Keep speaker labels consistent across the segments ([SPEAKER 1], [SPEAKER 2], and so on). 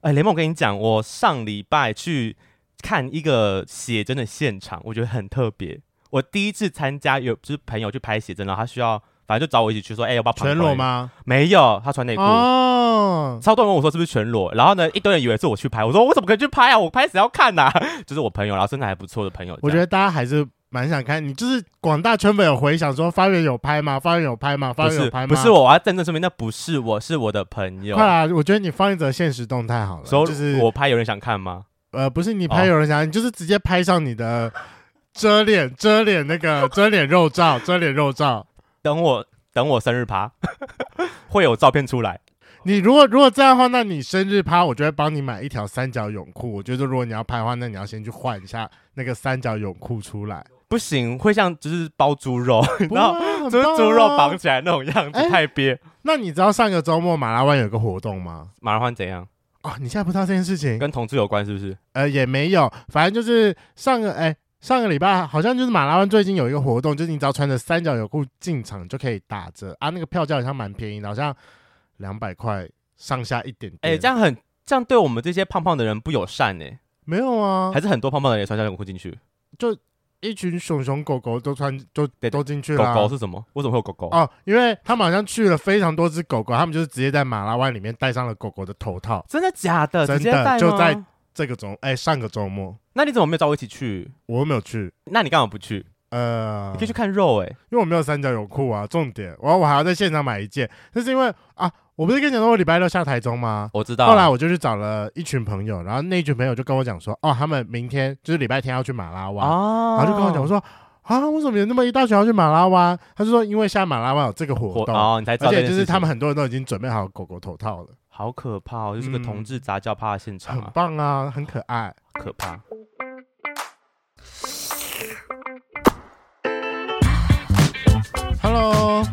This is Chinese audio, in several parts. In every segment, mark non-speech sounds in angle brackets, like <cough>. [SPEAKER 1] 哎，雷梦，我跟你讲，我上礼拜去看一个写真的现场，我觉得很特别。我第一次参加有就是朋友去拍写真，然后他需要，反正就找我一起去说，哎、要不要旁
[SPEAKER 2] 全裸
[SPEAKER 1] 观
[SPEAKER 2] 吗？
[SPEAKER 1] 没有，他穿内裤。
[SPEAKER 2] 哦，
[SPEAKER 1] 超多人问我说是不是全裸，然后呢，一堆人以为是我去拍，我说我怎么可以去拍啊？我拍谁要看呐、 <laughs> 就是我朋友，然后身材还不错的朋友。
[SPEAKER 2] 我觉
[SPEAKER 1] 得
[SPEAKER 2] 得大家还是蛮想看。你就是广大圈粉有回想说，发源有拍吗？发源有拍吗？发
[SPEAKER 1] 不
[SPEAKER 2] 源有
[SPEAKER 1] 是
[SPEAKER 2] 拍吗？
[SPEAKER 1] 不是，我，我要站在说明，那不是我，是我的朋友
[SPEAKER 2] 快。啦！我觉得你放一则现实动态好了，
[SPEAKER 1] 所
[SPEAKER 2] 就是
[SPEAKER 1] 我拍有人想看吗？
[SPEAKER 2] 呃，不是你拍有人想，你就是直接拍上你的遮脸 <laughs> 遮脸那个遮脸肉照，遮脸肉照。
[SPEAKER 1] 等我等我生日趴 <laughs> 会有照片出来。
[SPEAKER 2] 你如果如果这样的话，那你生日趴，我就会帮你买一条三角泳裤。我觉得如果你要拍的话，那你要先去换一下那个三角泳裤出来，
[SPEAKER 1] 不行，会像就是包猪肉，<laughs>
[SPEAKER 2] 不
[SPEAKER 1] 然
[SPEAKER 2] 啊
[SPEAKER 1] 后
[SPEAKER 2] <laughs> 很
[SPEAKER 1] 就是
[SPEAKER 2] 棒
[SPEAKER 1] 猪肉
[SPEAKER 2] 啊
[SPEAKER 1] 绑起来那种样子，
[SPEAKER 2] 哎
[SPEAKER 1] 太憋。
[SPEAKER 2] 那你知道上个周末马拉湾有个活动吗？
[SPEAKER 1] 马拉欢怎样？
[SPEAKER 2] 哦，你现在不知道这件事情？
[SPEAKER 1] 跟同志有关是不是？
[SPEAKER 2] 呃，也没有，反正就是上个哎、上个礼拜好像就是马拉湾最近有一个活动，就是你只要穿着三角泳裤进场就可以打折啊，那个票价好像蛮便宜的，好像两百块上下一点点。
[SPEAKER 1] 哎、这样很这样对我们这些胖胖的人不友善哎、
[SPEAKER 2] 没有啊
[SPEAKER 1] 还，是很多胖胖的人也穿这样泳裤进去。
[SPEAKER 2] 一群熊熊狗狗都穿都
[SPEAKER 1] 对
[SPEAKER 2] 都进去
[SPEAKER 1] 狗
[SPEAKER 2] 了啊。
[SPEAKER 1] 狗是什么？为什么会有狗狗？
[SPEAKER 2] 哦，因为他们好像去了非常多只狗狗，他们就是直接在马拉湾里面戴上了狗狗的头套。
[SPEAKER 1] 真的假的？
[SPEAKER 2] 真的
[SPEAKER 1] 直接带吗
[SPEAKER 2] 就在这个周哎、上个周末
[SPEAKER 1] 那你怎么没有找我一起去？
[SPEAKER 2] 我又没有去，
[SPEAKER 1] 那你干嘛不去？
[SPEAKER 2] 呃，
[SPEAKER 1] 你可以去看肉哎、
[SPEAKER 2] 因为我没有三角泳裤啊，重点，然后我还要在现场买一件，那是因为啊，我不是跟你讲说我礼拜六下台中吗？
[SPEAKER 1] 我知道。
[SPEAKER 2] 后来我就去找了一群朋友，然后那一群朋友就跟我讲说，哦，他们明天就是礼拜天要去马拉湾，
[SPEAKER 1] 啊，
[SPEAKER 2] 然后就跟我讲我说，啊，为什么有那么一大群要去马拉湾？他就说，因为现在马拉湾有这个活
[SPEAKER 1] 活
[SPEAKER 2] 动，
[SPEAKER 1] 哦，你才知道
[SPEAKER 2] 而
[SPEAKER 1] 这件
[SPEAKER 2] 且
[SPEAKER 1] 事
[SPEAKER 2] 就
[SPEAKER 1] 情，
[SPEAKER 2] 是他们很多人都已经准备好狗狗头套了，
[SPEAKER 1] 好可怕哦，就是个
[SPEAKER 2] 嗯
[SPEAKER 1] 同志杂交趴的现场
[SPEAKER 2] 很
[SPEAKER 1] 啊，
[SPEAKER 2] 棒啊，很可爱。
[SPEAKER 1] 可怕。
[SPEAKER 2] Hello，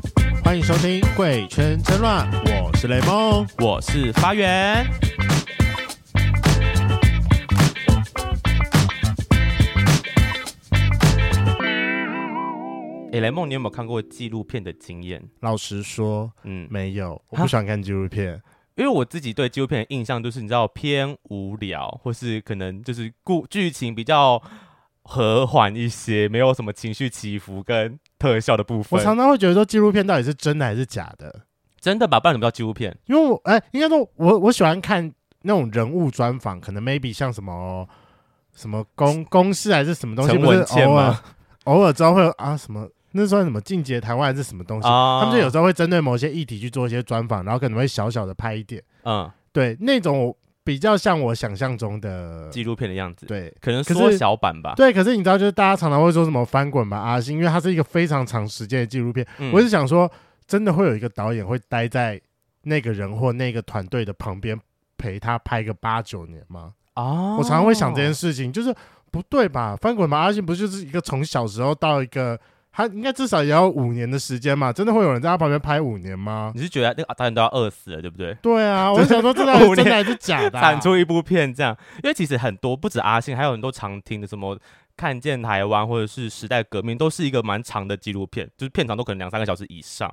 [SPEAKER 2] 欢迎收听《贵圈争乱》，我是雷梦。
[SPEAKER 1] 我是发源，哎，雷梦，你有没有看过纪录片的经验？
[SPEAKER 2] 老实说，
[SPEAKER 1] 嗯，
[SPEAKER 2] 没有，我不喜欢看纪录片。
[SPEAKER 1] 因为我自己对纪录片的印象就是，你知道偏无聊，或是可能就是故剧情比较和缓一些，没有什么情绪起伏跟特效的部
[SPEAKER 2] 我
[SPEAKER 1] 分。
[SPEAKER 2] 常常会觉得说纪录片到底是真的还是假的，
[SPEAKER 1] 真的吧？不然怎么叫纪录片？
[SPEAKER 2] 因为我哎、应该说我我喜欢看那种人物专访，可能 maybe 像什么什么公公式还是什么东西，
[SPEAKER 1] 陈
[SPEAKER 2] 不是
[SPEAKER 1] 文茜
[SPEAKER 2] 偶尔
[SPEAKER 1] 吗？
[SPEAKER 2] 偶尔之后会有啊什么那时候什么进阶台湾还是什么东西，
[SPEAKER 1] 啊
[SPEAKER 2] 他们就有时候会针对某些议题去做一些专访，然后可能会小小的拍一点，
[SPEAKER 1] 嗯
[SPEAKER 2] 对那种我比较像我想象中的，
[SPEAKER 1] 纪录片啊的样子，
[SPEAKER 2] 对
[SPEAKER 1] 可能
[SPEAKER 2] 可是
[SPEAKER 1] 缩小版吧。
[SPEAKER 2] 对。可是你知道，就是大家常常会说什么翻滚吧阿信，因为它是一个非常长时间的纪录片。
[SPEAKER 1] 嗯
[SPEAKER 2] 我是想说，真的会有一个导演会待在那个人或那个团队的旁边陪他拍个八九年吗？
[SPEAKER 1] 啊，
[SPEAKER 2] 我常常会想这件
[SPEAKER 1] 事。
[SPEAKER 2] 事情，就是不对吧？翻滚吧阿信不就是一个从小时候到一个，他应该至少也要五年的时间嘛？真的会有人在他旁边拍五年吗？
[SPEAKER 1] 你是觉得那个导演都要饿死了，对不对？
[SPEAKER 2] 对啊，我就想说，这到
[SPEAKER 1] 五年
[SPEAKER 2] 底真的还是假
[SPEAKER 1] <laughs>
[SPEAKER 2] 的、啊
[SPEAKER 1] 产？出一部片这样，因为其实很多不止阿信，还有很多常听的什么《看见台湾》或者是《时代革命》，都是一个蛮长的纪录片，就是片长都可能两三个小时以上。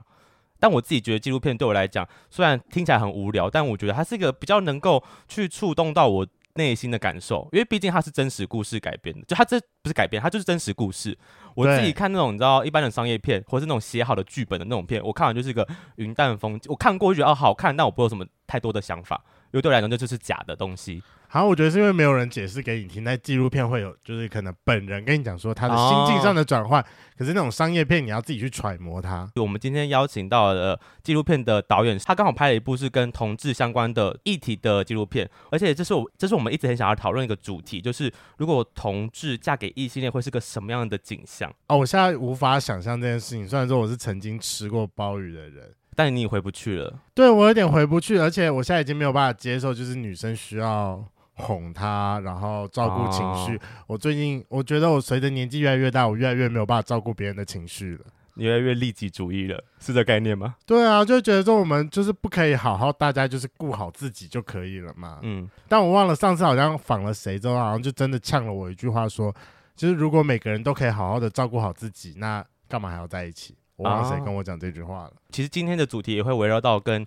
[SPEAKER 1] 但我自己觉得纪录片对我来讲，虽然听起来很无聊，但我觉得它是一个比较能够去触动到我内心的感受，因为毕竟它是真实故事改编的，就它这不是改编，它就是真实故事。我
[SPEAKER 2] 对
[SPEAKER 1] 自己看那种你知道一般的商业片，或是那种写好的剧本的那种片，我看完就是一个云淡风轻。我看过就觉得哦好看，但我不会有什么太多的想法，因为对我来讲这就是假的东西。
[SPEAKER 2] 好像我觉得是因为没有人解释给你听，在纪录片会有，就是可能本人跟你讲说他的心境上的转换，可是那种商业片你要自己去揣摩它。
[SPEAKER 1] 我们今天邀请到了纪录片的导演，他刚好拍了一部是跟同志相关的议题的纪录片，而且这是我这是我们一直很想要讨论一个主题，就是如果同志嫁给异性恋会是个什么样的景象？
[SPEAKER 2] 哦，我现在无法想象这件事情。虽然说我是曾经吃过鲍鱼的人，
[SPEAKER 1] 但你也回不去了，
[SPEAKER 2] 对我有点回不去，而且我现在已经没有办法接受，就是女生需要哄她，然后照顾情
[SPEAKER 1] 哦
[SPEAKER 2] 绪。我最近我觉得我随着年纪越来越大，我越来越没有办法照顾别人的情绪了。
[SPEAKER 1] 你越来越利己主义了，是这概念吗？
[SPEAKER 2] 对啊，就觉得说我们就是不可以好好，大家就是顾好自己就可以了嘛。
[SPEAKER 1] 嗯，
[SPEAKER 2] 但我忘了上次好像访了谁之后，好像就真的呛了我一句话说，就是如果每个人都可以好好的照顾好自己，那干嘛还要在一起？我忘了谁
[SPEAKER 1] 哦
[SPEAKER 2] 跟我讲这句话了。
[SPEAKER 1] 其实今天的主题也会围绕到跟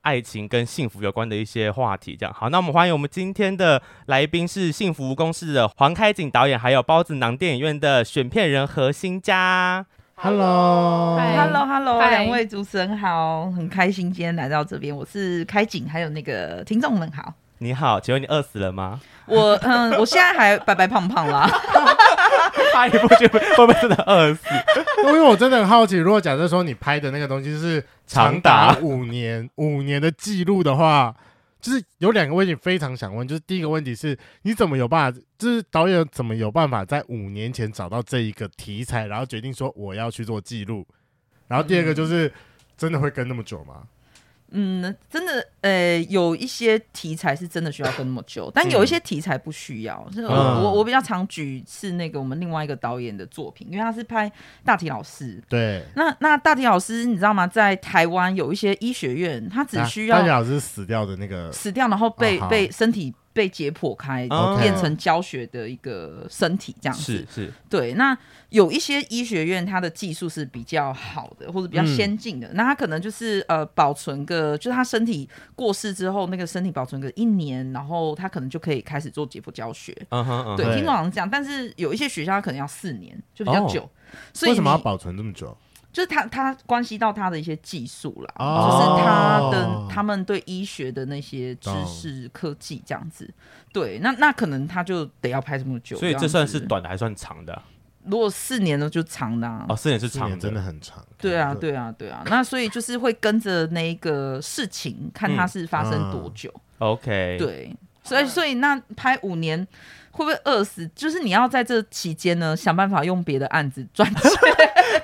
[SPEAKER 1] 爱情跟幸福有关的一些话题。这样好，那我们欢迎我们今天的来宾是幸福无公式的黄开景导演，还有包子囊电影院的选片人何新佳。
[SPEAKER 2] Hello，
[SPEAKER 3] 嗨
[SPEAKER 4] Hello Hello，
[SPEAKER 3] 嗨
[SPEAKER 4] 两位主持人好，很开心今天来到这边，我是开景，还有那个听众们好。
[SPEAKER 1] 你好，请问你饿死了 <laughs> 吗？
[SPEAKER 4] 我嗯，我现在还白白胖胖啦， <laughs>
[SPEAKER 1] 阿姨哎不觉得会不会真的 <laughs> 饿死？
[SPEAKER 2] 因为我真的很好奇，如果假设说你拍的那个东西是长
[SPEAKER 1] 长
[SPEAKER 2] 达
[SPEAKER 4] <laughs>
[SPEAKER 1] 达
[SPEAKER 2] 五年五年的记录的话，就是有两个问题非常想问，就是第一个问题是，你怎么有办法，就是导演怎么有办法在五年前找到这一个题材，然后决定说我要去做记录，然后第二个就是。真的会跟那么久吗？
[SPEAKER 4] 嗯，真的，呃，有一些题材是真的需要跟那么久，但有一些题材不需要。是我、
[SPEAKER 2] 嗯
[SPEAKER 4] 我我比较常举是那个我们另外一个导演的作品，因为他是拍大体老师。
[SPEAKER 2] 对，
[SPEAKER 4] 那那大体老师，你知道吗？在台湾有一些医学院，他只
[SPEAKER 2] 啊
[SPEAKER 4] 需要
[SPEAKER 2] 大家老师死掉的那个，
[SPEAKER 4] 死掉，然后被、
[SPEAKER 2] 哦好
[SPEAKER 4] 被身体被解剖开，
[SPEAKER 1] 哦
[SPEAKER 4] 变成教学的一个身体这样
[SPEAKER 1] 是
[SPEAKER 4] 子。
[SPEAKER 1] 是，
[SPEAKER 4] 对，那有一些医学院它的技术是比较好的，或者比较先进
[SPEAKER 2] 嗯
[SPEAKER 4] 的，那它可能就是呃保存个，就是他身体过世之后，那个身体保存个一年，然后他可能就可以开始做解剖教学。
[SPEAKER 1] 嗯哼嗯哼，
[SPEAKER 4] 对，
[SPEAKER 2] 对
[SPEAKER 4] 听说好像是这样，但是有一些学校它可能要四年，就比较
[SPEAKER 1] 哦
[SPEAKER 4] 久。所以
[SPEAKER 2] 为什么要
[SPEAKER 4] 你
[SPEAKER 2] 保存这么久？
[SPEAKER 4] 就是它它关系到它的一些技术啦，
[SPEAKER 2] 哦
[SPEAKER 4] 就是它的他们对医学的那些知识、科技这样子。对，那那可能他就得要拍这么久，
[SPEAKER 1] 所以
[SPEAKER 4] 样
[SPEAKER 1] 这
[SPEAKER 4] 子
[SPEAKER 1] 算是。短的还算长的啊？
[SPEAKER 4] 如果四年呢，就长的、啊。
[SPEAKER 1] 哦，四年是
[SPEAKER 2] 四
[SPEAKER 1] 长
[SPEAKER 2] 年真的很长。
[SPEAKER 4] 对啊，
[SPEAKER 2] 看
[SPEAKER 4] 对啊，对啊，那所以就是会跟着那一个事情，看它是发生多久。
[SPEAKER 1] OK，，
[SPEAKER 4] 对，所以所以那拍五年会不会饿死？就是你要在这期间呢，想办法用别的案子赚钱。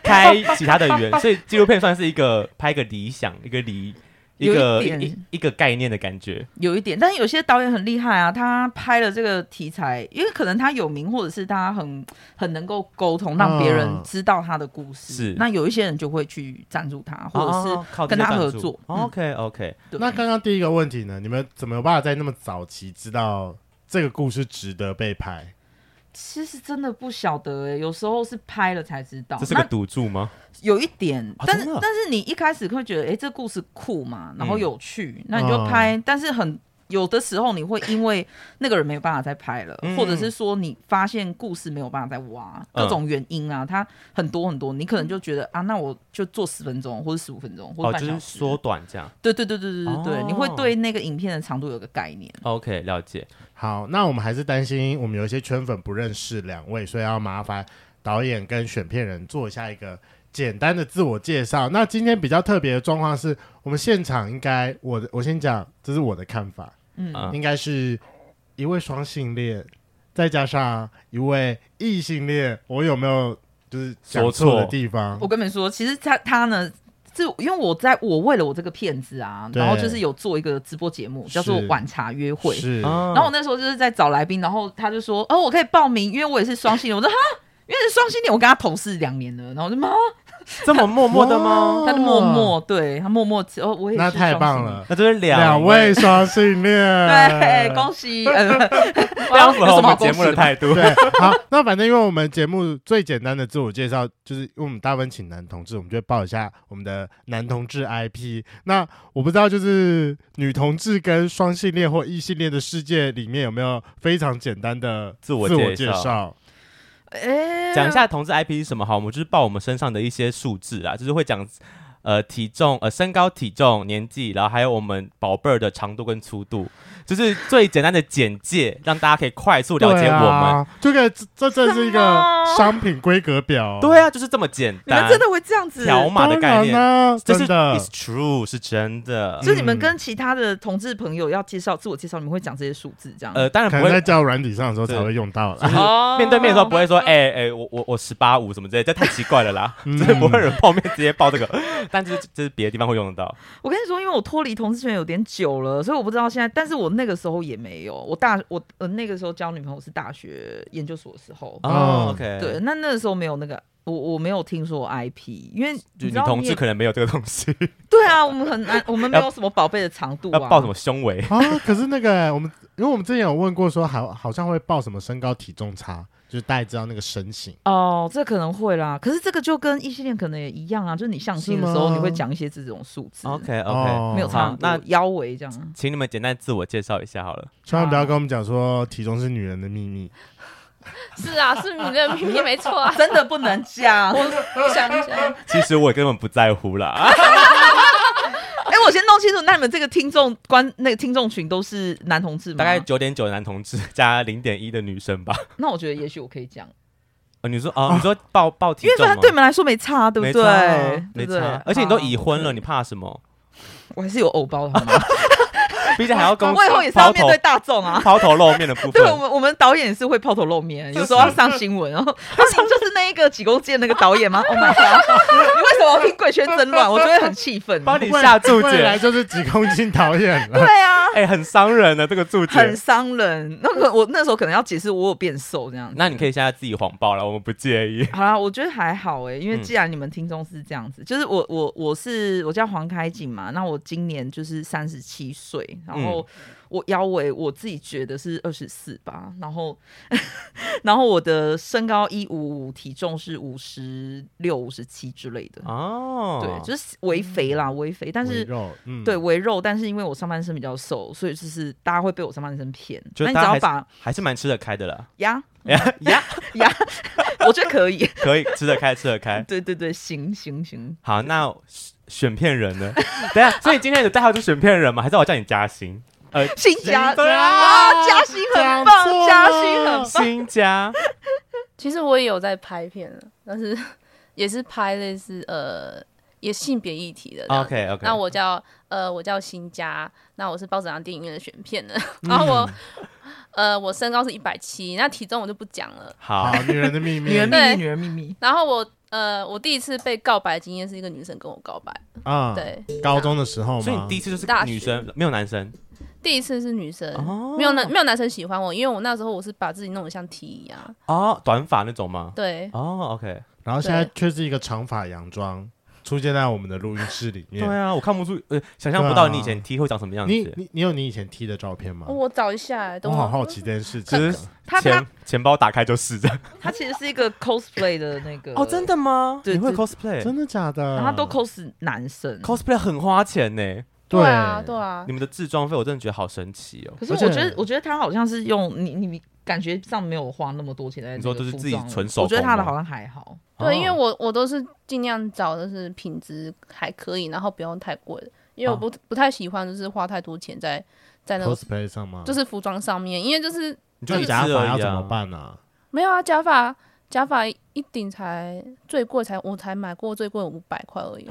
[SPEAKER 1] 开其他的圆，所以纪录片算是一个拍一个理想，一个理一
[SPEAKER 4] 有一
[SPEAKER 1] 个
[SPEAKER 4] 点
[SPEAKER 1] 一一一个概念的感觉。
[SPEAKER 4] 有一点，但是有些导演很厉害啊，他拍了这个题材，因为可能他有名，或者是他很很能够沟通，让别人嗯知道他的故事。
[SPEAKER 1] 是
[SPEAKER 4] 那有一些人就会去赞助他，或者是、
[SPEAKER 1] 哦靠
[SPEAKER 4] 跟
[SPEAKER 1] 这个
[SPEAKER 4] 他
[SPEAKER 1] 赞
[SPEAKER 4] 合
[SPEAKER 1] 助
[SPEAKER 4] 作嗯
[SPEAKER 1] OK OK，
[SPEAKER 4] 对
[SPEAKER 2] 那刚刚第一个问题呢？你们怎么有办法在那么早期知道这个故事值得被拍？
[SPEAKER 4] 其实真的不晓得、欸，有时候是拍了才知道。
[SPEAKER 1] 这是个
[SPEAKER 4] 那
[SPEAKER 1] 赌注吗？
[SPEAKER 4] 有一点，
[SPEAKER 1] 啊
[SPEAKER 4] 但是
[SPEAKER 1] 真的嗯
[SPEAKER 4] 但是你一开始会觉得，哎、这故事酷嘛，然后有趣，那你
[SPEAKER 2] 哦
[SPEAKER 4] 就拍。但是很有的时候你会因为那个人没有办法再拍了，
[SPEAKER 1] 嗯
[SPEAKER 4] 或者是说你发现故事没有办法再挖，
[SPEAKER 1] 嗯
[SPEAKER 4] 各种原因啊，它很多很多，你可能就觉得啊，那我就做十分钟或者十五分钟或者
[SPEAKER 1] 哦，
[SPEAKER 4] 半
[SPEAKER 1] 就
[SPEAKER 4] 小
[SPEAKER 1] 是
[SPEAKER 4] 时。
[SPEAKER 1] 缩短这样。
[SPEAKER 4] 对对对对对对对，
[SPEAKER 1] 哦
[SPEAKER 4] 你会对那个影片的长度有个概念。
[SPEAKER 1] OK，了解。
[SPEAKER 2] 好，那我们还是担心我们有一些圈粉不认识两位，所以要麻烦导演跟选片人做一下一个简单的自我介绍。那今天比较特别的状况是，我们现场应该我的我先讲，这是我的看法，
[SPEAKER 4] 嗯，
[SPEAKER 1] 嗯
[SPEAKER 2] 应该是一位双性恋，再加上一位异性恋，我有没有就是讲
[SPEAKER 1] 说
[SPEAKER 2] 错的
[SPEAKER 1] 错
[SPEAKER 2] 地方
[SPEAKER 4] 我？跟你们说，其实他他呢。是因为我在我为了我这个片子啊，
[SPEAKER 2] 对
[SPEAKER 4] 然后就是有做一个直播节目，叫做
[SPEAKER 2] 是
[SPEAKER 4] 《晚茶约会》，
[SPEAKER 2] 是，
[SPEAKER 1] 然
[SPEAKER 4] 然后我那时候就是在找来宾，然后他就说：“哦，我可以报名，因为我也是双性恋。”我说：“哈，因为是双性恋，我跟他同事两年了。”然后我就
[SPEAKER 2] 哦
[SPEAKER 4] 妈，
[SPEAKER 1] 这么默默的
[SPEAKER 4] <laughs>
[SPEAKER 1] 吗？
[SPEAKER 4] 他就默默对他默默哦，我也是
[SPEAKER 2] 那太棒
[SPEAKER 4] 双性恋。
[SPEAKER 2] 了，
[SPEAKER 1] 那就是两
[SPEAKER 2] 两位双性恋，
[SPEAKER 4] 对，恭喜！呃，
[SPEAKER 2] <laughs>
[SPEAKER 1] 非常符合
[SPEAKER 4] 有
[SPEAKER 1] 我
[SPEAKER 4] 什么好
[SPEAKER 1] 们
[SPEAKER 4] 恭
[SPEAKER 1] 节
[SPEAKER 4] 喜
[SPEAKER 1] 目的态度。
[SPEAKER 2] 对，好，那反正因为我们节目最简单的自我介绍，就是因为我们大部分请男同志，我们就会报一下我们的男同志 IP。那我不知道，就是女同志跟双性恋或异性恋的世界里面有没有非常简单的
[SPEAKER 1] 自我
[SPEAKER 2] 自我
[SPEAKER 1] 介
[SPEAKER 2] 介
[SPEAKER 1] 绍
[SPEAKER 2] 绍？
[SPEAKER 1] <laughs>
[SPEAKER 4] 哎，
[SPEAKER 1] 讲一
[SPEAKER 2] <laughs>
[SPEAKER 1] 下同志 IP 是什么好，我们就是报我们身上的一些数字啊，就是会讲呃体重、呃身高、体重、年纪，然后还有我们宝贝儿的长度跟粗度，就是最简单的简介，让大家可以快速了解我们。
[SPEAKER 2] 啊、这个这这这是一
[SPEAKER 4] 什
[SPEAKER 2] 个
[SPEAKER 4] 么
[SPEAKER 2] 商品规格表，
[SPEAKER 1] <laughs> 对啊，就是这么简
[SPEAKER 4] 你们
[SPEAKER 1] 单，
[SPEAKER 4] 真的会这样子？
[SPEAKER 1] 条码
[SPEAKER 2] 当
[SPEAKER 1] 的概
[SPEAKER 2] 然
[SPEAKER 1] 念，
[SPEAKER 2] 啦，
[SPEAKER 1] 这是
[SPEAKER 2] 真的
[SPEAKER 1] is true 是真的。
[SPEAKER 4] 所以你们
[SPEAKER 2] 嗯
[SPEAKER 4] 跟其他的同志朋友要介绍自我介绍，你们会讲这些数字这样？
[SPEAKER 1] 呃，当然
[SPEAKER 2] 可
[SPEAKER 1] 不
[SPEAKER 2] 能在
[SPEAKER 1] 会
[SPEAKER 2] 交友软体上的时候
[SPEAKER 1] 对
[SPEAKER 2] 才会用到啦。
[SPEAKER 4] 哦
[SPEAKER 1] 面对面的时候不会说，哎、哎、我我我十八五什么之类，这太奇怪了啦，
[SPEAKER 2] <laughs> 嗯
[SPEAKER 1] 就是不会有人泡面直接报这个，但是这是别的地方会用得到。
[SPEAKER 4] 哦我跟你说，因为我脱离同志圈有点久了，所以我不知道现在。但是我那个时候也没有，我大我呃那个时候交女朋友是大学研究所的时候，
[SPEAKER 1] 哦
[SPEAKER 2] 嗯、
[SPEAKER 1] o k
[SPEAKER 4] 对，，那那个时候没有那个我我没有听说 IP，因为
[SPEAKER 1] 就
[SPEAKER 4] 你
[SPEAKER 1] 女
[SPEAKER 4] 知道
[SPEAKER 1] 同
[SPEAKER 4] 你
[SPEAKER 1] 志
[SPEAKER 4] 也
[SPEAKER 1] 可能没有这个东西，
[SPEAKER 4] 对啊，我们很难，我们没有什么宝贝的长度
[SPEAKER 1] 要
[SPEAKER 4] 啊。
[SPEAKER 1] 报什么胸围？
[SPEAKER 2] 啊，可是那个我们，因为我们之前有问过说好，好像会报什么身高体重差，就是大家知道那个身形。
[SPEAKER 4] 哦，这可能会啦，可是这个就跟异性恋可能也一样啊，就是你相亲的时
[SPEAKER 2] 是
[SPEAKER 4] 候
[SPEAKER 2] 吗
[SPEAKER 4] 你会讲一些这种数字
[SPEAKER 1] OK OK，
[SPEAKER 2] 哦
[SPEAKER 4] 没有
[SPEAKER 1] 差
[SPEAKER 4] 长度，
[SPEAKER 1] 那
[SPEAKER 4] 腰围这样。
[SPEAKER 1] 请你们简单自我介绍一下好了。
[SPEAKER 2] 千万不要跟我们讲说体重是女人的秘密。
[SPEAKER 3] 是啊，是你的秘密没错
[SPEAKER 1] <laughs>
[SPEAKER 3] 啊。
[SPEAKER 4] <laughs> 真的不能讲，哎、
[SPEAKER 3] 想一想，
[SPEAKER 1] 其实我根本不在乎 <laughs> 啦，
[SPEAKER 4] 哎我先弄清楚，那你们这个听众观那个听众群都是男同志吗？
[SPEAKER 1] 大概九点九男同志加零点一的女生吧。
[SPEAKER 4] <laughs> 那我觉得也许我可以讲，
[SPEAKER 1] 哦，你说哦，你说报报体
[SPEAKER 4] 因为
[SPEAKER 1] 重
[SPEAKER 4] 他
[SPEAKER 1] 吗？
[SPEAKER 4] 对你们来说没差，对不
[SPEAKER 1] 没
[SPEAKER 4] 对？
[SPEAKER 1] 差啊
[SPEAKER 4] 对
[SPEAKER 1] 没
[SPEAKER 4] 不对
[SPEAKER 1] 差，而且你都已婚了，
[SPEAKER 4] 好啊
[SPEAKER 1] 你怕什么？
[SPEAKER 4] 我还是有偶包的
[SPEAKER 1] <laughs>
[SPEAKER 4] 好吗？
[SPEAKER 1] 毕竟还要
[SPEAKER 4] <laughs>
[SPEAKER 1] 跟
[SPEAKER 4] 我以后也是要
[SPEAKER 1] 抛
[SPEAKER 4] 面
[SPEAKER 1] 头
[SPEAKER 4] 对大众啊。
[SPEAKER 1] 抛头露面的
[SPEAKER 4] <laughs>
[SPEAKER 1] 部
[SPEAKER 4] 对
[SPEAKER 1] 分。嗯
[SPEAKER 4] 我们，我们导演也是会抛头露面，有时候要上新闻哦。他上就是那一个几公斤的那个导演吗
[SPEAKER 1] <laughs>
[SPEAKER 4] ？Oh my god！你为什么要听贵圈争乱？我就会很气愤。
[SPEAKER 1] 帮你下注
[SPEAKER 2] 未来
[SPEAKER 1] 解，
[SPEAKER 2] 就是几公斤导演
[SPEAKER 4] 对
[SPEAKER 1] <laughs>
[SPEAKER 2] 了。
[SPEAKER 4] 啊，
[SPEAKER 1] 哎，很伤人的这个注
[SPEAKER 4] 很
[SPEAKER 1] 解。
[SPEAKER 4] 伤人。那个我那时候可能要解释我有变瘦这样子。
[SPEAKER 1] 那你可以现在自己谎报了，我们不介意。
[SPEAKER 4] 好啦，我觉得还好哎、
[SPEAKER 1] 嗯
[SPEAKER 4] 因为既然你们听众是这样子，就是我我我是我叫黄开景嘛，那我今年就是三十七岁，然
[SPEAKER 1] 嗯
[SPEAKER 4] 后我腰围我自己觉得是二十四吧，然后然后我的身高一五五，体重是五十六、五十七之类的，
[SPEAKER 1] 哦，
[SPEAKER 4] 对，就是微肥啦，微肥，但
[SPEAKER 2] 围
[SPEAKER 4] 是。
[SPEAKER 2] 肉，嗯，
[SPEAKER 4] 对，微肉，但是因为我上半身比较瘦，所以就是大家会被我上半身骗。
[SPEAKER 1] 就
[SPEAKER 4] 那你只
[SPEAKER 1] 大家
[SPEAKER 4] 要
[SPEAKER 1] 还是
[SPEAKER 4] 把
[SPEAKER 1] 还是蛮吃得开的啦。
[SPEAKER 4] 呀
[SPEAKER 1] 呀 <laughs> 呀，
[SPEAKER 4] 呀，我觉得可
[SPEAKER 1] <laughs>
[SPEAKER 4] 以。
[SPEAKER 1] 可以吃得开，吃得开。
[SPEAKER 4] 对对对，行行行，
[SPEAKER 1] 好，那选片人呢？ <laughs> 等一下，所以今天你的代号就是选片人吗？还是我叫你嘉欣？呃，
[SPEAKER 4] 新加
[SPEAKER 1] 对啊，
[SPEAKER 4] 啊，嘉欣很
[SPEAKER 2] 讲
[SPEAKER 4] 棒，
[SPEAKER 2] 错
[SPEAKER 4] 嘉
[SPEAKER 2] 了
[SPEAKER 4] 欣很
[SPEAKER 1] 新嘉，
[SPEAKER 3] 其实我也有在拍片了，但是 <laughs> 也是拍类似呃，也性别议题的这样子。
[SPEAKER 1] 啊 OK，OK
[SPEAKER 3] 那我叫呃，我叫新佳，那我是包子堂电影院的选片的。
[SPEAKER 1] 嗯
[SPEAKER 3] 然后我、呃，我身高是一百七，那体重我就不讲了。
[SPEAKER 1] 好
[SPEAKER 2] 好，女人的秘密，
[SPEAKER 4] 女人秘密，
[SPEAKER 3] 对
[SPEAKER 4] 女人秘密。
[SPEAKER 3] 然后我呃，我第一次被告白的经验是一个女生跟我告白，
[SPEAKER 2] 啊，
[SPEAKER 3] 对，
[SPEAKER 2] 高中的时候嘛，
[SPEAKER 1] 所以你第一次就是
[SPEAKER 3] 大学
[SPEAKER 1] 女生，没有男生
[SPEAKER 3] 第一次是女生。
[SPEAKER 1] 哦
[SPEAKER 3] 没有男没有男生喜欢我，因为我那时候我是把自己弄得像 T 一样，
[SPEAKER 1] 哦，短发那种吗？
[SPEAKER 3] 对，
[SPEAKER 1] 哦，OK，
[SPEAKER 2] 然后现在
[SPEAKER 3] 对
[SPEAKER 2] 却是一个长发洋装出现在我们的录音室里面
[SPEAKER 1] 对。啊，我看不出，呃，想象不到你以前 T 会长什么样
[SPEAKER 2] 你
[SPEAKER 1] 子。
[SPEAKER 2] 你你有你以前踢的照片吗？
[SPEAKER 3] 我找一下，
[SPEAKER 2] 我
[SPEAKER 3] 等
[SPEAKER 2] 好
[SPEAKER 3] 我
[SPEAKER 2] 好奇这件事
[SPEAKER 1] 其
[SPEAKER 2] 情
[SPEAKER 1] 实
[SPEAKER 2] 啊。
[SPEAKER 4] 他他
[SPEAKER 1] 钱钱包打开就是这样。哦
[SPEAKER 4] 他其实是一个 cosplay 的那个
[SPEAKER 2] 哦
[SPEAKER 1] 的吗
[SPEAKER 4] 对
[SPEAKER 1] 你会
[SPEAKER 4] 对
[SPEAKER 1] cosplay？
[SPEAKER 2] 真的假的？
[SPEAKER 4] 然后他都 cos 男生。
[SPEAKER 1] cosplay 很花钱呢，
[SPEAKER 3] 对啊，对啊
[SPEAKER 1] 你，们的制装费我真的觉得好神奇哦。
[SPEAKER 4] 可是我
[SPEAKER 2] 而且
[SPEAKER 4] 觉得，我觉得他好像是用你你感觉上没有花那么多钱在
[SPEAKER 1] 你说
[SPEAKER 4] 这
[SPEAKER 1] 都
[SPEAKER 4] 个
[SPEAKER 1] 是
[SPEAKER 4] 服
[SPEAKER 1] 自己
[SPEAKER 4] 装
[SPEAKER 1] 纯手
[SPEAKER 4] 我觉得
[SPEAKER 1] 工
[SPEAKER 4] 他的
[SPEAKER 1] 吗
[SPEAKER 4] 好像还好。
[SPEAKER 1] 哦
[SPEAKER 3] 对，因为我我都是尽量找的是品质还可以，然后不用太贵的，因为我不、不太喜欢就是花太多钱在在那个
[SPEAKER 2] cosplay 上吗？
[SPEAKER 3] 就是服装上面，因为就是
[SPEAKER 1] 你就
[SPEAKER 2] 那
[SPEAKER 1] 一次
[SPEAKER 2] 假发
[SPEAKER 1] 而已
[SPEAKER 2] 要
[SPEAKER 1] 啊
[SPEAKER 2] 怎么？办呢？
[SPEAKER 3] 没有啊，假发假发一顶才最贵才我才买过最贵五百块而已，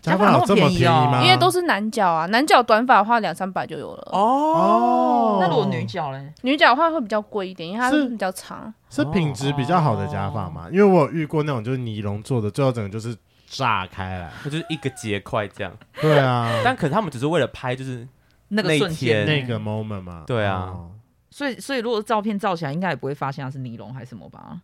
[SPEAKER 4] 假发
[SPEAKER 2] 发有这么
[SPEAKER 4] 那么便宜哦
[SPEAKER 2] 吗？
[SPEAKER 3] 因为都是男角啊，男角短发的话两三百就有了，
[SPEAKER 1] 哦
[SPEAKER 2] 哦
[SPEAKER 4] 那如果女角嘞？
[SPEAKER 3] 女角的话会比较贵一点，因为它
[SPEAKER 2] 是
[SPEAKER 3] 比较长，
[SPEAKER 2] 是品质比较好的假发嘛？因为我有遇过那种就是尼龙做的，最后整个就是炸开来。
[SPEAKER 1] 就是一个结块这样，
[SPEAKER 2] 对啊，
[SPEAKER 1] 但可是他们只是为了拍，就是
[SPEAKER 4] 那个
[SPEAKER 1] 那
[SPEAKER 4] 瞬
[SPEAKER 1] 天
[SPEAKER 2] <laughs>
[SPEAKER 4] 间，
[SPEAKER 2] 那个。moment 嘛。
[SPEAKER 1] 对啊
[SPEAKER 2] 哦
[SPEAKER 4] 所以所以如果照片照起来，应该也不会发现它是尼龙还是什么吧？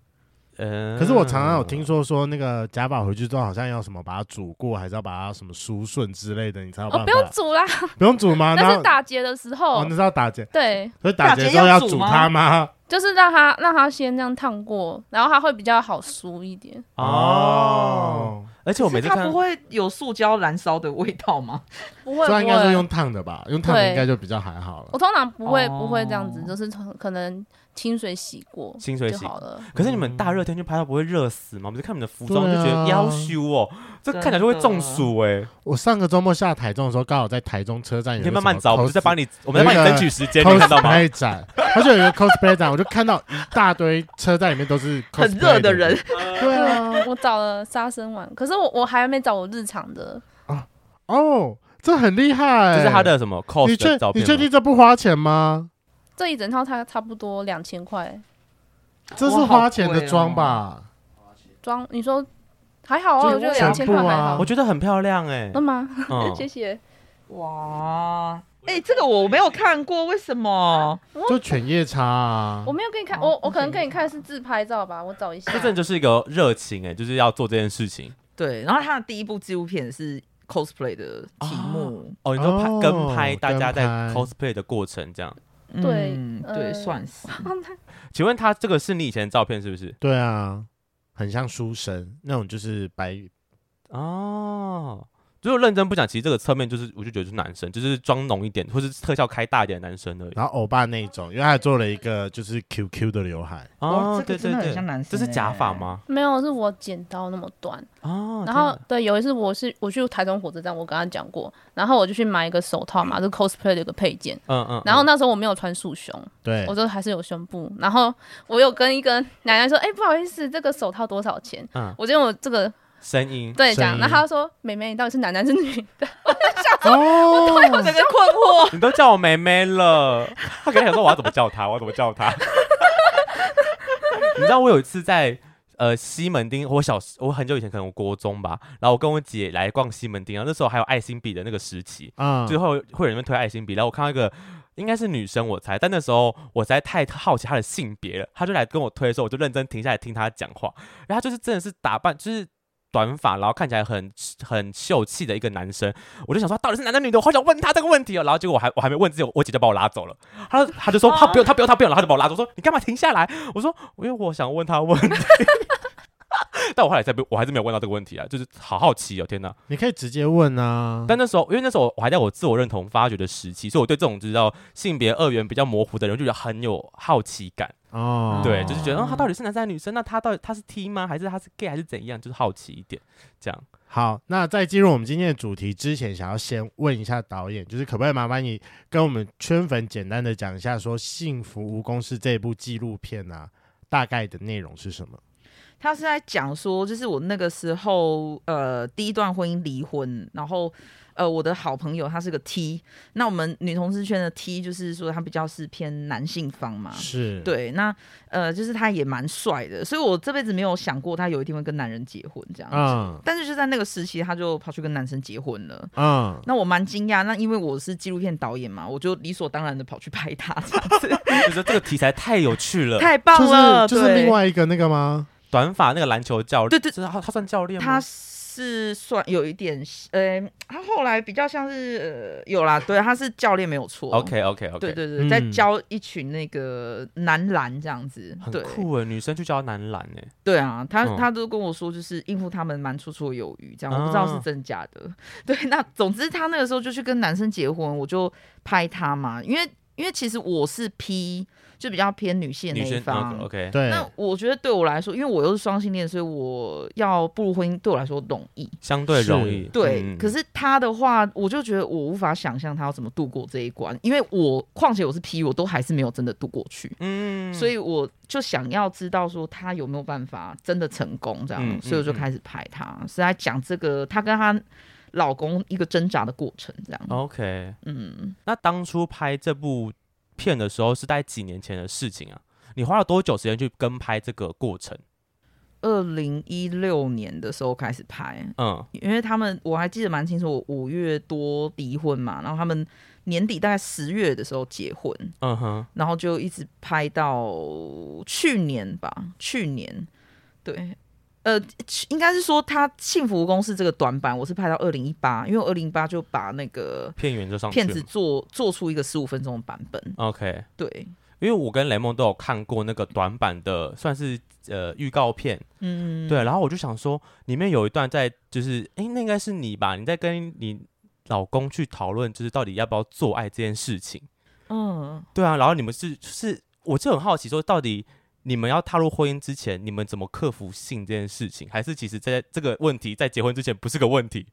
[SPEAKER 1] 嗯，
[SPEAKER 2] 可是我常常有听说说那个假发回去之后好像要什么把它煮过，还是要把它什么梳顺之类的，你才有
[SPEAKER 3] 哦
[SPEAKER 2] 办
[SPEAKER 3] 不用
[SPEAKER 2] 法。
[SPEAKER 3] 煮 <laughs> 啦，
[SPEAKER 2] 不用煮吗？
[SPEAKER 3] 但
[SPEAKER 2] 然
[SPEAKER 3] 是
[SPEAKER 2] 后
[SPEAKER 3] 打结的时候
[SPEAKER 2] 哦，那是要打结，
[SPEAKER 3] 对。
[SPEAKER 2] 所以打结之后要煮它吗？
[SPEAKER 3] 就是让它让它先这样烫过，然后它会比较好梳一点。
[SPEAKER 1] 哦，
[SPEAKER 2] 哦，
[SPEAKER 1] 而且我每次
[SPEAKER 4] 可是它
[SPEAKER 1] 看
[SPEAKER 4] 不会有塑胶燃烧的味道吗？
[SPEAKER 3] 不会，不
[SPEAKER 2] 所以应
[SPEAKER 3] 会。
[SPEAKER 2] 该是用烫的吧？用烫的
[SPEAKER 3] 对
[SPEAKER 2] 应该就比较还好了
[SPEAKER 3] 我。通常不会、
[SPEAKER 4] 哦
[SPEAKER 3] 不会这样子，就是从可能清水洗过
[SPEAKER 1] 清水
[SPEAKER 3] 就
[SPEAKER 1] 洗
[SPEAKER 3] 好了。
[SPEAKER 1] 可是你们大热天去拍照不会热死吗？我们就看你们的服装就
[SPEAKER 2] 对啊
[SPEAKER 1] 觉得腰羞哦，这看起来就会中暑哎、
[SPEAKER 2] 我上个周末下台中的时候，刚好在台中车站有
[SPEAKER 1] 你可以
[SPEAKER 2] 一个什么
[SPEAKER 1] 慢慢找，我们
[SPEAKER 2] cos-
[SPEAKER 1] 在帮你，我们在帮你争取时间，你看到吗？
[SPEAKER 2] cosplay 展，它就有一个 cosplay 展，我就看到一大堆车站里面都是 cosplay
[SPEAKER 4] 很热的
[SPEAKER 1] <laughs>
[SPEAKER 2] 的
[SPEAKER 4] 人，，
[SPEAKER 2] 对啊，
[SPEAKER 3] <laughs> 我找了杀生丸，可是我我还没找我日常的，
[SPEAKER 2] 哦，这很厉
[SPEAKER 1] 这
[SPEAKER 2] 害，
[SPEAKER 1] 是他。的什么 cos 的
[SPEAKER 2] 你确
[SPEAKER 1] 照
[SPEAKER 2] 你
[SPEAKER 1] 片
[SPEAKER 2] 确
[SPEAKER 1] 吗？
[SPEAKER 2] 定这不花钱吗？
[SPEAKER 3] 这一整套它差不多两千块
[SPEAKER 2] 这是花钱的妆吧？
[SPEAKER 3] 装，你说还好啊？
[SPEAKER 4] 这
[SPEAKER 3] 我
[SPEAKER 4] 个
[SPEAKER 3] 觉得
[SPEAKER 4] 全
[SPEAKER 3] 两千块
[SPEAKER 2] 部啊
[SPEAKER 3] 还好
[SPEAKER 1] 欸
[SPEAKER 2] 哦
[SPEAKER 4] 哦
[SPEAKER 1] 我。觉得很漂亮哎、
[SPEAKER 3] 真的吗？
[SPEAKER 1] 嗯
[SPEAKER 3] 谢谢。
[SPEAKER 4] 哇，哎、这个我没有看过，为什么？
[SPEAKER 2] 就犬夜叉啊
[SPEAKER 3] 我，没有给你看，
[SPEAKER 4] 哦
[SPEAKER 3] 我我可能
[SPEAKER 4] 你
[SPEAKER 3] 给你看的是自拍照吧，我找一下
[SPEAKER 1] 这。真的就是一个热情哎、就是要做这件事情
[SPEAKER 4] 对，然后他的第一部纪录片是 cosplay 的题目，
[SPEAKER 1] 哦。你说拍、
[SPEAKER 2] 哦
[SPEAKER 1] 跟拍大家在
[SPEAKER 2] 跟拍
[SPEAKER 1] cosplay 的过程这样，
[SPEAKER 3] 对
[SPEAKER 4] 嗯
[SPEAKER 3] 呃
[SPEAKER 4] 对，算是。
[SPEAKER 1] 请问他这个是你以前的照片是不是？
[SPEAKER 2] 对啊，很像书生那种，就是白
[SPEAKER 1] 哦，如果认真不讲，其实这个侧面就是我就觉得就是男生，就是妆浓一点或是特效开大一点的男生而已。
[SPEAKER 2] 然后欧巴那一种，因为他还做了一个就是 QQ 的刘海，
[SPEAKER 4] 哇
[SPEAKER 1] 哦，对
[SPEAKER 4] 这
[SPEAKER 1] 对
[SPEAKER 4] 个真的很
[SPEAKER 1] 对
[SPEAKER 4] 像，男生、欸
[SPEAKER 1] 这是假发？吗？
[SPEAKER 3] <laughs> 没有，是我剪刀那么短。
[SPEAKER 1] 哦，
[SPEAKER 3] 然后
[SPEAKER 1] 天哪
[SPEAKER 3] 对，有一次我是我去台中火车站，我跟他讲过，然后我就去买一个手套嘛，就 cosplay 的一个配件。
[SPEAKER 1] 嗯嗯，
[SPEAKER 3] 然后
[SPEAKER 1] 嗯
[SPEAKER 3] 那时候我没有穿束胸，
[SPEAKER 2] 对
[SPEAKER 3] 我，就还是有胸部。然后我有跟一个奶奶说：“哎、不好意思，这个手套多少钱？”
[SPEAKER 1] 嗯
[SPEAKER 3] 我就用我这个
[SPEAKER 1] 声音
[SPEAKER 3] 对
[SPEAKER 2] 声
[SPEAKER 3] 讲，
[SPEAKER 2] 音
[SPEAKER 3] 然后她说：“妹妹，你到底是男男是女的
[SPEAKER 2] 哦，
[SPEAKER 4] <laughs> 我整个困惑，
[SPEAKER 1] 你都叫我妹妹了，他肯定想说我要怎么叫她，我要怎么叫她。 <laughs> 你知道我有一次在呃西门町，我小我很久以前可能我国中吧，然后我跟我姐来逛西门町，然后那时候还有爱心笔的那个时期，
[SPEAKER 2] 啊，
[SPEAKER 1] 最后会有人推爱心笔，然后我看到一个应该是女生，我猜，但那时候我实在太好奇她的性别了，她就来跟我推的时候，我就认真停下来听她讲话，然后她就是真的是打扮就是。短发，然后看起来很 <laughs> 很秀气的一个男生，我就想说，到底是男的女的？我好想问他这个问题哦。然后结果我还我还没问之前，我姐就把我拉走了。她她就说
[SPEAKER 4] 哦
[SPEAKER 1] 她不用，她不用，她不用。然后她就把我拉走，说你干嘛停下来？我说因为我想问她问题。 <laughs> 但我后来才不，我还是没有问到这个问题啊，就是好好奇哦，天哪！
[SPEAKER 2] 你可以直接问啊，
[SPEAKER 1] 但那时候，因为那时候我还在我自我认同发掘的时期，所以我对这种知道性别二元比较模糊的人，就觉得很有好奇感。
[SPEAKER 2] 哦，
[SPEAKER 1] 对，就是觉得，
[SPEAKER 4] 哦
[SPEAKER 1] 嗯，他到底是男生还是女生？那他到底他是 T 吗？还是他是 gay 还是怎样？就是好奇一点，这样。
[SPEAKER 2] 好，那在进入我们今天的主题之前，想要先问一下导演，就是可不可以麻烦你跟我们圈粉简单的讲一下，说《幸福无公式》这部纪录片啊，大概的内容是什么？
[SPEAKER 4] <laughs> 他是在讲说，就是我那个时候，呃，第一段婚姻离婚，然后，呃，我的好朋友他是个 T，那我们女同志圈的 T 就是说他比较是偏男性方嘛，
[SPEAKER 2] 是，，
[SPEAKER 4] 啊对，那呃，就是他也蛮帅的，所以我这辈子没有想过他有一天会跟男人结婚这样子，
[SPEAKER 2] 嗯
[SPEAKER 4] 但是就在那个时期，他就跑去跟男生结婚了。
[SPEAKER 2] 嗯，
[SPEAKER 4] 那我蛮惊讶，那因为我是纪录片导演嘛，我就理所当然的跑去拍
[SPEAKER 1] <laughs>
[SPEAKER 4] 他， <laughs> 这样子
[SPEAKER 1] 就是这个题材太有趣了。
[SPEAKER 4] 太棒了，
[SPEAKER 2] 就是就是
[SPEAKER 4] 对
[SPEAKER 2] 另外一个那个吗？
[SPEAKER 1] 短发那个篮球教练，
[SPEAKER 4] 对对
[SPEAKER 1] 就是他他算教练
[SPEAKER 4] 他
[SPEAKER 1] 吗？
[SPEAKER 4] 是算有一点，呃，他后来比较像是呃有啦，对，他是教练没有错。
[SPEAKER 1] OK OK
[SPEAKER 4] 对
[SPEAKER 1] OK，
[SPEAKER 4] 对对，
[SPEAKER 2] 嗯
[SPEAKER 4] 在教一群那个男篮这样子，
[SPEAKER 1] 很
[SPEAKER 4] 对
[SPEAKER 1] 酷诶，女生去教男篮诶。
[SPEAKER 4] 对啊，他
[SPEAKER 1] 嗯
[SPEAKER 4] 他都跟我说，就是应付他们蛮绰绰有余，这样我不知道是
[SPEAKER 1] 啊
[SPEAKER 4] 真假的。 <laughs> 对，那总之他那个时候就去跟男生结婚，我就拍他嘛，因为因为其实我是 P，就比较偏女性
[SPEAKER 1] 女
[SPEAKER 4] 的那一
[SPEAKER 1] 生
[SPEAKER 4] 方，
[SPEAKER 1] 嗯 OK，
[SPEAKER 2] 对，
[SPEAKER 4] 那我觉得对我来说，因为我又是双性恋，所以我要步入婚姻对我来说容易。
[SPEAKER 1] 相对容易。
[SPEAKER 4] 对，
[SPEAKER 1] 嗯
[SPEAKER 4] 可是他的话，我就觉得我无法想象他要怎么度过这一关，因为我况且我是 P，我都还是没有真的度过去，
[SPEAKER 1] 嗯
[SPEAKER 4] 所以我就想要知道说他有没有办法真的成功这样，
[SPEAKER 1] 嗯嗯
[SPEAKER 4] 所以我就开始拍他，是在讲这个她跟她老公一个挣扎的过程这样。
[SPEAKER 1] OK，
[SPEAKER 4] 嗯，
[SPEAKER 1] 那当初拍这部片的时候是在几年前的事情啊？你花了多久时间去跟拍这个过程？
[SPEAKER 4] 二零一六年的时候开始拍，
[SPEAKER 1] 嗯，
[SPEAKER 4] 因为他们我还记得蛮清楚，我五月多离婚嘛，然后他们年底大概十月的时候结婚，
[SPEAKER 1] 嗯哼，
[SPEAKER 4] 然后就一直拍到去年吧，去年对。呃，去应该是说他《幸福公式》这个短版，我是拍到二零一八，因为我二零一八就把那个
[SPEAKER 1] 片源就上去
[SPEAKER 4] 片
[SPEAKER 1] 了。
[SPEAKER 4] 子做做出一个十五分钟的版本。
[SPEAKER 1] OK，
[SPEAKER 4] 对，
[SPEAKER 1] 因为我跟雷梦都有看过那个短版的，算是呃预告片，
[SPEAKER 4] 嗯，
[SPEAKER 1] 对。然后我就想说，里面有一段在就是，诶，那应该是你吧？你在跟你老公去讨论，就是到底要不要做爱这件事情。
[SPEAKER 4] 嗯，
[SPEAKER 1] 对啊，然后你们是就是，我就很好奇说，到底你们要踏入婚姻之前，你们怎么克服性这件事情？还是其实在这个问题在结婚之前不是个问题？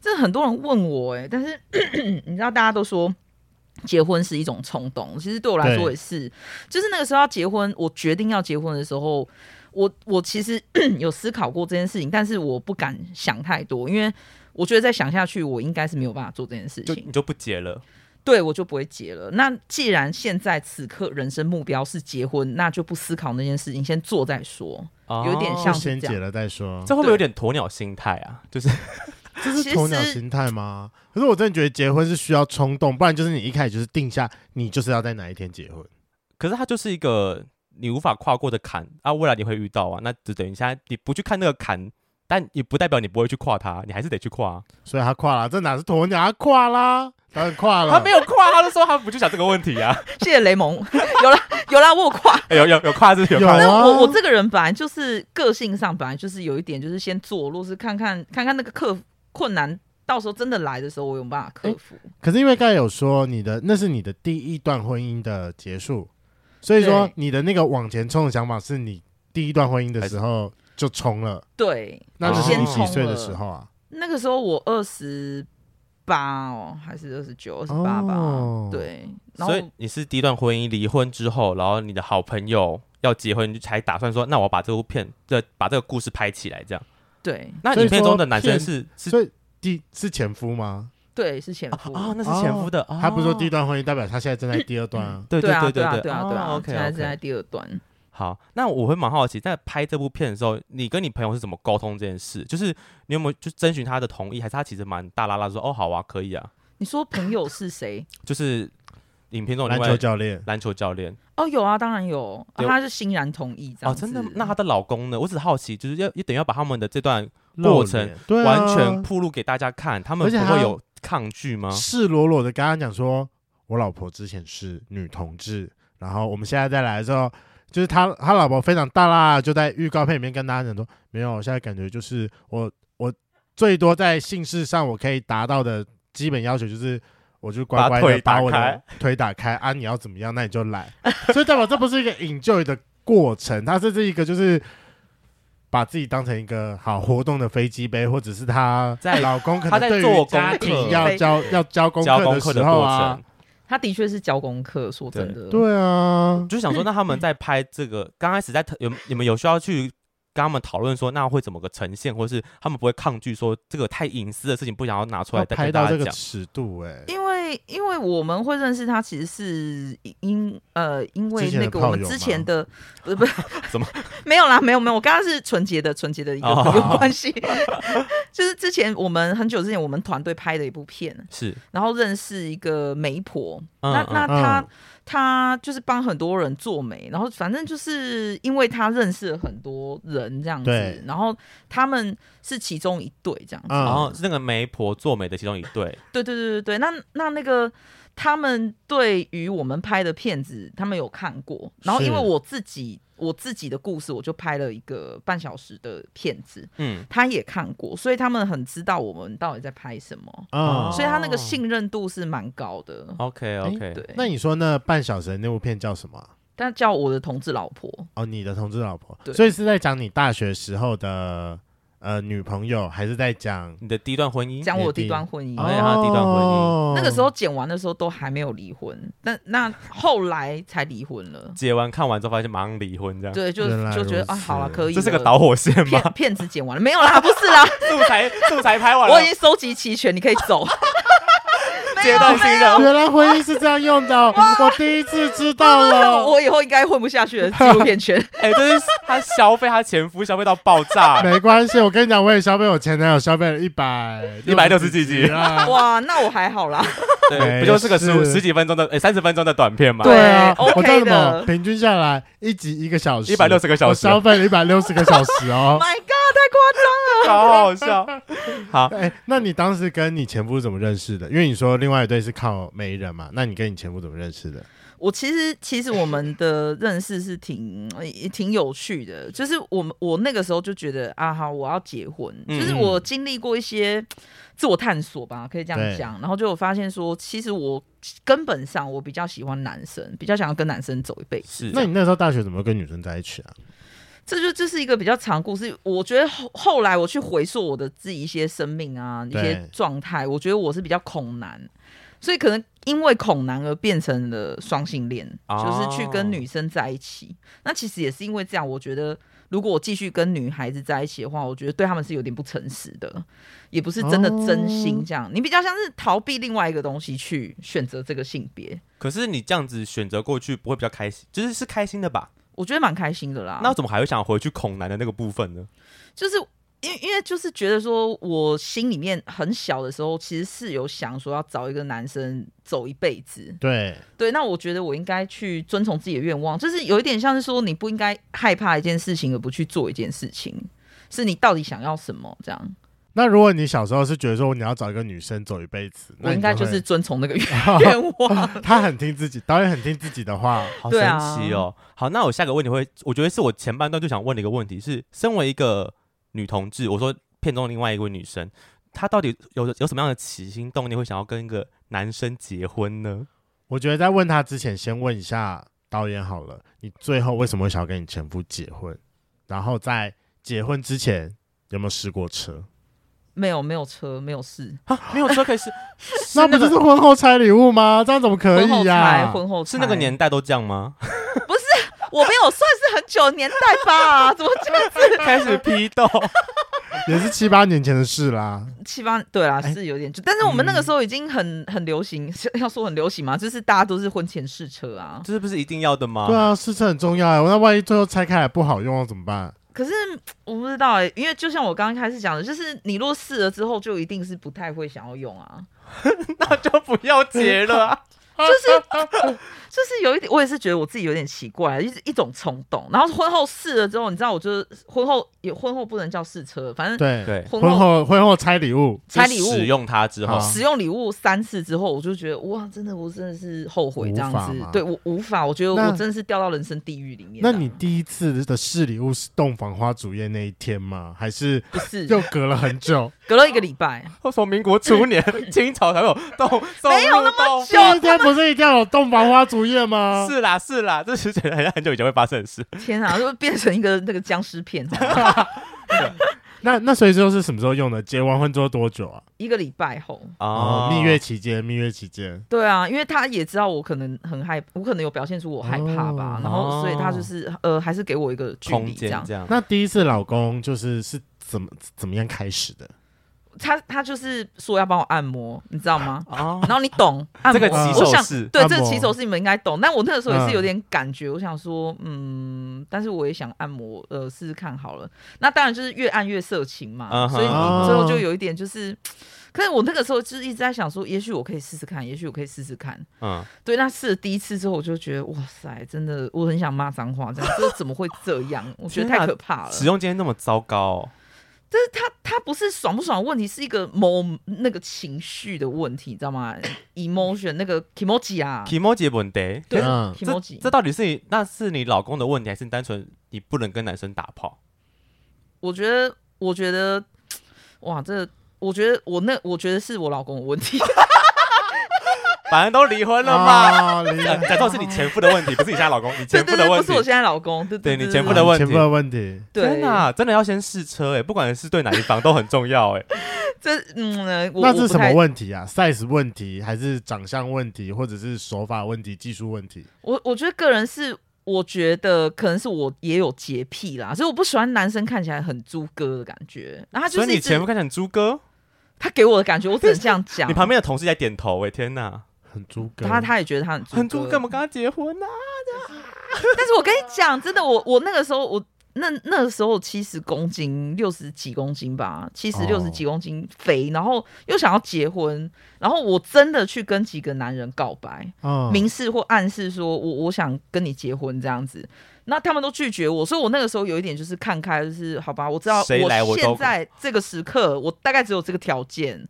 [SPEAKER 4] 这很多人问我哎、但是 <coughs> 你知道大家都说结婚是一种冲动，其实对我来说
[SPEAKER 2] 对
[SPEAKER 4] 也是，就是那个时候要结婚，我决定要结婚的时候，我我其实 <coughs> 有思考过这件事情，但是我不敢想太多，因为我觉得再想下去，我应该是没有办法做这件事
[SPEAKER 1] 就
[SPEAKER 4] 情。
[SPEAKER 1] 你就不结了？
[SPEAKER 4] 对我就不会结了。那既然现在此刻人生目标是结婚，那就不思考那件事情，先做再说。有点
[SPEAKER 1] 哦
[SPEAKER 4] 像
[SPEAKER 2] 就是先
[SPEAKER 4] 这样
[SPEAKER 2] 解了再说
[SPEAKER 1] 这。会不会有
[SPEAKER 4] 对
[SPEAKER 1] 点鸵鸟心态啊？就是
[SPEAKER 2] 这是
[SPEAKER 4] 其
[SPEAKER 2] 鸵鸟
[SPEAKER 4] 实
[SPEAKER 2] 心态吗？可是我真的觉得结婚是需要冲动，不然就是你一开始就是定下你就是要在哪一天结婚。
[SPEAKER 1] 可是它就是一个你无法跨过的坎啊，未来你会遇到啊，那只等于现在你不去看那个坎，但也不代表你不会去跨它，你还是得去跨、啊。
[SPEAKER 2] 所以他跨了，这哪是鸵鸟，他跨啦，当然跨了。
[SPEAKER 1] 他没有跨，他就说他不去想这个问题啊。 <laughs>
[SPEAKER 4] 谢谢雷蒙， <laughs> 有啦有啦，我有夸。
[SPEAKER 1] 哎有有有跨是有跨
[SPEAKER 2] 有
[SPEAKER 1] 是，
[SPEAKER 4] 但
[SPEAKER 2] 啊
[SPEAKER 4] 我我这个人本来就是个性上本来就是有一点，就是先做落，是看看看看那个克服困难，到时候真的来的时候，我有没有办法克服。
[SPEAKER 2] 可是因为刚才有说你的那是你的第一段婚姻的结束，所以说
[SPEAKER 4] 对
[SPEAKER 2] 你的那个往前冲的想法是你第一段婚姻的时候就冲
[SPEAKER 4] 哦
[SPEAKER 2] 了，
[SPEAKER 4] 对，
[SPEAKER 2] 那就
[SPEAKER 4] 就是先
[SPEAKER 2] 你
[SPEAKER 4] 冲
[SPEAKER 2] 几
[SPEAKER 4] 了
[SPEAKER 2] 岁的时候啊？
[SPEAKER 4] 那个时候我二十八哦，还是二十九、二十八吧？
[SPEAKER 2] 哦
[SPEAKER 4] 对，然后
[SPEAKER 1] 所以你是第一段婚姻离婚之后，然后你的好朋友要结婚，你就才打算说，那我把这部片这把这个故事拍起来这样。
[SPEAKER 4] 对
[SPEAKER 1] 那
[SPEAKER 2] 所以
[SPEAKER 1] 影片
[SPEAKER 2] 说
[SPEAKER 1] 中的男生
[SPEAKER 2] 骗
[SPEAKER 1] 是是
[SPEAKER 2] 所以第是前夫吗？
[SPEAKER 4] 对是前夫
[SPEAKER 1] 啊，那是前夫的，哦
[SPEAKER 2] 他不是说第一段婚姻代表他现在正在第二段啊？
[SPEAKER 1] 对
[SPEAKER 4] 对啊
[SPEAKER 1] 对
[SPEAKER 4] 对啊
[SPEAKER 1] 对哦
[SPEAKER 4] 对啊对啊，
[SPEAKER 1] OK
[SPEAKER 4] 现在正在
[SPEAKER 1] OK。
[SPEAKER 4] 第二段。
[SPEAKER 1] 好，那我会蛮好奇，在拍这部片的时候，你跟你朋友是怎么沟通这件事？就是你有没有就征询他的同意，还是他其实蛮大拉拉说哦好啊，可以啊？
[SPEAKER 4] 你说朋友是谁？
[SPEAKER 1] <laughs> 就是影片中的
[SPEAKER 2] 篮
[SPEAKER 1] 另外
[SPEAKER 2] 球教练
[SPEAKER 1] 篮球教练
[SPEAKER 4] 哦，有啊，当然有，啊
[SPEAKER 1] 有
[SPEAKER 4] 他是欣然同意这
[SPEAKER 1] 哦，
[SPEAKER 4] 样子。
[SPEAKER 1] 真的吗？那她的老公呢？我只好奇，就是要也等于要把他们的这段
[SPEAKER 2] 露
[SPEAKER 1] 过
[SPEAKER 2] 脸
[SPEAKER 1] 程
[SPEAKER 2] 对啊
[SPEAKER 1] 完全铺路给大家看，他们
[SPEAKER 2] 而且
[SPEAKER 1] 不
[SPEAKER 2] 他
[SPEAKER 1] 会有抗拒吗？
[SPEAKER 2] 赤裸裸的跟他讲说，我老婆之前是女同志，然后我们现在再来的时候，就是他他老婆非常大啦，就在预告片里面跟大家讲说，没有，我现在感觉就是我我最多在性事上我可以达到的基本要求就是。我就乖
[SPEAKER 1] 把
[SPEAKER 2] 乖的
[SPEAKER 1] 腿打
[SPEAKER 2] 把我的
[SPEAKER 1] 开
[SPEAKER 2] 腿打开啊！你要怎么样，那你就来。 <laughs> 所以代表这不是一个 enjoy 的过程，它是这一个就是把自己当成一个好活动的飞机杯，或者是她
[SPEAKER 1] 在
[SPEAKER 2] 老公可
[SPEAKER 1] 她
[SPEAKER 2] 能
[SPEAKER 1] 在
[SPEAKER 2] 对
[SPEAKER 1] 做
[SPEAKER 2] 于
[SPEAKER 1] 功
[SPEAKER 2] 家
[SPEAKER 1] 课
[SPEAKER 2] 庭
[SPEAKER 1] <laughs>
[SPEAKER 2] 要交要交功
[SPEAKER 1] 教功
[SPEAKER 2] 课
[SPEAKER 1] 课
[SPEAKER 2] 时
[SPEAKER 1] 的
[SPEAKER 2] 候
[SPEAKER 1] 过
[SPEAKER 2] 啊
[SPEAKER 1] 程，，
[SPEAKER 4] 他的确是教功课，说真的，
[SPEAKER 2] 对啊，
[SPEAKER 1] 就想说，那他们在拍这个刚开始在有你们有需要去跟他们讨论说，那会怎么个呈现，或是他们不会抗拒说这个太隐私的事情不想要拿出
[SPEAKER 2] 要
[SPEAKER 1] 来再
[SPEAKER 2] 拍
[SPEAKER 1] 跟
[SPEAKER 2] 到
[SPEAKER 1] 大家
[SPEAKER 2] 这个
[SPEAKER 1] 讲。
[SPEAKER 2] 尺度哎、
[SPEAKER 4] 因为因为我们会认识他，其实是因呃因为
[SPEAKER 2] 之前的
[SPEAKER 4] 那个
[SPEAKER 2] 炮
[SPEAKER 4] 我们
[SPEAKER 2] 友
[SPEAKER 4] 之
[SPEAKER 2] 吗 <laughs>
[SPEAKER 4] 前的不是不是
[SPEAKER 1] 怎么
[SPEAKER 4] <laughs> 没有啦，没有没有，我刚刚是纯洁的纯洁的一个
[SPEAKER 1] 哦
[SPEAKER 4] 朋
[SPEAKER 2] <laughs>
[SPEAKER 4] 友关系， <laughs> 就是之前我们很久之前我们团队拍的一部片，
[SPEAKER 1] 是，
[SPEAKER 4] 然后认识一个媒婆，
[SPEAKER 1] 嗯
[SPEAKER 4] 那
[SPEAKER 1] 嗯
[SPEAKER 4] 那他、
[SPEAKER 2] 嗯
[SPEAKER 4] 他就是帮很多人做媒，然后反正就是因为他认识了很多人这样
[SPEAKER 2] 对
[SPEAKER 4] 子，然后他们是其中一对这样子，
[SPEAKER 1] 然
[SPEAKER 2] 嗯，
[SPEAKER 1] 哦后是那个媒婆做媒的其中一对，
[SPEAKER 4] 对对对对对，那那那个他们对于我们拍的片子，他们有看过，然后因为
[SPEAKER 2] 是
[SPEAKER 4] 我自己我自己的故事，我就拍了一个半小时的片子，
[SPEAKER 1] 嗯，
[SPEAKER 4] 他也看过，所以他们很知道我们到底在拍什么，
[SPEAKER 2] 嗯，
[SPEAKER 1] 哦
[SPEAKER 4] 所以他那个信任度是蛮高的。
[SPEAKER 2] 哎
[SPEAKER 1] OK OK，、
[SPEAKER 4] 对，
[SPEAKER 2] 那你说那半小时的那部片叫什么啊？
[SPEAKER 4] 但叫我的同志老婆，
[SPEAKER 2] 哦，你的同志老婆，
[SPEAKER 4] 对
[SPEAKER 2] 所以是在讲你大学时候的呃女朋友，还是在讲
[SPEAKER 1] 你的第一段婚姻，
[SPEAKER 4] 讲我
[SPEAKER 2] 也
[SPEAKER 4] 低
[SPEAKER 2] 低
[SPEAKER 4] 端婚姻。
[SPEAKER 1] 哦因为他的第一段婚姻
[SPEAKER 2] 哦
[SPEAKER 4] 那个时候剪完的时候都还没有离婚，但那后来才离婚了。
[SPEAKER 1] 结完看完之后发现马上离婚这样，
[SPEAKER 4] 对，就
[SPEAKER 2] 原来
[SPEAKER 4] 就觉得
[SPEAKER 2] 如
[SPEAKER 4] 啊，好了，
[SPEAKER 2] 此
[SPEAKER 4] 可以
[SPEAKER 1] 这
[SPEAKER 4] 了。
[SPEAKER 1] 是个导火线吗
[SPEAKER 4] 骗？
[SPEAKER 1] <laughs>
[SPEAKER 4] 骗子剪完了没有啦？不是啦，
[SPEAKER 1] 素材素材拍完了
[SPEAKER 4] 我已，经收集齐全，你可以
[SPEAKER 1] <laughs>
[SPEAKER 4] 走。
[SPEAKER 1] 接到新人物，
[SPEAKER 2] 原来婚姻是这样用的哦，我第一次知道了。
[SPEAKER 4] 我以后应该混不下去了，纪录
[SPEAKER 1] <laughs>
[SPEAKER 4] 片圈。
[SPEAKER 1] 哎，这是他消费他前夫消费到爆炸，
[SPEAKER 2] 没关系，我跟你讲，我也消费我前男友消费了一百
[SPEAKER 1] 160几
[SPEAKER 2] <laughs>
[SPEAKER 1] 集
[SPEAKER 2] 啊。
[SPEAKER 4] 哇，那我还好啦。
[SPEAKER 1] 对，不就是个十五
[SPEAKER 2] 没事
[SPEAKER 1] 十几分钟的，哎，三十分钟的短片嘛，
[SPEAKER 2] 对啊，
[SPEAKER 4] 对
[SPEAKER 2] 我知道
[SPEAKER 4] 哦 OK
[SPEAKER 2] 什么，
[SPEAKER 4] 的
[SPEAKER 2] 平均下来一集一个小时，
[SPEAKER 1] 160个小时
[SPEAKER 2] 我消费了一百六十个小时
[SPEAKER 4] <laughs>
[SPEAKER 2] 哦。
[SPEAKER 4] My God，太
[SPEAKER 1] 好好笑。好，
[SPEAKER 2] 哎，那你当时跟你前夫怎么认识的？因为你说另外一对是靠媒人嘛，那你跟你前夫怎么认识的？
[SPEAKER 4] 夸！我其实其实我们的认识是挺也挺有趣的，就是我们我那个时候就觉得啊，好，我要结婚，
[SPEAKER 1] 嗯
[SPEAKER 4] 就是我经历过一些自我探索吧，可以这
[SPEAKER 2] 对
[SPEAKER 4] 样讲。然后就有发现说，其实我根本上我比较喜欢男生，比较想要跟男生走一辈子。
[SPEAKER 1] 是
[SPEAKER 2] 那你那时候大学怎么跟女生在一起啊？
[SPEAKER 4] 这就这是一个比较长的故事。我觉得后后来我去回溯我的自己一些生命啊，一
[SPEAKER 2] 对
[SPEAKER 4] 些状态，我觉得我是比较恐男，所以可能因为恐男而变成了双性恋，
[SPEAKER 1] 哦
[SPEAKER 4] 就是去跟女生在一起。那其实也是因为这样，我觉得如果我继续跟女孩子在一起的话，我觉得对他们是有点不诚实的，也不是真的真心这样。你比较像是逃避另外一个东西去选择这个性别，
[SPEAKER 1] 可是你这样子选择过去，不会比较开心？就是是开心的吧？啊
[SPEAKER 4] 我觉得蛮开心的啦。
[SPEAKER 1] 那怎么还会想回去恐男的那个部分呢？
[SPEAKER 4] 就是因为因为就是觉得说，我心里面很小的时候，其实是有想说要找一个男生走一辈子。
[SPEAKER 2] 对，
[SPEAKER 4] 对，那我觉得我应该去遵从自己的愿望，就是有一点像是说，你不应该害怕一件事情而不去做一件事情，是你到底想要什么这样。
[SPEAKER 2] 那如果你小时候是觉得说你要找一个女生走一辈子，那
[SPEAKER 4] 我
[SPEAKER 2] 你
[SPEAKER 4] 应该就
[SPEAKER 2] 会哦
[SPEAKER 4] 是 <laughs> 遵从那个愿愿望。
[SPEAKER 2] <laughs> 他很听自己，导演很听自己的话。
[SPEAKER 1] 好神
[SPEAKER 4] 对啊
[SPEAKER 1] 奇哦。好，那我下个问题会，我觉得是我前半段就想问的一个问题是，身为一个女同志，我说片中另外一位女生，她到底有有什么样的起心动念会想要跟一个男生结婚呢？
[SPEAKER 2] 我觉得在问他之前，先问一下导演好了，你最后为什么会想要跟你前夫结婚？然后在结婚之前有没有试过车？
[SPEAKER 4] <laughs> 没有没有车，没有事，
[SPEAKER 1] 啊，没有车可以是，是
[SPEAKER 2] <laughs> 那不就是婚后拆礼物吗？这样怎么可
[SPEAKER 4] 婚后
[SPEAKER 2] 以啊
[SPEAKER 4] 才
[SPEAKER 2] 呀、
[SPEAKER 4] 婚后
[SPEAKER 1] 是那个
[SPEAKER 4] 才
[SPEAKER 1] 年代都这样吗？
[SPEAKER 4] 我没有算是很久的年代吧？怎么这样子？
[SPEAKER 1] <laughs> 开始批斗，
[SPEAKER 2] 也是七八年前的事啦。
[SPEAKER 4] 七八对啦，
[SPEAKER 2] 哎
[SPEAKER 4] 是有点久，但是我们那个时候已经很很流行，是要说很流行嘛，就是大家都是婚前试车啊。
[SPEAKER 1] 这是不是一定要的吗？
[SPEAKER 2] 对啊，试车很重要、欸。那万一最后拆开来不好用怎么办？
[SPEAKER 4] 可是我不知道哎、因为就像我刚刚开始讲的，就是你若试了之后，就一定是不太会想要用啊。
[SPEAKER 1] 那就不要结了、啊。
[SPEAKER 4] 就是有一点，我也是觉得我自己有点奇怪，啊一一种冲动。然后婚后试了之后，你知道，我就是婚后也婚后不能叫试车，反正
[SPEAKER 2] 对，
[SPEAKER 1] 对，啊
[SPEAKER 4] 婚
[SPEAKER 2] 婚
[SPEAKER 4] 后
[SPEAKER 2] 后婚后拆礼物，
[SPEAKER 4] 拆礼物
[SPEAKER 1] 使用它之后
[SPEAKER 2] 好，
[SPEAKER 4] 使用礼物三次之后，我就觉得哇，真的我真的是后悔这样
[SPEAKER 2] 无法
[SPEAKER 4] 子
[SPEAKER 2] 吗，
[SPEAKER 4] 对我无法，我觉得
[SPEAKER 2] 那
[SPEAKER 4] 我真的是掉到人生地狱里面
[SPEAKER 2] 那
[SPEAKER 4] 了。
[SPEAKER 2] 你第一次的试礼物是洞房花烛夜那一天吗？还是
[SPEAKER 4] 不是
[SPEAKER 2] 又隔了很
[SPEAKER 4] <laughs>
[SPEAKER 2] 久？
[SPEAKER 4] 隔了一个礼拜，
[SPEAKER 1] 从民国初年清朝才有动，啊没
[SPEAKER 4] 有那么久
[SPEAKER 2] 第一天不是一定要有洞房花烛夜吗？
[SPEAKER 1] 是啦是啦，这是觉得很很久以前会发生的事。
[SPEAKER 4] 天啊， <laughs> 就变成一个那个僵尸片，好
[SPEAKER 1] <laughs>
[SPEAKER 4] 吗
[SPEAKER 2] 那那所以说是什么时候用的？结完婚之后多久啊？
[SPEAKER 4] 一个礼拜后。
[SPEAKER 2] 哦，蜜月期间，蜜月期间，
[SPEAKER 4] 对啊，因为他也知道我可能很害，我可能有表现出我害怕吧，
[SPEAKER 2] 哦
[SPEAKER 4] 然后所以他就是呃，还是给我一个距
[SPEAKER 1] 空
[SPEAKER 4] 离这
[SPEAKER 1] 间
[SPEAKER 4] 样。
[SPEAKER 1] 这样，
[SPEAKER 2] 那第一次老公就是是怎么怎么样开始的？
[SPEAKER 4] 他他就是说要帮我按摩，你知道吗？
[SPEAKER 1] 哦，
[SPEAKER 4] 然后你懂按
[SPEAKER 1] 这
[SPEAKER 4] 摩，
[SPEAKER 1] 个
[SPEAKER 2] 按
[SPEAKER 1] 起
[SPEAKER 2] 摩
[SPEAKER 4] 我
[SPEAKER 1] 手
[SPEAKER 4] 想
[SPEAKER 1] 式，
[SPEAKER 4] 对
[SPEAKER 2] 按
[SPEAKER 4] 这个
[SPEAKER 2] 摩
[SPEAKER 4] 起手式你们应该懂，但我那个时候也
[SPEAKER 2] 嗯
[SPEAKER 4] 是有点感觉，我想说，嗯，但是我也想按摩，呃，试试看好了。那当然就是越按越色情嘛
[SPEAKER 1] 嗯哼
[SPEAKER 4] 所以
[SPEAKER 2] 哦
[SPEAKER 4] 你最后就有一点就是，可是我那个时候就是一直在想说，也许我可以试试看，也许我可以试试看。
[SPEAKER 1] 嗯，
[SPEAKER 4] 对，那试了第一次之后，我就觉得哇塞，真的我很想骂脏话，这样这怎么会这样？我觉得
[SPEAKER 1] 天哪
[SPEAKER 4] 太可怕了。
[SPEAKER 1] 使用今天那么糟糕哦，
[SPEAKER 4] 但是他他不是爽不爽的问题，是一个某那个情绪的问题，你知道吗？emotion 那个 k i m o j i 啊
[SPEAKER 1] i m o j i 问题，
[SPEAKER 4] 对
[SPEAKER 2] 嗯
[SPEAKER 4] k i m
[SPEAKER 1] 这
[SPEAKER 4] o j i
[SPEAKER 1] 这到底是你那是你老公的问题，还是单纯你不能跟男生打炮？
[SPEAKER 4] 我觉得，我觉得，哇，这我觉得我那我觉得是我老公的问题，
[SPEAKER 1] 反正都离婚了嘛。
[SPEAKER 2] 啊，离
[SPEAKER 1] 假假装是你 <laughs> 前夫的问题，不是你现在老公，你
[SPEAKER 4] 对
[SPEAKER 1] 前
[SPEAKER 4] 对
[SPEAKER 1] 夫
[SPEAKER 4] 对，
[SPEAKER 1] 的
[SPEAKER 4] 不
[SPEAKER 1] 问
[SPEAKER 4] 是
[SPEAKER 1] 题
[SPEAKER 4] 我。现在老公，对
[SPEAKER 1] 对你
[SPEAKER 4] 对
[SPEAKER 1] 前夫的问题
[SPEAKER 2] 前夫的问题，
[SPEAKER 1] 天
[SPEAKER 4] 对，
[SPEAKER 1] 哪，真的要先试车哎，不管是对哪一方都很重要哎。
[SPEAKER 4] 这嗯，呃我
[SPEAKER 2] 那
[SPEAKER 4] 我
[SPEAKER 2] 是
[SPEAKER 4] 不
[SPEAKER 2] 什么
[SPEAKER 4] 太
[SPEAKER 2] 问题啊？size 问题，还是长相问题，或者是手法问题、技术问题？
[SPEAKER 4] 我我觉得个人是，我觉得可能是我也有洁癖啦，所以我不喜欢男生看起来很猪哥的感觉。然 <laughs> 后他就
[SPEAKER 1] 所以
[SPEAKER 4] 是一
[SPEAKER 1] 你前
[SPEAKER 4] 直
[SPEAKER 1] 夫看起来很猪哥，
[SPEAKER 4] 他给我的感觉，我只能这样讲。
[SPEAKER 1] 你旁边的同事在点头哎，天哪，
[SPEAKER 2] 很猪哥，
[SPEAKER 4] 他他也觉得他很
[SPEAKER 1] 很
[SPEAKER 4] 猪
[SPEAKER 1] 猪
[SPEAKER 4] 哥，
[SPEAKER 1] 哥，我们跟他结婚啊。
[SPEAKER 4] 但是我跟你讲，真的，我我那个时候我。那那个时候七十公斤，六十几公斤吧，七十
[SPEAKER 2] 哦
[SPEAKER 4] 六十几公斤肥，然后又想要结婚，然后我真的去跟几个男人告白，
[SPEAKER 2] 嗯
[SPEAKER 4] 明示或暗示说我我想跟你结婚这样子，那他们都拒绝我，所以我那个时候有一点就是看开，就是好吧，我知道
[SPEAKER 1] 谁来我都
[SPEAKER 4] 现在这个时刻，我大概只有这个条件，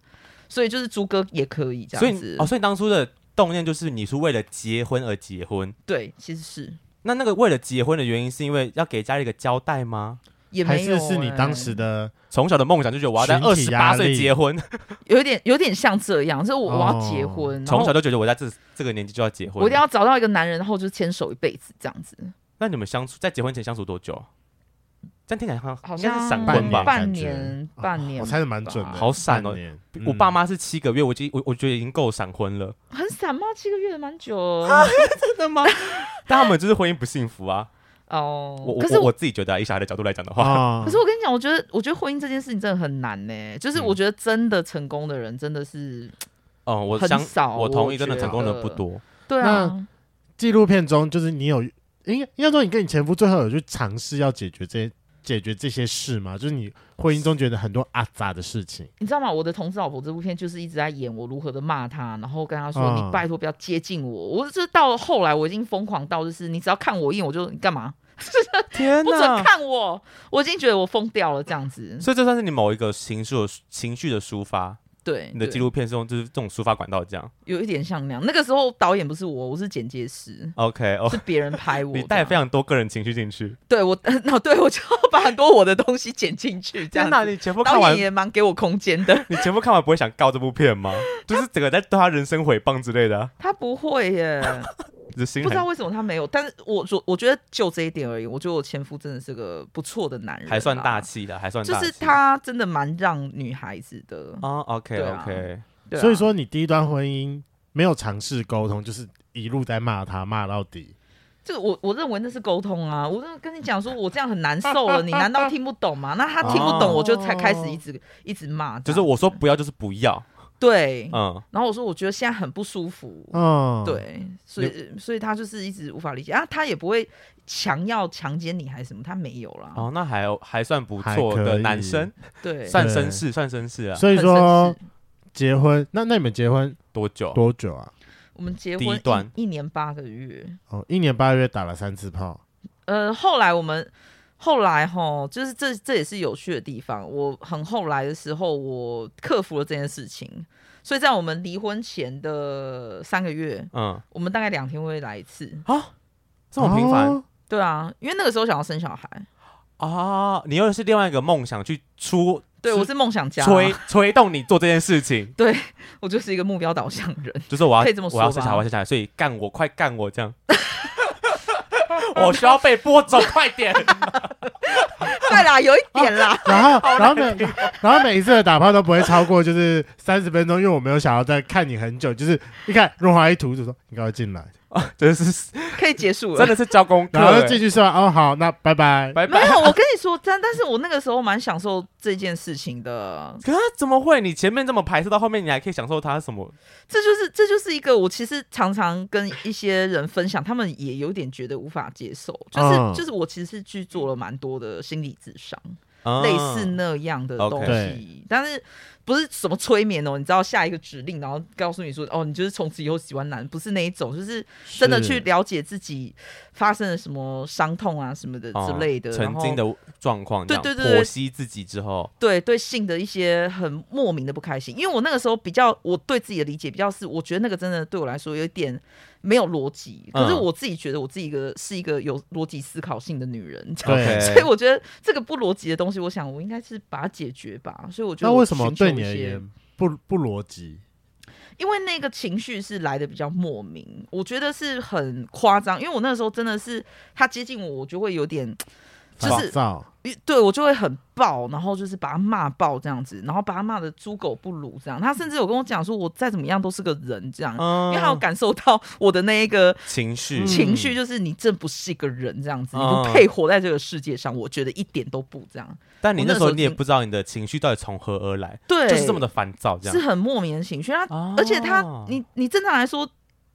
[SPEAKER 4] 所以就是猪哥也可以这
[SPEAKER 1] 所
[SPEAKER 4] 样
[SPEAKER 1] 以
[SPEAKER 4] 子。
[SPEAKER 1] 哦，所以当初的动念就是你是为了结婚而结婚。
[SPEAKER 4] 对，其实是
[SPEAKER 1] 那那个为了结婚的原因，是因为要给家里一个交代吗？
[SPEAKER 4] 也
[SPEAKER 2] 还
[SPEAKER 4] 没有、
[SPEAKER 2] 是是你当时
[SPEAKER 4] 哎
[SPEAKER 2] 的
[SPEAKER 1] 从小的梦想就觉得我要在
[SPEAKER 2] 群
[SPEAKER 1] 二
[SPEAKER 2] 体
[SPEAKER 1] 十
[SPEAKER 2] 压
[SPEAKER 1] 八
[SPEAKER 2] 力
[SPEAKER 1] 岁结婚，
[SPEAKER 4] 有一点有点像这样，就是我、
[SPEAKER 2] 哦
[SPEAKER 4] 我要结婚，然
[SPEAKER 1] 从
[SPEAKER 4] 后
[SPEAKER 1] 小就觉得我在这这个年纪就要结婚。
[SPEAKER 4] 我一定要。找到一个男人，然后就牵手一辈子这样子，
[SPEAKER 1] 那你们相处在结婚前相处多久啊？这样听起来好
[SPEAKER 4] 好
[SPEAKER 1] 应该是
[SPEAKER 4] 像
[SPEAKER 1] 闪
[SPEAKER 2] 半
[SPEAKER 1] 婚
[SPEAKER 2] 年
[SPEAKER 1] 吧？
[SPEAKER 4] 半
[SPEAKER 2] 感
[SPEAKER 4] 年
[SPEAKER 2] 觉哦
[SPEAKER 4] 半年
[SPEAKER 2] 我猜的蛮准的，
[SPEAKER 4] 吧
[SPEAKER 1] 好闪哦
[SPEAKER 2] 半年
[SPEAKER 1] 我爸，妈是七个月，我已经我我觉得已经够闪婚了。
[SPEAKER 4] 很散吗？七个月蛮久哦。
[SPEAKER 1] 啊真的吗？ <laughs> 但他们就是婚姻不幸福啊。
[SPEAKER 4] 哦
[SPEAKER 1] 我
[SPEAKER 4] 可是
[SPEAKER 1] 我
[SPEAKER 4] 我哦
[SPEAKER 1] 我自己觉得啊，以小孩的角度来讲的
[SPEAKER 2] 嗯
[SPEAKER 1] 话，
[SPEAKER 2] 啊
[SPEAKER 4] 可是我跟你讲，我觉得，我觉得婚姻这件事情真的很难呢、就是
[SPEAKER 1] 嗯
[SPEAKER 4] 我觉得真的成功的人真的是，
[SPEAKER 1] 嗯，我
[SPEAKER 4] 很
[SPEAKER 1] 相
[SPEAKER 4] 少
[SPEAKER 1] 我同意，
[SPEAKER 4] 我
[SPEAKER 1] 真的
[SPEAKER 4] 觉
[SPEAKER 1] 成功的不
[SPEAKER 4] 得
[SPEAKER 1] 多。
[SPEAKER 4] 对啊，
[SPEAKER 2] 纪录片中，就是你有应该应该说你跟你前夫最后有去尝试要解决这解决这些事吗？就是你婚姻中觉得很多阿杂的事情，
[SPEAKER 4] 你知道吗？我的同事老婆这部片就是一直在演我如何的骂她，然后跟她说：“
[SPEAKER 1] 啊
[SPEAKER 2] 嗯
[SPEAKER 4] 你拜托不要接近我。”我就是到后来我已经疯狂到，就是你只要看我一眼，我就你干嘛
[SPEAKER 1] 天
[SPEAKER 4] 不准
[SPEAKER 1] 哪！
[SPEAKER 4] 看我，我已经觉得我疯掉了这样子。
[SPEAKER 1] 所以这算是你某一个情绪的情绪的抒发，
[SPEAKER 4] 对，
[SPEAKER 1] 你的
[SPEAKER 4] 对
[SPEAKER 1] 纪录片是用就是这种抒发管道这样。
[SPEAKER 4] 有一点像那样。那个时候导演不是我，我是剪接师。
[SPEAKER 1] OK，哦
[SPEAKER 4] 是，别人拍我这
[SPEAKER 1] 你
[SPEAKER 4] 样，
[SPEAKER 1] 带非常多个人情绪进去。
[SPEAKER 4] 对我， <laughs> 那对我就要把很多我的东西剪进去，这
[SPEAKER 1] 天
[SPEAKER 4] 样子
[SPEAKER 1] 哪，你全部看
[SPEAKER 4] 导
[SPEAKER 1] 完
[SPEAKER 4] 演，也蛮给我空间的。
[SPEAKER 1] <laughs> 你全部看完不会想告这部片吗？ <laughs> 就是整个在对他人生毁谤之类的啊，
[SPEAKER 4] 他不会
[SPEAKER 1] <laughs>
[SPEAKER 4] 耶，
[SPEAKER 1] 你的心
[SPEAKER 4] 不知道
[SPEAKER 1] 还
[SPEAKER 4] 为什么他没有。但是我我我觉得就这一点而已，我觉得我前夫真的是个不错的男人，
[SPEAKER 1] 还算大，气的，还算
[SPEAKER 4] 就
[SPEAKER 1] 大气。
[SPEAKER 4] 是他真的蛮让女孩子的。
[SPEAKER 1] 啊，OK
[SPEAKER 4] 对啊
[SPEAKER 1] OK，
[SPEAKER 4] 对啊
[SPEAKER 2] 所以说你第一段婚姻没有尝试沟通，就是一路在骂他骂到底。
[SPEAKER 4] 这个我我认为那是沟通啊，我就跟你讲说，我这样很难受了，你难道听不懂吗？那他听不懂，
[SPEAKER 1] 哦
[SPEAKER 4] 我就才开始一直一直骂这
[SPEAKER 1] 就
[SPEAKER 4] 样，
[SPEAKER 1] 是我说不要就是不要，
[SPEAKER 4] 对。
[SPEAKER 1] 嗯，
[SPEAKER 4] 然后我说我觉得现在很不舒服，
[SPEAKER 2] 嗯，，
[SPEAKER 4] 对，所以所以他就是一直无法理解啊，他也不会强要强奸你还是什么，他没有啦。
[SPEAKER 1] 哦，那还还算不
[SPEAKER 2] 还
[SPEAKER 1] 错
[SPEAKER 2] 可
[SPEAKER 1] 的
[SPEAKER 2] 以
[SPEAKER 1] 男生，
[SPEAKER 4] 对，
[SPEAKER 1] 算
[SPEAKER 2] 对
[SPEAKER 1] 绅士，算绅士啊。
[SPEAKER 2] 所以
[SPEAKER 4] 很
[SPEAKER 2] 说
[SPEAKER 4] 绅士
[SPEAKER 2] 结婚，那那你们结婚
[SPEAKER 1] 多久？
[SPEAKER 2] 多久啊？
[SPEAKER 4] 我们结
[SPEAKER 1] 第
[SPEAKER 4] 婚
[SPEAKER 1] 一段
[SPEAKER 4] 一一年八个月，
[SPEAKER 2] 哦，一年八个月打了三次炮，
[SPEAKER 4] 呃，后来我们后来哈，就是这这也是有趣的地方。我很后来的时候，我克服了这件事情，所以在我们离婚前的三个月，
[SPEAKER 1] 嗯，
[SPEAKER 4] 我们大概两天会来一次。
[SPEAKER 1] 啊这么频繁
[SPEAKER 2] 哦
[SPEAKER 4] 对啊，因为那个时候想要生小孩，
[SPEAKER 1] 啊？你又是另外一个梦想去出，
[SPEAKER 4] 对我是梦想啊家，
[SPEAKER 1] 吹吹动你做这件事
[SPEAKER 4] <laughs>
[SPEAKER 1] 情，
[SPEAKER 4] 我就是一个目标导向人。 <laughs>
[SPEAKER 1] 就是我要
[SPEAKER 4] 可以这么说
[SPEAKER 1] 我要生小
[SPEAKER 4] 吧
[SPEAKER 1] 孩，我要生小孩，所以干我，快干我这样。 <laughs> 我需要被播种，快点！
[SPEAKER 4] 对啦，有一点啦，
[SPEAKER 2] 然后，然后每，然后每一次的打炮都不会超过就是三十分钟，因为我没有想要再看你很久，就是一看润滑一涂就说你赶快进来，
[SPEAKER 1] <laughs> 真的是
[SPEAKER 4] <laughs> 可以结束了
[SPEAKER 1] 真。的是交功课
[SPEAKER 2] 然后就
[SPEAKER 1] 欸，
[SPEAKER 2] 进去说哦好，那拜拜。
[SPEAKER 1] 拜
[SPEAKER 4] 没
[SPEAKER 1] 拜。
[SPEAKER 4] 有，我跟你说真，但是我那个时候蛮享受这件事情的。
[SPEAKER 1] 可是怎么会？你前面这么排斥，到后面你还可以享受它什么？
[SPEAKER 4] 这就是这就是一个我其实常常跟一些人分享，他们也有点觉得无法接受，就是、
[SPEAKER 2] 嗯
[SPEAKER 4] 就是我其实是去做了蛮多的心理智商，
[SPEAKER 1] 啊
[SPEAKER 4] 类似那样的
[SPEAKER 1] OK
[SPEAKER 4] 东
[SPEAKER 2] 对
[SPEAKER 4] 西，但是不是什么催眠哦，你知道下一个指令，然后告诉你说哦，你就是从此以后喜欢男，不是那一种，就是真的
[SPEAKER 2] 是
[SPEAKER 4] 去了解自己发生了什么伤痛啊什么的
[SPEAKER 1] 哦
[SPEAKER 4] 之类的，然
[SPEAKER 1] 曾
[SPEAKER 4] 后
[SPEAKER 1] 经的状况，这样
[SPEAKER 4] 对对对对
[SPEAKER 1] 剖析自己之后，
[SPEAKER 4] 对对性的一些很莫名的不开心，因为我那个时候比较，我对自己的理解比较是，我觉得那个真的对我来说有一点没有逻辑，
[SPEAKER 1] 嗯
[SPEAKER 4] 可是我自己觉得我自己一个是一个有逻辑思考性的女人， <laughs>
[SPEAKER 2] 对
[SPEAKER 1] OK
[SPEAKER 4] 所以我觉得这个不逻辑的东西，我想我应该是把它解决吧，所以我觉得
[SPEAKER 2] 那
[SPEAKER 4] 我
[SPEAKER 2] 为什么
[SPEAKER 4] 寻求
[SPEAKER 2] 对你
[SPEAKER 4] 一
[SPEAKER 2] 而
[SPEAKER 4] 些
[SPEAKER 2] 言不不逻辑？
[SPEAKER 4] 因为那个情绪是来的比较莫名，我觉得是很夸张，因为我那个时候真的是他接近我，我就会有点。就
[SPEAKER 2] 烦
[SPEAKER 4] 是
[SPEAKER 2] 躁
[SPEAKER 4] 对我就会很爆，然后就是把他骂爆这样子，然后把他骂的猪狗不如这样。他甚至有跟我讲说，我再怎么样都是个人这样，
[SPEAKER 1] 嗯
[SPEAKER 4] 因为他有感受到我的那一个
[SPEAKER 1] 情绪
[SPEAKER 2] 嗯
[SPEAKER 4] 情绪，就是你真不是一个人这样子，
[SPEAKER 1] 嗯
[SPEAKER 4] 你不配活在这个世界上，我觉得一点都不这样。
[SPEAKER 1] 但你
[SPEAKER 4] 我
[SPEAKER 1] 那
[SPEAKER 4] 那
[SPEAKER 1] 时
[SPEAKER 4] 时候
[SPEAKER 1] 候你也
[SPEAKER 4] 真
[SPEAKER 1] 不知道你的情绪到底从何而来，
[SPEAKER 4] 对，
[SPEAKER 1] 就是这么的烦躁，这
[SPEAKER 4] 是
[SPEAKER 1] 样。
[SPEAKER 4] 很莫名的情绪。他、
[SPEAKER 1] 哦
[SPEAKER 4] 而且他，你你正常来说。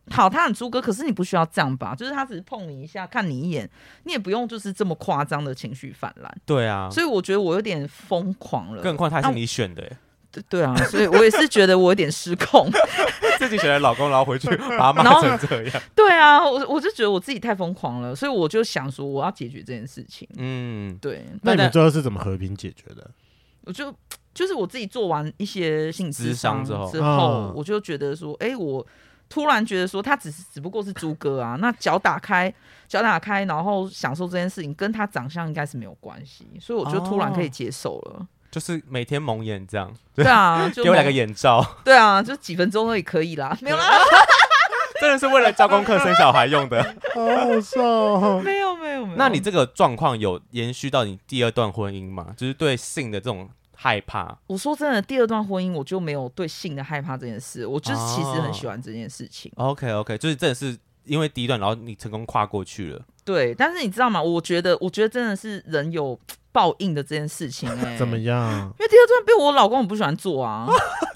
[SPEAKER 4] 好，他很猪哥，可是你不需要这样吧？就是他只是碰你一下，看你一眼，你也不用就是这么夸张的情绪泛滥。
[SPEAKER 1] 对啊，
[SPEAKER 4] 所以我觉得我有点疯狂了。
[SPEAKER 1] 更何况他
[SPEAKER 4] 啊
[SPEAKER 1] 是你选的欸，
[SPEAKER 4] 对对啊，所以我也是觉得我有点失控。
[SPEAKER 1] 自己选的老公，然后回去
[SPEAKER 4] <laughs>
[SPEAKER 1] 把他
[SPEAKER 4] 然
[SPEAKER 1] 骂
[SPEAKER 4] 后
[SPEAKER 1] 成这样。
[SPEAKER 4] <laughs> 对啊，我我就觉得我自己太疯狂了，所以我就想说我要解决这件事情。
[SPEAKER 1] 嗯，
[SPEAKER 4] 对，
[SPEAKER 2] 那你
[SPEAKER 1] 那
[SPEAKER 2] 们最后是怎么和平解决的？
[SPEAKER 4] 我就就是我自己做完一些性
[SPEAKER 1] 咨商之
[SPEAKER 4] 之
[SPEAKER 1] 后
[SPEAKER 2] 嗯
[SPEAKER 4] 我就觉得说，哎、我突然觉得说，他只是只不过是猪哥啊，那脚打开，脚打开，然后享受这件事情，跟他长相应该是没有关系，所以我就突然可以接受 <laughs> 了。
[SPEAKER 1] 就是每天蒙眼这样，
[SPEAKER 4] 对啊，就
[SPEAKER 1] 给我两个，眼罩， <laughs>
[SPEAKER 4] 对啊，就几分钟而已，可以啦，没有啦，
[SPEAKER 1] 真的是为了交功课、生小孩用
[SPEAKER 4] <laughs>
[SPEAKER 1] 的。
[SPEAKER 2] <laughs> 好好笑哦，
[SPEAKER 4] 没有没有没有。
[SPEAKER 1] 那你这个状况有延续到你第二段婚姻吗？就是对性的这种害怕，
[SPEAKER 4] 我说真的，第二段婚姻我就没有对性的害怕这件事，我就是其实
[SPEAKER 1] 哦
[SPEAKER 4] 很喜欢这件事情。
[SPEAKER 1] OK OK，就是真的是因为第一段，然后你成功跨过去了， <laughs>
[SPEAKER 4] 对，但是你知道吗？我觉得，我觉得真的是人有报应的这件
[SPEAKER 2] <laughs>
[SPEAKER 4] 事情、哎，
[SPEAKER 2] 怎么
[SPEAKER 4] 因
[SPEAKER 2] 样？
[SPEAKER 4] 为第二段被我老公很不喜欢做啊，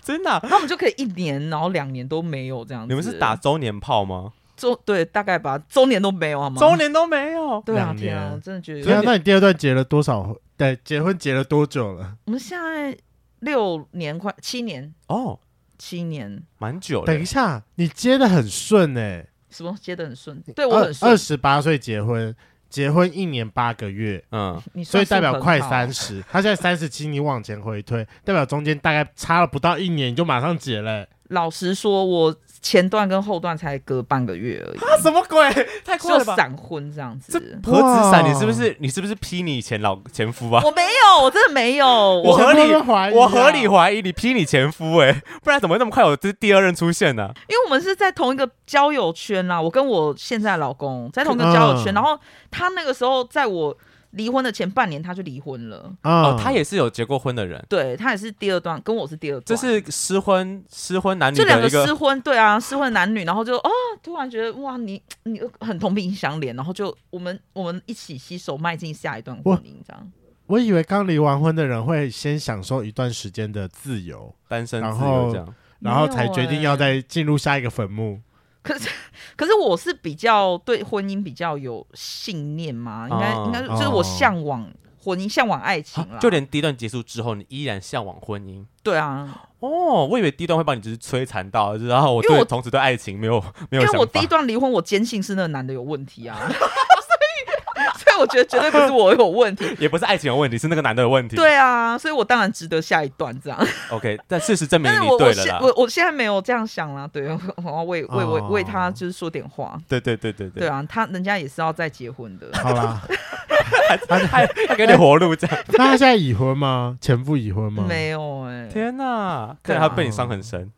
[SPEAKER 1] 真的啊、
[SPEAKER 4] 那我们就可以一年，然后两年都没有这样子。
[SPEAKER 1] 你们是打周年炮吗？
[SPEAKER 4] 周对大概吧，周年都没有好吗？
[SPEAKER 1] 周年都没有，
[SPEAKER 4] 对啊，
[SPEAKER 2] 两
[SPEAKER 4] 天啊，
[SPEAKER 2] 年
[SPEAKER 4] 我真的觉
[SPEAKER 2] 对啊
[SPEAKER 4] 得，，
[SPEAKER 2] 那你第二段结了多少婚？对，结婚结了多久了？
[SPEAKER 4] 我们现在六年快七年，
[SPEAKER 1] 哦，
[SPEAKER 4] 七年
[SPEAKER 1] 蛮久欸的
[SPEAKER 2] 等一。下，你接的很顺哎、
[SPEAKER 4] 什么接的很顺，对我很
[SPEAKER 2] 二
[SPEAKER 4] 顺，
[SPEAKER 2] 十八岁结婚，结婚一年八个月，
[SPEAKER 1] 嗯，
[SPEAKER 4] 你
[SPEAKER 2] 所
[SPEAKER 4] 算
[SPEAKER 2] 以代表
[SPEAKER 4] 速很
[SPEAKER 2] 快
[SPEAKER 4] 好啊
[SPEAKER 2] 三十。他现在三十七，你往前回推，代表中间大概差了不到一年，你就马上结了欸、
[SPEAKER 4] 老实说，我前段跟后段才隔半个月而已，
[SPEAKER 1] 什啊么
[SPEAKER 4] <laughs>
[SPEAKER 1] 鬼？太快
[SPEAKER 4] 就
[SPEAKER 1] 了吧！
[SPEAKER 4] 闪婚这样
[SPEAKER 1] 这
[SPEAKER 4] 子。
[SPEAKER 1] 何止闪？
[SPEAKER 2] 哇
[SPEAKER 1] 你是不是你是不是劈你前老前夫啊？
[SPEAKER 4] 我没有，我真的没有，
[SPEAKER 1] 我
[SPEAKER 4] 我
[SPEAKER 1] 合理
[SPEAKER 2] 前夫会不会怀疑啊
[SPEAKER 1] 我合理怀疑你劈你前夫哎、 <laughs> 不然怎么会那么快有这第二任出现呢、
[SPEAKER 4] 因为我们是在同一个交友圈啊啦，我跟我现在的老公在同一个交友圈，
[SPEAKER 2] 嗯
[SPEAKER 4] 然后他那个时候在我离婚的前半年他就离婚了，
[SPEAKER 2] 啊、
[SPEAKER 1] 哦，他也是有结过婚的人，
[SPEAKER 4] 对他也是第二段，跟我是第二
[SPEAKER 1] 这
[SPEAKER 4] 段，
[SPEAKER 1] 是失婚失婚男女
[SPEAKER 4] 就两
[SPEAKER 1] 的
[SPEAKER 4] 个
[SPEAKER 1] 一
[SPEAKER 4] 失
[SPEAKER 1] 个
[SPEAKER 4] 婚，对啊，失婚男女，然后就哦，突然觉得哇，你你很同病相怜，然后就我们我们一起携手迈进下一段婚
[SPEAKER 2] 哇
[SPEAKER 4] 姻，这样
[SPEAKER 2] 我以为刚离完婚的人会先享受一段时间的自由，
[SPEAKER 1] 单身
[SPEAKER 2] 然
[SPEAKER 1] 自
[SPEAKER 2] 后
[SPEAKER 1] 由这样。
[SPEAKER 2] 然后
[SPEAKER 4] 没有
[SPEAKER 2] 才决定
[SPEAKER 4] 欸
[SPEAKER 2] 要再进入下一个坟
[SPEAKER 4] <laughs>
[SPEAKER 2] 墓。
[SPEAKER 4] 可是，可是我是比较对婚姻比较有信念嘛，应该、
[SPEAKER 1] 哦
[SPEAKER 4] 应该就是我向往婚姻，向往爱情啦。
[SPEAKER 1] 啊就连第一段结束之后，你依然向往婚姻
[SPEAKER 4] 对啊，
[SPEAKER 1] 哦。我以为第一段会把你就是摧残到，就是然后我
[SPEAKER 4] 因为
[SPEAKER 1] 对
[SPEAKER 4] 我
[SPEAKER 1] 从此对爱情没有没有
[SPEAKER 4] 因为
[SPEAKER 1] 想法。
[SPEAKER 4] 我第一段离婚，我坚信是那个男的有问题啊， <laughs> 所以所以我觉得绝对不是我有问
[SPEAKER 1] <laughs>
[SPEAKER 4] 题。
[SPEAKER 1] 也不是爱情有问题，是那个男的有问题。
[SPEAKER 4] 对啊，所以我当然值得下一段这样。
[SPEAKER 1] ，OK，但事实证明
[SPEAKER 4] 但是
[SPEAKER 1] 你
[SPEAKER 4] 我
[SPEAKER 1] 对
[SPEAKER 4] 我
[SPEAKER 1] 了
[SPEAKER 4] 现
[SPEAKER 1] 啦。
[SPEAKER 4] 我我现在没有这样想啦，对，我 <laughs> 我要为为为
[SPEAKER 2] 哦
[SPEAKER 4] 为他就是说点话。
[SPEAKER 1] 对对对对对，
[SPEAKER 4] 对啊，他人家也是要再结婚的，
[SPEAKER 2] 好啦，
[SPEAKER 1] <laughs> 还还给你活路这样。
[SPEAKER 2] 那他现在已婚吗？前夫已婚吗？
[SPEAKER 4] 没有哎、
[SPEAKER 1] 天哪，看
[SPEAKER 4] 对啊
[SPEAKER 1] 来他被你伤很深，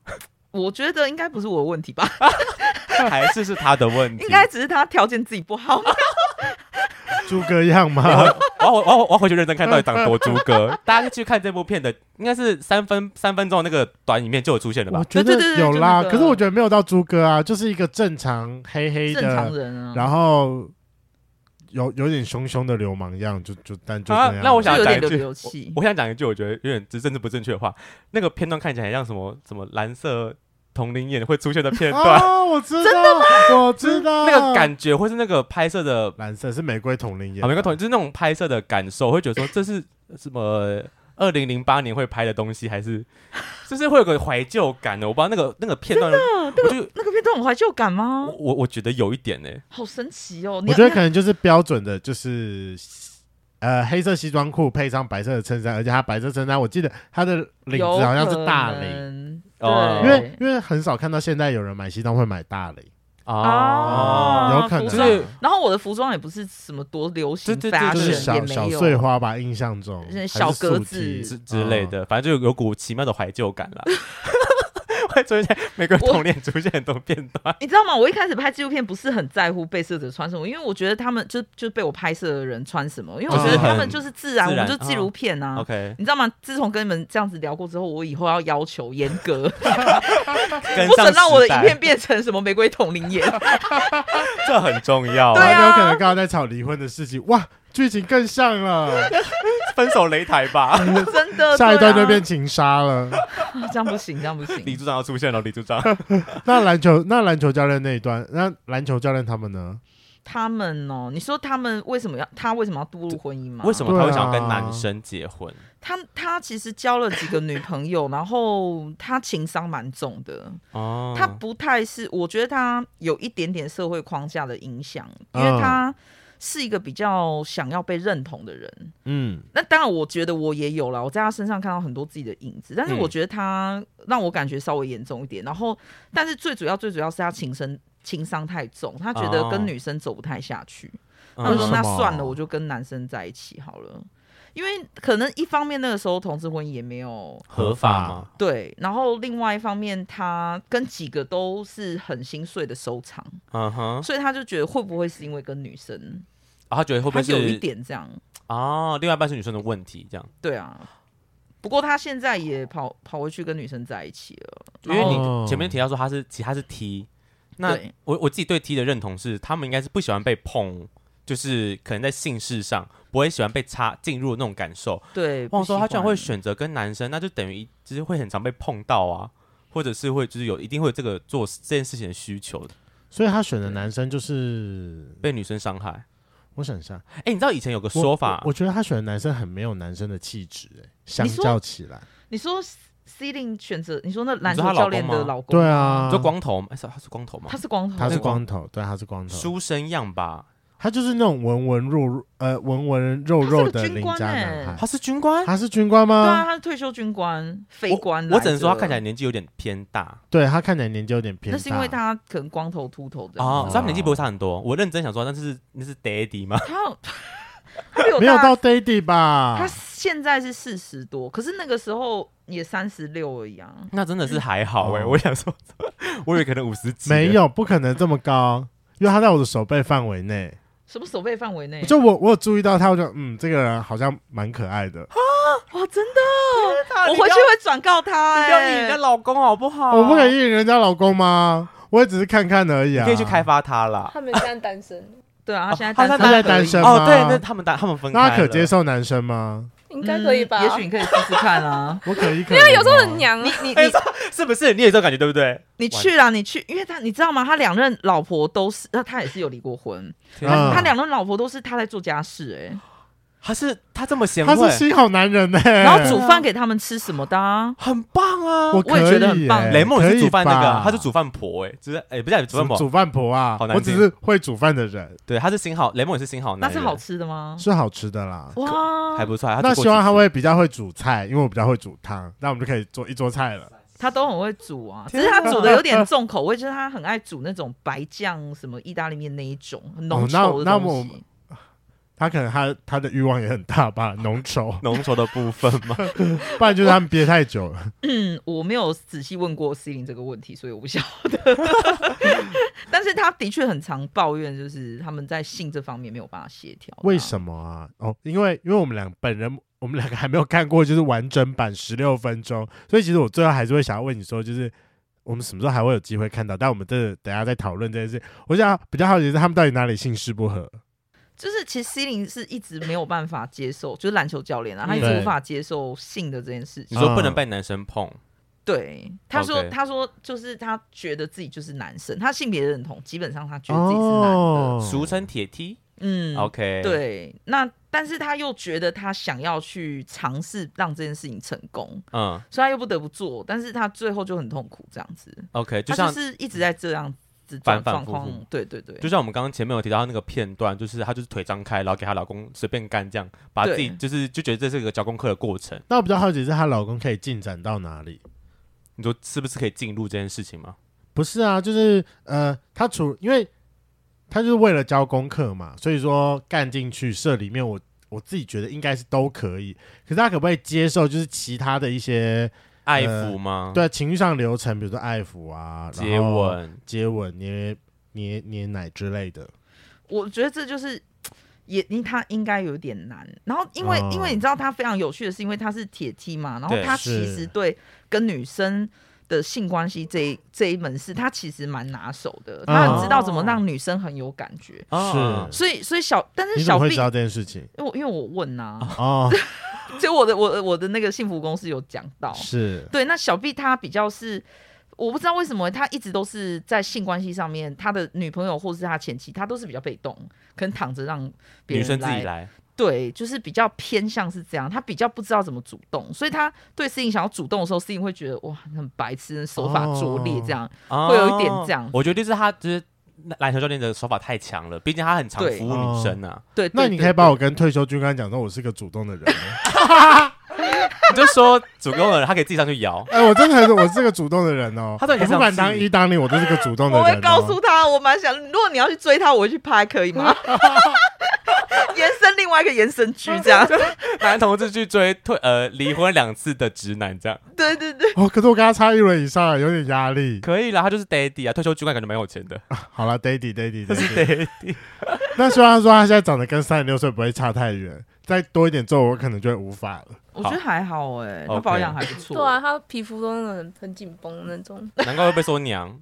[SPEAKER 4] 我觉得应该不是我的问题吧。
[SPEAKER 1] 还是是他的问题。
[SPEAKER 4] 啊应该只是他条件自己不好。
[SPEAKER 2] 诸葛亮吗？
[SPEAKER 1] 我要我要我要回去认真看到底长多猪
[SPEAKER 4] <laughs>
[SPEAKER 1] 哥，大家去看这部片的，应该是三分三分钟的那个短影片就有出现了吧
[SPEAKER 2] 我？觉
[SPEAKER 4] 对对
[SPEAKER 2] 得
[SPEAKER 4] 对
[SPEAKER 2] 有
[SPEAKER 4] 就
[SPEAKER 2] 啦，
[SPEAKER 4] 那个
[SPEAKER 2] 可是我觉得没有到猪哥啊，就是一个正常黑黑
[SPEAKER 4] 正常
[SPEAKER 2] 的，
[SPEAKER 4] 人啊，
[SPEAKER 2] 然后有有点凶凶的流氓样，就就但就
[SPEAKER 1] 啊
[SPEAKER 2] 样。
[SPEAKER 1] 那我想
[SPEAKER 4] 就有
[SPEAKER 1] 讲
[SPEAKER 4] 点
[SPEAKER 1] 一
[SPEAKER 4] 流
[SPEAKER 1] 句
[SPEAKER 4] 流气。
[SPEAKER 1] 我想讲一句，我觉得有点就是政治不正确的话，那个片段看起来很像什么什么蓝色同龄眼会出现的片
[SPEAKER 4] 哦
[SPEAKER 1] 段，
[SPEAKER 2] 啊，我知道，我知道
[SPEAKER 1] 那个，感觉或是那个拍摄的
[SPEAKER 2] 蓝色是玫瑰同龄眼，啊
[SPEAKER 1] 好，每个同就是那种拍摄的感受，会觉得说这是什么二零零八年会拍的东西，还是就是会有个怀旧感的。我不知道那个那个片段，我就
[SPEAKER 4] 那个片段有怀旧感
[SPEAKER 1] 我
[SPEAKER 4] 吗？
[SPEAKER 1] 我我觉得有一点呢、欸
[SPEAKER 4] 好神奇哦！你
[SPEAKER 2] 我觉得
[SPEAKER 4] 你
[SPEAKER 2] 可能就是标准的，就是呃黑色西装裤配上白色的衬衫，而且他白色衬衫，我记得他的领
[SPEAKER 4] 有
[SPEAKER 2] 子好像是大
[SPEAKER 4] 可
[SPEAKER 2] 领，
[SPEAKER 4] 能
[SPEAKER 1] 哦
[SPEAKER 4] 对，
[SPEAKER 2] 因为因为很少看到现在有人买西装会买大领，
[SPEAKER 1] 哦，
[SPEAKER 4] 啊
[SPEAKER 2] 有可能
[SPEAKER 4] 服
[SPEAKER 1] 装
[SPEAKER 2] 啊
[SPEAKER 4] 然后我的服装也不是什么多流行
[SPEAKER 1] 对对对
[SPEAKER 4] fashion，
[SPEAKER 2] 就是
[SPEAKER 4] 也
[SPEAKER 2] 小
[SPEAKER 4] 没
[SPEAKER 2] 小
[SPEAKER 4] 有
[SPEAKER 2] 碎花吧，印象中
[SPEAKER 4] 就是
[SPEAKER 2] 还是
[SPEAKER 4] 小格
[SPEAKER 2] 素
[SPEAKER 4] 子
[SPEAKER 2] 体
[SPEAKER 1] 之之类的，
[SPEAKER 4] 嗯
[SPEAKER 1] 反正就有股奇妙的怀旧感啦。 <laughs> 会出现每个
[SPEAKER 4] 我
[SPEAKER 1] 同恋出现很多片段，
[SPEAKER 4] 你知道吗？我一开始拍纪录片不是很在乎被摄者穿什么，因为我觉得他们就就被我拍摄的人穿什么，因为我觉得他们就是自然，
[SPEAKER 1] 就
[SPEAKER 4] 我
[SPEAKER 1] 哦是很哦
[SPEAKER 4] 们就纪录片啊。
[SPEAKER 1] OK，
[SPEAKER 4] 你知道吗？自从跟你们这样子聊过之后，我以后要要求严格，
[SPEAKER 1] 跟
[SPEAKER 4] <laughs> 不
[SPEAKER 1] 上
[SPEAKER 4] 准让我的
[SPEAKER 1] 时代
[SPEAKER 4] 影片变成什么玫瑰同龄
[SPEAKER 2] <laughs>
[SPEAKER 4] 眼。
[SPEAKER 1] 这很重要
[SPEAKER 4] <laughs> 对
[SPEAKER 1] 啊！
[SPEAKER 4] 啊
[SPEAKER 2] 哦有可能刚刚在吵离婚的事情，哇，剧情更像
[SPEAKER 4] <laughs>
[SPEAKER 2] 了，
[SPEAKER 4] 啊
[SPEAKER 1] 分手擂台吧， <laughs>
[SPEAKER 4] 真的，
[SPEAKER 2] 下一段就变
[SPEAKER 4] 对
[SPEAKER 2] 情杀了。
[SPEAKER 4] 啊、 <laughs> 这样不行，这样不行。
[SPEAKER 1] 李组长要出现了，李组
[SPEAKER 4] <laughs>
[SPEAKER 1] 长
[SPEAKER 2] 那篮球，那篮球教练那一段，那篮球教练他们呢？
[SPEAKER 4] 他们哦，你说他们为什么要他为什么要步入婚姻吗？
[SPEAKER 1] 为什么他会想要
[SPEAKER 2] 对
[SPEAKER 1] 跟
[SPEAKER 2] 啊
[SPEAKER 1] 男生结婚？
[SPEAKER 4] 他他其实交了几个女朋友，然后他情商蛮重的，
[SPEAKER 1] 哦，
[SPEAKER 4] 他不太是，我觉得他有一点点社会框架的影响，因
[SPEAKER 2] 嗯
[SPEAKER 4] 为他是一个比较想要被认同的人。
[SPEAKER 1] 嗯
[SPEAKER 4] 那当然，我觉得我也有了，我在他身上看到很多自己的影子，但是
[SPEAKER 1] 嗯
[SPEAKER 4] 我觉得他让我感觉稍微严重一点。然后，但是最主要最主要是他情深情商太重，他觉得
[SPEAKER 1] 哦
[SPEAKER 4] 跟女生走不太下去。他就
[SPEAKER 1] 嗯
[SPEAKER 4] 说
[SPEAKER 2] 为：“什
[SPEAKER 4] 那
[SPEAKER 2] 么
[SPEAKER 4] 算了，我就跟男生在一起好了。”因为可能一方面那个时候同志婚姻也没有
[SPEAKER 1] 合法吗？
[SPEAKER 4] 对，然后另外一方面他跟几个都是很心碎的收场，
[SPEAKER 1] 嗯哼，
[SPEAKER 4] 所以他就觉得会不会是因为跟女生，
[SPEAKER 1] 啊，他觉得会不
[SPEAKER 4] 他
[SPEAKER 1] 会
[SPEAKER 4] 有一
[SPEAKER 1] 是
[SPEAKER 4] 点这样？
[SPEAKER 1] 哦，另外一半是女生的问题，这样，
[SPEAKER 4] 对啊，不过他现在也跑跑回去跟女生在一起了，
[SPEAKER 1] 因为
[SPEAKER 4] 然后
[SPEAKER 1] 你前面提到说他是其实他是 T，那
[SPEAKER 4] 对
[SPEAKER 1] 我我自己对 T 的认同是，他们应该是不喜欢被碰，就是可能在性事上不会喜欢被插进入那种感受。
[SPEAKER 4] 对，
[SPEAKER 1] 或者
[SPEAKER 4] 不喜
[SPEAKER 1] 说
[SPEAKER 4] 欢
[SPEAKER 1] 他居然会，选择跟男生，那就等于就是会很常被碰到啊，或者是会就是有一定会有这个做这件事情的需求的。
[SPEAKER 2] 所以他选的男生就是
[SPEAKER 1] 被女生伤害。
[SPEAKER 2] 我想一下，
[SPEAKER 1] 哎、你知道以前有个
[SPEAKER 2] 我
[SPEAKER 1] 说法
[SPEAKER 2] 我，我觉得他选的男生很没有男生的气质、哎，相
[SPEAKER 4] 你说
[SPEAKER 2] 较起来，
[SPEAKER 4] 你说 C 令选择，你说那篮
[SPEAKER 1] 你
[SPEAKER 4] 球
[SPEAKER 1] 说她
[SPEAKER 4] 教练
[SPEAKER 1] 老公
[SPEAKER 4] 的
[SPEAKER 1] 吗
[SPEAKER 4] 老公，
[SPEAKER 2] 对，啊，
[SPEAKER 1] 就光头吗，哎、是他是光头吗
[SPEAKER 4] 他？是光头，
[SPEAKER 2] 他是
[SPEAKER 1] 那个
[SPEAKER 2] 光头，对，他是嗯光头，
[SPEAKER 1] 书生样吧？
[SPEAKER 2] 他就是那种文文弱弱呃文文肉肉
[SPEAKER 4] 他
[SPEAKER 2] 的
[SPEAKER 4] 是个
[SPEAKER 2] 邻
[SPEAKER 4] 军官
[SPEAKER 2] 家
[SPEAKER 4] 哎
[SPEAKER 2] 男孩
[SPEAKER 1] 他。是军官？
[SPEAKER 2] 他是军官
[SPEAKER 4] 对
[SPEAKER 2] 吗
[SPEAKER 4] 啊，？他是退休军官，非官
[SPEAKER 1] 我只能说他
[SPEAKER 4] 来的
[SPEAKER 1] 看起来年纪有点偏大
[SPEAKER 2] 对他看起来年纪有点偏
[SPEAKER 4] 那
[SPEAKER 2] 大，
[SPEAKER 4] 是因为他可能光头秃头的
[SPEAKER 1] 哦，所以他年纪
[SPEAKER 2] 哦
[SPEAKER 1] 不会差很多。我认真想说，那是那是 daddy 吗？
[SPEAKER 4] 他有他比我
[SPEAKER 2] 没有
[SPEAKER 4] 大
[SPEAKER 2] 到 daddy 吧
[SPEAKER 4] 他？现在是四十多，可是那个时候也三十六而已啊。
[SPEAKER 1] 那真的是还好哎、
[SPEAKER 2] 哦
[SPEAKER 1] 我想说， <laughs> 我以为可能五十几，
[SPEAKER 2] 没，有，不可能这么高，因为他在我的手背范围内。
[SPEAKER 4] 什么手背范围内？
[SPEAKER 2] 就我我有注意到他，我就嗯，这个人好像蛮可爱的。
[SPEAKER 4] 哇，真的，哦我回去会转告他、
[SPEAKER 1] 你
[SPEAKER 4] 哎，
[SPEAKER 1] 不要你的老公好不好？
[SPEAKER 4] 哦
[SPEAKER 2] 我不可以应人家老公吗？我也只是看看而已
[SPEAKER 1] 你
[SPEAKER 2] 啊。
[SPEAKER 1] 可以去开发他啦。
[SPEAKER 3] <laughs> 他们现在单身，
[SPEAKER 4] 对啊，
[SPEAKER 1] 哦
[SPEAKER 4] 他现在
[SPEAKER 1] 他现
[SPEAKER 4] 单
[SPEAKER 2] 他
[SPEAKER 4] 身
[SPEAKER 2] 在单身吗
[SPEAKER 1] 哦，对，那他们打他们分开
[SPEAKER 2] 那
[SPEAKER 1] 了，
[SPEAKER 2] 他可接受男生吗？。
[SPEAKER 4] 可以，
[SPEAKER 3] 应该可以吧？
[SPEAKER 4] 嗯也许 <laughs> 你可以试试看啊
[SPEAKER 2] 我可以可以。因为有时候
[SPEAKER 3] 很。娘啊，
[SPEAKER 4] <laughs> 你你
[SPEAKER 1] 哎是不是？你也这种感觉对不对？
[SPEAKER 4] 你去啦，你去，因为他你知道吗？他两任老婆都是，那他也是有离过婚，
[SPEAKER 1] 天
[SPEAKER 2] 嗯
[SPEAKER 1] 啊
[SPEAKER 4] 他两任老婆都是他在做家事、哎、
[SPEAKER 1] 他是他这么贤
[SPEAKER 2] 他是
[SPEAKER 1] 惠，
[SPEAKER 2] 心好男人呢、欸
[SPEAKER 4] 然后煮饭给他们吃什么的、啊。
[SPEAKER 1] 很棒啊！
[SPEAKER 2] 我
[SPEAKER 4] 我也
[SPEAKER 2] 可
[SPEAKER 4] 觉
[SPEAKER 2] 以、
[SPEAKER 4] 得很
[SPEAKER 2] 欸。
[SPEAKER 4] 棒
[SPEAKER 1] 雷梦也是煮饭那
[SPEAKER 2] 可以
[SPEAKER 1] 个
[SPEAKER 2] 吧
[SPEAKER 1] 啊，他是煮饭婆哎，只是哎不是煮饭
[SPEAKER 2] 煮
[SPEAKER 1] 婆，
[SPEAKER 2] 煮饭婆啊
[SPEAKER 1] 好，难
[SPEAKER 2] 我只
[SPEAKER 1] 听
[SPEAKER 2] 是会煮饭的人，
[SPEAKER 1] 对，他是新好雷梦也是新好
[SPEAKER 4] 那
[SPEAKER 1] 男人，
[SPEAKER 4] 是好吃的吗？
[SPEAKER 2] 嗯是好吃的啦。
[SPEAKER 4] 哦哇，
[SPEAKER 1] 还不错。啊他
[SPEAKER 2] 那
[SPEAKER 1] 煮过
[SPEAKER 2] 希望
[SPEAKER 1] 几
[SPEAKER 2] 他
[SPEAKER 1] 次
[SPEAKER 2] 会比较会煮菜，因为我比较会煮汤，那我们就可以做一桌菜了。
[SPEAKER 4] 他都很会煮啊，只
[SPEAKER 1] 天
[SPEAKER 4] 是他
[SPEAKER 1] 哪
[SPEAKER 4] 煮的有点重口味，就是他很爱煮那种白酱什么意大利面那一种很浓稠
[SPEAKER 2] 哦那那
[SPEAKER 4] 的
[SPEAKER 2] 我
[SPEAKER 4] 东西。
[SPEAKER 2] 他可能他他的欲望也很大吧，浓稠，
[SPEAKER 1] 浓稠的部分
[SPEAKER 2] <laughs>
[SPEAKER 1] 吗？
[SPEAKER 2] 不然就是他们憋太久了。
[SPEAKER 4] 嗯，我没有仔细问过 C 零这个问题，所以我不晓得。但是他的确很常抱怨，就是他们在性这方面没有办法协调。
[SPEAKER 2] 为什么啊？哦，因为因为我们俩本人， <laughs> 我们两个还没有看过就是完整版十六分钟，所以其实我最后还是会想要问你说，就是我们什么时候还会有机会看到？但我们这等一下再讨论这件事。我想比较好奇是他们到底哪里性事不合？
[SPEAKER 4] 就是其实 C 零是一直没有办法接受，就是篮球教练啊，他一直
[SPEAKER 2] 对
[SPEAKER 4] 无法接受性的这件事
[SPEAKER 1] 你
[SPEAKER 2] 嗯
[SPEAKER 4] 情。
[SPEAKER 1] 说不能被男生碰，
[SPEAKER 4] 对，他说
[SPEAKER 1] OK
[SPEAKER 4] 他说就是他觉得自己就是男生，他性别认同基本上他觉得自己是男
[SPEAKER 2] 哦
[SPEAKER 4] 的。
[SPEAKER 1] 俗称铁梯。
[SPEAKER 4] 嗯
[SPEAKER 1] OK，，
[SPEAKER 4] 对，那但是他又觉得他想要去尝试让这件事情成功，
[SPEAKER 1] 嗯
[SPEAKER 4] 所以他又不得不做，但是他最后就很痛苦这样子，
[SPEAKER 1] ，OK，就
[SPEAKER 4] 他
[SPEAKER 1] 像
[SPEAKER 4] 就是一直在这样子
[SPEAKER 1] 反反
[SPEAKER 4] 状
[SPEAKER 1] 复
[SPEAKER 4] 况，
[SPEAKER 1] 复
[SPEAKER 4] 对对对，
[SPEAKER 1] 就像我们刚刚前面有提到那个片段，就是她就是腿张开，然后给她老公随便干这样，把自己
[SPEAKER 4] 对
[SPEAKER 1] 就是就觉得这是一个交功课的过程。
[SPEAKER 2] 那我比较好奇是她老公可以进展到哪里？
[SPEAKER 1] 你说是不是可以进入这件事情吗？
[SPEAKER 2] 不是啊，就是呃，他除因为他就是为了交功课嘛，所以说干进去社里面我，我自己觉得应该是都可以。可是他可不可以接受就是其他的一些
[SPEAKER 4] 呃
[SPEAKER 1] 爱抚吗？，
[SPEAKER 2] 对情绪上流程，比如说爱抚啊、
[SPEAKER 1] 嗯接、吻，
[SPEAKER 2] 接吻、捏捏捏奶之类的？
[SPEAKER 4] 我觉得这就是。也，因他应该有点难。然后，因为、因为
[SPEAKER 2] 哦
[SPEAKER 4] 你知道他非常有趣的是，因为他是铁梯嘛，然后
[SPEAKER 1] 对
[SPEAKER 4] 他其
[SPEAKER 2] 是
[SPEAKER 4] 实对跟女生的性关系这一这一门事，他其实蛮拿手的，他很知道怎么让女生很有感觉。
[SPEAKER 1] 啊
[SPEAKER 2] 是
[SPEAKER 4] 所以，所以小，但是
[SPEAKER 2] 你怎么
[SPEAKER 4] 小
[SPEAKER 2] 会
[SPEAKER 4] B
[SPEAKER 2] 知道这件事情？
[SPEAKER 4] 因为我因为我问呐、啊， <laughs>
[SPEAKER 2] 哦，
[SPEAKER 4] 就我的我的我的那个幸福公司有讲到，
[SPEAKER 2] 是
[SPEAKER 4] 对，那小 B 他比较是。我不知道为什么他一直都是在性关系上面，他的女朋友或是他前妻，他都是比较被动，可能躺着让别
[SPEAKER 1] 女
[SPEAKER 4] 人
[SPEAKER 1] 生自己
[SPEAKER 4] 来。
[SPEAKER 1] 来，
[SPEAKER 4] 对，就是比较偏向是这样，他比较不知道怎么主动，所以他对事情想要主动的时候，事情会觉得哇很白痴，手法拙
[SPEAKER 2] 哦
[SPEAKER 4] 劣这样。
[SPEAKER 1] 会
[SPEAKER 4] 会有一点这样
[SPEAKER 1] 啊我觉得就是她就是篮球教练的手法太强了，毕竟她很常
[SPEAKER 4] 对哦
[SPEAKER 1] 服务女生啊。
[SPEAKER 4] 对，
[SPEAKER 2] 那
[SPEAKER 4] 对
[SPEAKER 2] 你
[SPEAKER 4] 对
[SPEAKER 2] 可以把
[SPEAKER 4] 对
[SPEAKER 2] 我跟退休军官讲说，我是个主动的人哦吗。
[SPEAKER 1] 你就说主攻的人，她可以自己上去摇。
[SPEAKER 2] <laughs> 哎、我真的很，我是个主动的人哦。
[SPEAKER 1] 他都很
[SPEAKER 2] 我不管
[SPEAKER 1] 想
[SPEAKER 2] 当
[SPEAKER 1] 吃
[SPEAKER 2] 一当零，我都是个主动的
[SPEAKER 4] 我
[SPEAKER 2] 人、哦。
[SPEAKER 4] 会告诉他，我蛮想，如果你要去追他，我会去拍，可以吗？ <laughs> 延伸另外一个延伸剧，这样， <laughs>
[SPEAKER 1] 男同志去追退呃离婚两次的直男，这样
[SPEAKER 4] 对对对，
[SPEAKER 2] 哦，可是我跟他差一轮以上了，有点压力。
[SPEAKER 1] 可以啦。他就是 daddy 啊，退休军官感觉蛮有钱的，
[SPEAKER 2] 好了，daddy daddy
[SPEAKER 1] <laughs> 他是
[SPEAKER 2] daddy。
[SPEAKER 1] daddy。
[SPEAKER 2] 那希望他说他现在长得跟三十六岁不会差太远，再多一点皱纹，我可能就会无法了。
[SPEAKER 4] 我觉得还好哎、他
[SPEAKER 1] OK
[SPEAKER 4] 保养还不错。
[SPEAKER 3] 对啊，，他皮肤都那种很很紧绷的那种，
[SPEAKER 1] 难怪会被说 <laughs> 娘。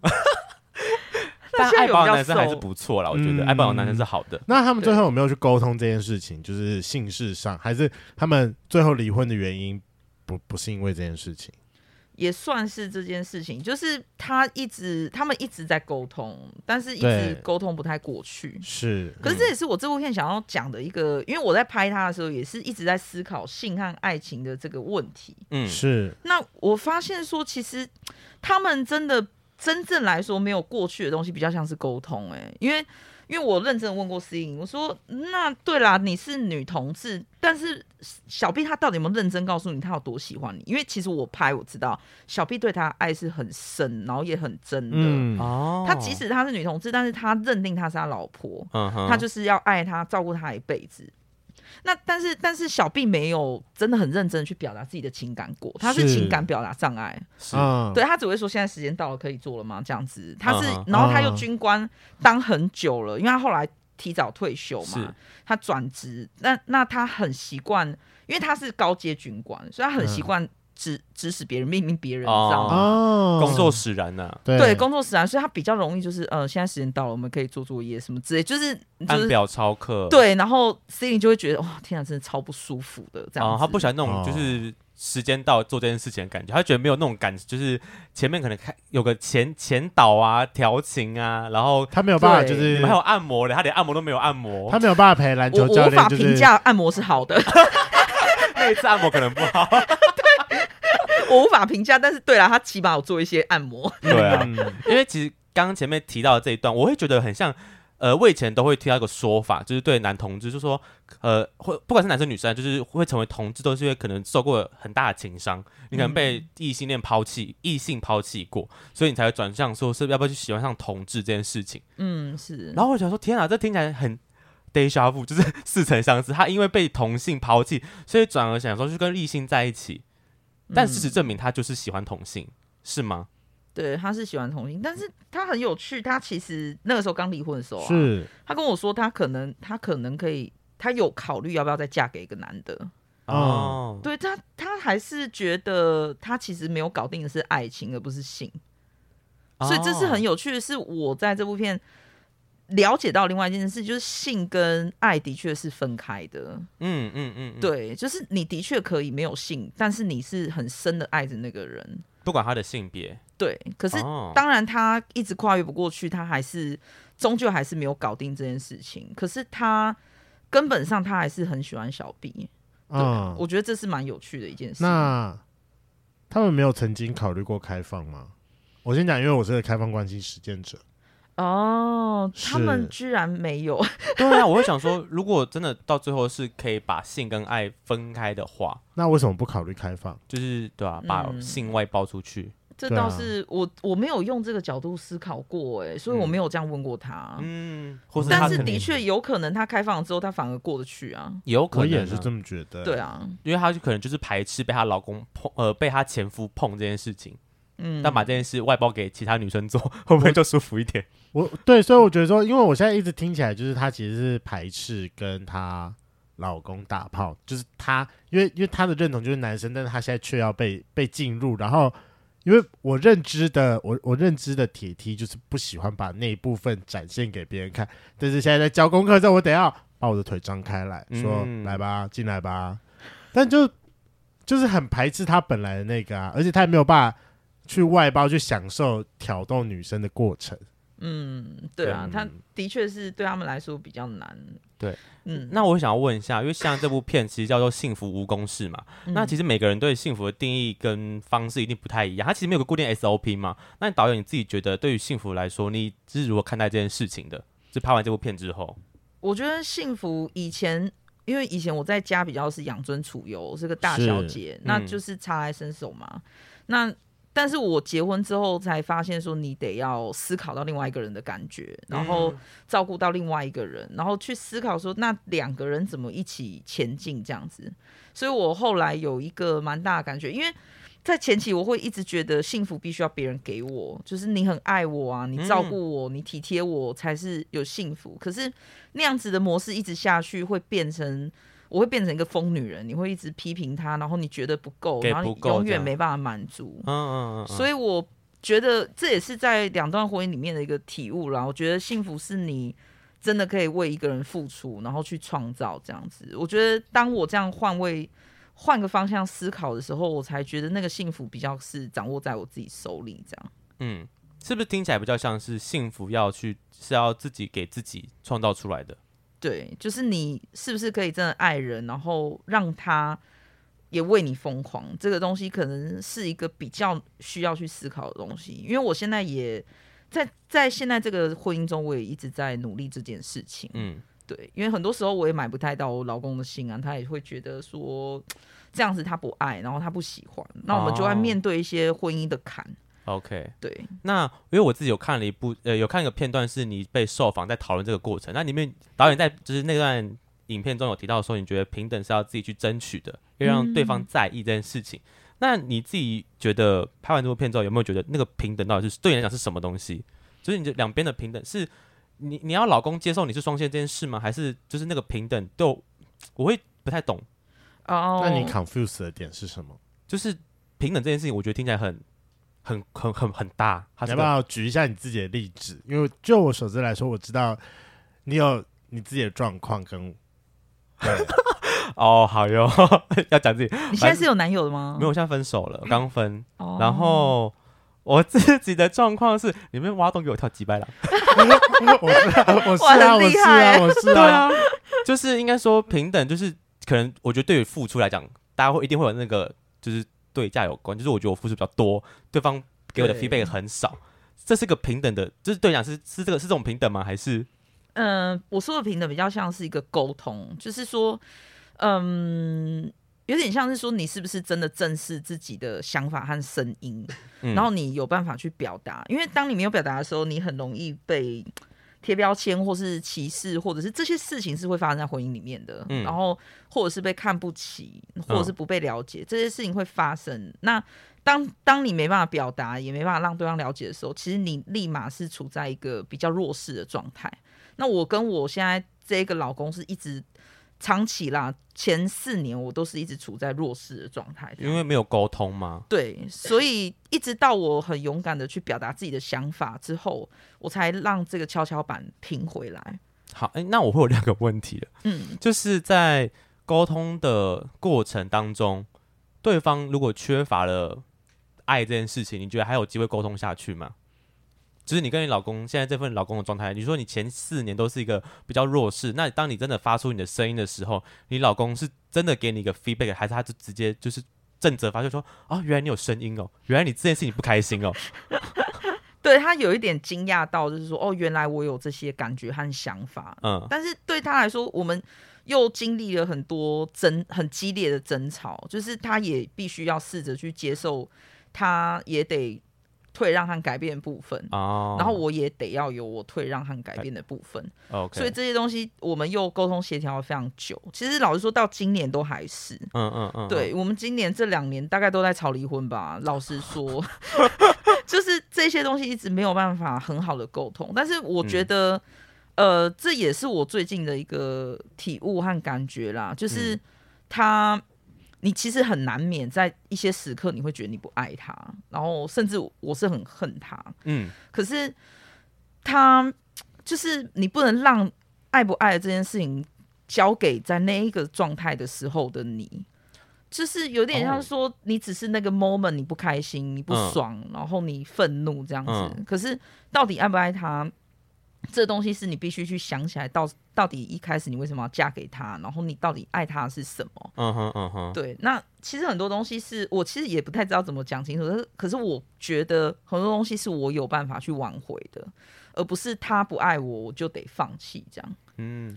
[SPEAKER 1] 但
[SPEAKER 4] 那现在
[SPEAKER 1] 爱
[SPEAKER 4] 有
[SPEAKER 1] 保养
[SPEAKER 4] 比较
[SPEAKER 1] 男生还是
[SPEAKER 4] 瘦，
[SPEAKER 1] 不错啦，我觉得
[SPEAKER 2] 嗯
[SPEAKER 1] 爱保养男生是好的。
[SPEAKER 2] 那他们最后有没有去沟通这件事情？就是性事上，还是他们最后离婚的原因不不是因为这件事情？
[SPEAKER 4] 也算是这件事情，就是他一直他们一直在沟通，但是一
[SPEAKER 2] 对嗯
[SPEAKER 4] 直沟通不太过去。
[SPEAKER 2] 是，
[SPEAKER 4] 可是这也是我这部片想要讲的一个，因为我在拍它的时候也是一直在思考性和爱情的这个问题。
[SPEAKER 1] 嗯，
[SPEAKER 2] 是，
[SPEAKER 4] 那我发现说，其实他们真的真正来说没有过去的东西，比较像是沟通、欸。因为因为我认真问过思颖，我说那对啦，你是女同志，但是小 B 他到底有没有认真告诉你他有多喜欢你？因为其实我拍我知道小 B 对他的爱是很深，然后也很真的。
[SPEAKER 2] 嗯，
[SPEAKER 1] 哦
[SPEAKER 4] 他即使他是女同志，但是他认定他是他老婆。
[SPEAKER 1] 嗯哼，
[SPEAKER 4] 他就是要爱他，照顾他一辈子。那但是但是小 B 没有真的很认真地去表达自己的情感过，他是
[SPEAKER 2] 是
[SPEAKER 4] 情感表达障碍，
[SPEAKER 1] 是
[SPEAKER 2] 嗯，
[SPEAKER 4] 对他只会说现在时间到了可以做了吗？这样子，他是
[SPEAKER 1] 嗯哼
[SPEAKER 4] 然后他又
[SPEAKER 2] 嗯
[SPEAKER 4] 军官当很久了，因为他后来提早退休
[SPEAKER 1] 是
[SPEAKER 4] 嘛，他转职，那那他很习惯，因为他是高阶军官，所以他很习惯
[SPEAKER 1] 嗯
[SPEAKER 4] 指指使别人命令别人，你知道吗？
[SPEAKER 2] 哦，
[SPEAKER 1] 工作使然啊呐，
[SPEAKER 2] 对
[SPEAKER 4] 对，工作使然，所以他比较容易就是呃，现在时间到了，我们可以做作业什么之类，就是嗯就
[SPEAKER 1] 按
[SPEAKER 4] 是
[SPEAKER 1] 表超课，
[SPEAKER 4] 对，然后 C 玲就会觉得哇，天啊，真的超不舒服的这样
[SPEAKER 1] 哦
[SPEAKER 4] 子。，
[SPEAKER 1] 他不喜欢那种
[SPEAKER 2] 哦
[SPEAKER 1] 就是时间到做这件事情的感觉，他觉得没有那种感，就是前面可能开有个前前导啊、调情啊，然后
[SPEAKER 2] 他没有办法，就
[SPEAKER 4] 对
[SPEAKER 1] 你
[SPEAKER 2] 是
[SPEAKER 1] 们还有按摩的，他连按摩都没有按摩
[SPEAKER 2] 他，没有办法陪篮
[SPEAKER 4] 我
[SPEAKER 2] 球
[SPEAKER 4] 我
[SPEAKER 2] 教
[SPEAKER 4] 无
[SPEAKER 2] 练
[SPEAKER 4] 法
[SPEAKER 2] 就
[SPEAKER 4] 评
[SPEAKER 2] 是
[SPEAKER 4] 价按摩是好的，
[SPEAKER 1] <laughs>
[SPEAKER 4] <laughs>
[SPEAKER 1] 那一次按摩可能不好，
[SPEAKER 4] 我无法评价，但是对啦，他起码有做一些按摩。
[SPEAKER 1] <laughs> 对啊，
[SPEAKER 2] 嗯
[SPEAKER 1] 因为其实刚刚前面提到的这一段，我会觉得很像，呃，我以前都会听到一个说法，就是对男同志，就说，呃，会不管是男生女生，就是会成为同志，都是因为可能受过很大的情伤，你可能被
[SPEAKER 4] 嗯
[SPEAKER 1] 异性恋抛弃，异性抛弃过，所以你才会转向说，是不是要不要去喜欢上同志这件事情。
[SPEAKER 4] 嗯，是。
[SPEAKER 1] 然后我想说，天啊，这听起来很 deja vu，就是 <laughs> 似曾相识。他因为被同性抛弃，所以转而想说去跟异性在一起，但
[SPEAKER 4] 嗯
[SPEAKER 1] 事实证明他就是喜欢同性，是吗？
[SPEAKER 4] 对，他是喜欢同性，但是他很有趣。他其实那个时候刚离婚的时候、啊，
[SPEAKER 2] 是
[SPEAKER 4] 他跟我说，他可能他可能可以，他有考虑要不要再嫁给一个男的。
[SPEAKER 2] 嗯
[SPEAKER 1] 哦，
[SPEAKER 4] 对他，他还是觉得他其实没有搞定的是爱情，而不是性。所以这是
[SPEAKER 2] 哦
[SPEAKER 4] 很
[SPEAKER 1] 有
[SPEAKER 4] 有趣的，是我在这部片了解到另外一件事，就是性跟爱的确是分开的。
[SPEAKER 1] 嗯嗯嗯，嗯，
[SPEAKER 4] 对，就是你的确可以没有性，但是你是很深的爱着那个人。
[SPEAKER 1] 不管他的性别，
[SPEAKER 4] 对，可是
[SPEAKER 1] 哦
[SPEAKER 4] 当然他一直跨越不过去，他还是终究还是没有搞定这件事情。可是他根本上他还是很喜欢小 B，
[SPEAKER 2] 嗯，
[SPEAKER 4] 我觉得这是蛮有趣的一件事。
[SPEAKER 2] 那他们没有曾经考虑过开放吗？我先讲，因为我是个开放关系实践者。
[SPEAKER 4] 哦，他们
[SPEAKER 2] 是
[SPEAKER 4] 居然没有，
[SPEAKER 1] 对啊，我会想说，如果真的到最后是可以把性跟爱分开的话，
[SPEAKER 2] 那为什么不考虑开放？
[SPEAKER 1] 就是对啊，把
[SPEAKER 4] 嗯
[SPEAKER 1] 性外包出去，
[SPEAKER 4] 这
[SPEAKER 2] 对啊
[SPEAKER 4] 倒是、我我没有用这个角度思考过、哎，所以我没有这样问过他。
[SPEAKER 1] 嗯，或是他
[SPEAKER 4] 啊但
[SPEAKER 1] 可
[SPEAKER 4] 是
[SPEAKER 1] 能
[SPEAKER 4] 的确有可能，他开放了之后，他反而过得去啊。
[SPEAKER 1] 有可
[SPEAKER 2] 我
[SPEAKER 1] 能
[SPEAKER 2] 也
[SPEAKER 1] 啊
[SPEAKER 2] 是这么觉得。
[SPEAKER 4] 对，啊，
[SPEAKER 1] 因为她就可能就是排斥被她老公碰，呃，被她前夫碰这件事情，
[SPEAKER 4] 嗯，
[SPEAKER 1] 但把这件事外包给其他女生做， <laughs> 会不会就舒服一点？
[SPEAKER 2] 我对，所以我觉得说，因为我现在一直听起来就是她其实是排斥跟她老公打炮，就是她，因为因为她的认同就是男生，但是她现在却要被被进入，然后。因为我认知的，我我认知的铁梯就是不喜欢把那一部分展现给别人看，但是现在在教功课的时候，我得要把我的腿张开来，说、
[SPEAKER 1] 嗯
[SPEAKER 2] 来吧，进来吧，但就就是很排斥他本来的那个啊，而且他也没有办法去外包去享受挑逗女生的过程。
[SPEAKER 4] 嗯，对啊
[SPEAKER 1] 嗯，
[SPEAKER 4] 他的确是对他们来说比较难。
[SPEAKER 1] 对，
[SPEAKER 4] 嗯，
[SPEAKER 1] 那我想要问一下，因为像这部片其实叫做《幸福无公式》嘛，那其
[SPEAKER 4] 实
[SPEAKER 1] 实每个人对幸福的定义跟方式一定不太一样，它其实没有个固定 SOP 嘛。那导演你自己觉得，对于幸福来说，你是如何看待这件事情的？就拍完这部片之后，
[SPEAKER 4] 我觉得幸福以前。因为以前我在家比较是养尊处优，我是个大小姐，那就是茶来伸手嘛。那但是我结婚之后才发现，说你得要思考到另外一个人的感觉，然后照顾到另外一个人，然后去思考说那两个人怎么一起前进这样子。所以我后来有一个蛮大的感觉，因为在前期我会一直觉得幸福必须要别人给我，就是你很爱我啊，你照顾我，你体贴我才是有幸福。可是那样子的模式一直下去，会变成我会变成一个疯女人，你会一直批评他，然后你觉得不够，
[SPEAKER 1] 给
[SPEAKER 4] 然后
[SPEAKER 1] 不
[SPEAKER 4] 你
[SPEAKER 1] 够
[SPEAKER 4] 永
[SPEAKER 1] 这
[SPEAKER 4] 远
[SPEAKER 1] 样
[SPEAKER 4] 没办法满足。
[SPEAKER 1] 嗯嗯嗯，
[SPEAKER 4] 所
[SPEAKER 1] 以
[SPEAKER 4] 以我觉得这也是在两段婚姻里面的一个体悟啦。我觉得幸福是你真的可以为一个人付出，然后去创造这样子。我觉得当我这样换位。换个方向思考的时候，我才觉得那个幸福比较是掌握在我自己手里，这样。
[SPEAKER 1] 嗯，是不是听起来比较像是幸福要去是要自己给自己创造出来的？嗯
[SPEAKER 4] 对，就是你是不是可以真的爱人，然后让他也为你疯狂，这个东西可能是一个比较需要去思考的东西。因为我现在也在在现在这个婚姻中，我也一直在努力这件事情。
[SPEAKER 1] 嗯，
[SPEAKER 4] 对，因为很多时候我也买不太到我老公的心啊，他也会觉得说这样子他不爱，然后他不喜欢，那我们就要
[SPEAKER 1] 哦
[SPEAKER 4] 面对一些婚姻的坎。
[SPEAKER 1] OK，
[SPEAKER 4] 对，
[SPEAKER 1] 那因为我自己有看了一部，呃，有看一个片段，是你被受访在讨论这个过程。那里面导演在就是那段影片中有提到说，你觉得平等是要自己去争取的，要让对方在意这件事情。那你自己觉得拍完这部片之后，有没有觉得那个平等到底是对你来讲是什么东西？就是你的两边的平等是你你要老公接受你是双性这件事吗？还是就是那个平等对我我会不太懂，
[SPEAKER 4] 哦，
[SPEAKER 2] 那你 confuse 的点是什么？
[SPEAKER 1] 就是平等这件事情，我觉得听起来很很很很很大。它是
[SPEAKER 2] 你要
[SPEAKER 1] 个
[SPEAKER 2] 不要举一下你自己的例子？因为就我所知来说，我知道你有你自己的状况跟。
[SPEAKER 4] <laughs>
[SPEAKER 2] 对，
[SPEAKER 1] 哦，好哟， <laughs> 要讲自己。
[SPEAKER 4] 你现在是有男友的吗？
[SPEAKER 1] 没有，我现在分手了，刚分。
[SPEAKER 4] 嗯哦
[SPEAKER 1] 然后我自己的状况是，你们挖洞给我跳几百了。
[SPEAKER 2] 我是啊，我是
[SPEAKER 4] 哇
[SPEAKER 2] 啊，
[SPEAKER 4] 很
[SPEAKER 2] 我
[SPEAKER 4] 厉
[SPEAKER 2] 是
[SPEAKER 4] 害
[SPEAKER 2] 啊，我是
[SPEAKER 1] 对
[SPEAKER 2] 啊。
[SPEAKER 1] 啊， <laughs> 就是应该说平等，就是可能我觉得对于付出来讲，大家会一定会有那个就是对价有关，就是我觉得我付出比较多，对方给我的
[SPEAKER 4] 对
[SPEAKER 1] feedback 很少。这是个平等的，就是对讲是是这个是这种平等吗？还是
[SPEAKER 4] 嗯，我说的平等比较像是一个沟通，就是说，嗯，有点像是说你是不是真的正视自己的想法和声音，
[SPEAKER 1] 嗯
[SPEAKER 4] 然后你有办法去表达。因为当你没有表达的时候，你很容易被贴标签，或是歧视，或者是这些事情是会发生在婚姻里面的。
[SPEAKER 1] 嗯
[SPEAKER 4] 然后或者是被看不起，或者是不被了解，这些事情会发生。那当当你没办法表达，也没办法让对方了解的时候，其实你立马是处在一个比较弱势的状态。那我跟我现在这个老公是一直长期啦，前四年我都是一直处在弱势的状态，
[SPEAKER 1] 因为没有沟通吗？
[SPEAKER 4] 对，所以一直到我很勇敢的去表达自己的想法之后，我才让这个跷跷板平回来。
[SPEAKER 1] 好，哎、那我会有两个问题了。
[SPEAKER 4] 嗯，
[SPEAKER 1] 就是在沟通的过程当中，对方如果缺乏了爱这件事情，你觉得还有机会沟通下去吗？就是你跟你老公现在这份老公的状态，你说你前四年都是一个比较弱势，那当你真的发出你的声音的时候，你老公是真的给你一个 feedback，还是他就直接就是正责发就说啊、原来你有声音哦，原来你这件事情不开心哦，
[SPEAKER 4] 对他有一点惊讶到，就是说，哦，原来我有这些感觉和想法。
[SPEAKER 1] 嗯
[SPEAKER 4] 但是对他来说，我们又经历了很多争，很激烈的争吵，就是他也必须要试着去接受，他也得退让和改变部分。
[SPEAKER 1] 哦，
[SPEAKER 4] 然后我也得要有我退让和改变的部分，
[SPEAKER 1] OK，
[SPEAKER 4] 所以这些东西我们又沟通协调了非常久。其实老实说，到今年都还是，
[SPEAKER 1] 嗯嗯嗯，
[SPEAKER 4] 对我们今年这两年大概都在吵离婚吧。老
[SPEAKER 1] <laughs>
[SPEAKER 4] 实说，就是这些东西一直没有办法很好的沟通。但是我觉
[SPEAKER 1] 嗯
[SPEAKER 4] 得，呃，这也是我最近的一个体悟和感觉啦，就是
[SPEAKER 1] 嗯
[SPEAKER 4] 他。你其实很难免在一些时刻，你会觉得你不爱他，然后甚至我是很恨他，
[SPEAKER 1] 嗯
[SPEAKER 4] 可是他就是你不能让爱不爱这件事情交给在那一个状态的时候的你，就是有点像
[SPEAKER 1] 哦
[SPEAKER 4] 说你只是那个 moment 你不开心、你不
[SPEAKER 1] 嗯
[SPEAKER 4] 爽，然后你愤怒这样子。
[SPEAKER 1] 嗯
[SPEAKER 4] 可是到底爱不爱他？这东西是你必须去想起来到，到底一开始你为什么要嫁给他，然后你到底爱他的是什么？
[SPEAKER 1] 嗯哼嗯哼，
[SPEAKER 4] 对，那其实很多东西是我其实也不太知道怎么讲清楚，可是可是我觉得很多东西是我有办法去挽回的，而不是他不爱我我就得放弃这样。
[SPEAKER 1] 嗯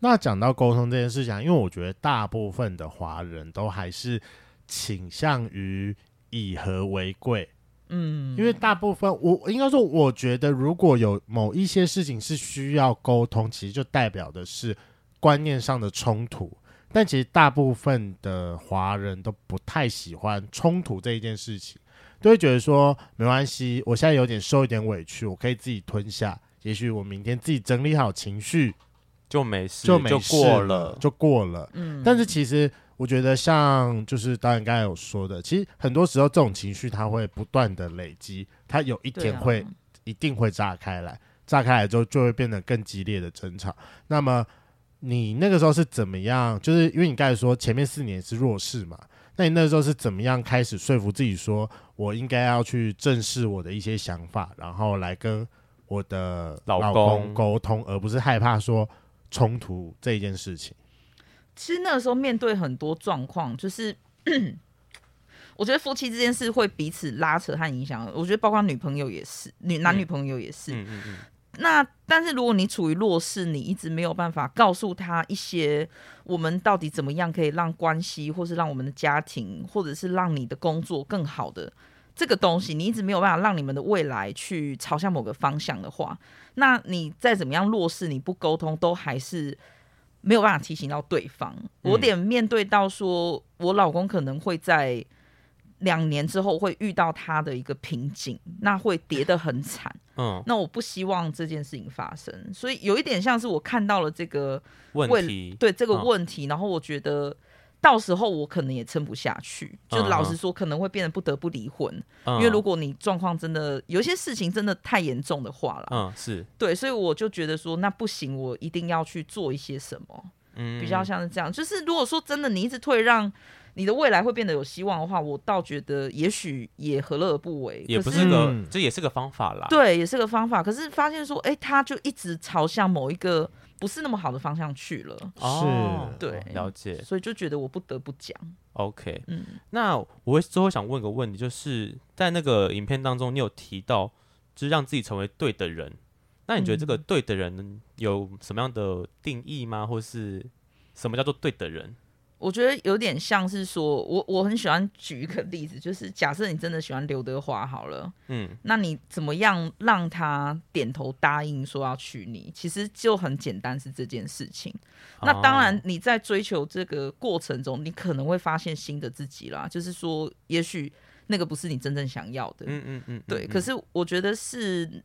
[SPEAKER 2] 那讲到沟通这件事情啊，因为我觉得大部分的华人都还是倾向于以和为贵，
[SPEAKER 4] 嗯，
[SPEAKER 2] 因为大部分我应该说，我觉得如果有某一些事情是需要沟通，其实就代表的是观念上的冲突。但其实大部分的华人都不太喜欢冲突这一件事情，都会觉得说没关系，我现在有点受一点委屈，我可以自己吞下，也许我明天自己整理好情绪，
[SPEAKER 1] 就没事
[SPEAKER 2] 就没事
[SPEAKER 1] 过
[SPEAKER 2] 了
[SPEAKER 1] 了，，
[SPEAKER 2] 就过了。嗯，但是其实我觉得，像就是导演刚才有说的，其实很多时候这种情绪它会不断的累积，它有一
[SPEAKER 4] 对
[SPEAKER 2] 天
[SPEAKER 4] 啊
[SPEAKER 2] 会、一定会炸开来，炸开来之后就会变得更激烈的争吵。那么你那个时候是怎么样？就是因为你刚才说前面四年是弱势嘛，那你那时候是怎么样开始说服自己说，我应该要去正视我的一些想法，然后来跟我的
[SPEAKER 1] 老
[SPEAKER 2] 老
[SPEAKER 1] 公
[SPEAKER 2] 公沟通，而不是害怕说冲突这一件事情？
[SPEAKER 4] 其实那个时候面对很多状况，就是 <clears throat> 我觉得夫妻之间是会彼此拉扯和影响的。我觉得包括女朋友也是，女男女朋友也是。
[SPEAKER 1] 嗯嗯嗯，
[SPEAKER 4] 那但是如果你处于弱势，你一直没有办法告诉他一些我们到底怎么样可以让关系，或是让我们的家庭，或者是让你的工作更好的这个东西，你一直没有办法让你们的未来去朝向某个方向的话，那你再怎么样弱势，你不沟通都还是。没有办法提醒到对方，我有点面对到说，我老公可能会在两年之后会遇到他的一个瓶颈，那会跌得很惨。
[SPEAKER 1] 嗯，
[SPEAKER 4] 那我不希望这件事情发生，所以有一点像是我看到了这个
[SPEAKER 1] 问题，
[SPEAKER 4] 对这个
[SPEAKER 1] 嗯
[SPEAKER 4] 问题，然后我觉得到时候我可能也撑不下去，就
[SPEAKER 1] 嗯
[SPEAKER 4] 老
[SPEAKER 1] 哼嗯
[SPEAKER 4] 实说，可能会变得不得不离婚，
[SPEAKER 1] 因
[SPEAKER 4] 因为如果你状况真的有一些事情真的太严重的话了，
[SPEAKER 1] 嗯是，
[SPEAKER 4] 对，所以我就觉得说那不行，我一定要去做一些什么，
[SPEAKER 1] 嗯
[SPEAKER 4] 比较
[SPEAKER 1] 嗯
[SPEAKER 4] 像是这样。就是如果说真的你一直退让。你的未来会变得有希望的话，我倒觉得也许也何乐而不为。
[SPEAKER 1] 也
[SPEAKER 4] 可
[SPEAKER 1] 不
[SPEAKER 4] 是
[SPEAKER 1] 是个
[SPEAKER 2] 嗯，
[SPEAKER 1] 这也是个方法啦。
[SPEAKER 4] 对，也是个方法。可是发现说，哎、他就一直朝向某一个不是那么好的方向去了，
[SPEAKER 1] 哦，
[SPEAKER 2] 是
[SPEAKER 4] 对
[SPEAKER 1] 了解。
[SPEAKER 4] 所以就觉得我不得不讲，
[SPEAKER 1] OK，
[SPEAKER 4] 嗯，
[SPEAKER 1] 那我会最后想问个问题，就是在那个影片当中，你有提到，就是让自己成为对的人。那你觉得这个对的人有什么样的定义吗？或是什么叫做对的人？
[SPEAKER 4] 我觉得有点像是说，我我很喜欢举一个例子，就是假设你真的喜欢刘德华好了，
[SPEAKER 1] 嗯，
[SPEAKER 4] 那你怎么样让他点头答应说要娶你？其实就很简单，是这件事情。那当
[SPEAKER 1] 哦
[SPEAKER 4] 然，你在追求这个过程中，你可能会发现新的自己啦，就是说，也许那个不是你真正想要的，
[SPEAKER 1] 嗯，嗯嗯嗯，
[SPEAKER 4] 对，
[SPEAKER 1] 嗯
[SPEAKER 4] 可是我觉得是，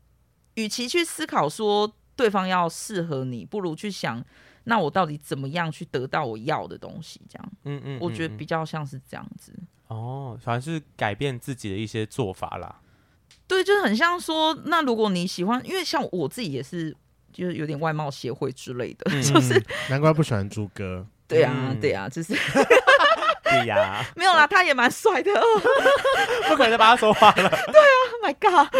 [SPEAKER 4] 与其去思考说对方要适合你，不如去想，那我到底怎么样去得到我要的东西？这样，
[SPEAKER 1] 嗯嗯，
[SPEAKER 4] 我觉得
[SPEAKER 1] 嗯
[SPEAKER 4] 比较像是这样子。
[SPEAKER 1] 哦，反正是改变自己的一些做法啦。
[SPEAKER 4] 对，就是很像说，那如果你喜欢，因为像我自己也是，就是有点外貌协会之类的， <laughs>
[SPEAKER 1] 嗯
[SPEAKER 4] 就是
[SPEAKER 2] 嗯难怪不喜欢猪哥，
[SPEAKER 4] 对啊，
[SPEAKER 1] 嗯
[SPEAKER 4] 对啊，就是 <laughs>
[SPEAKER 1] 对呀，
[SPEAKER 4] 没有啦，他也蛮帅的。哦
[SPEAKER 1] 不可能再把他说话了。
[SPEAKER 4] Oh my god！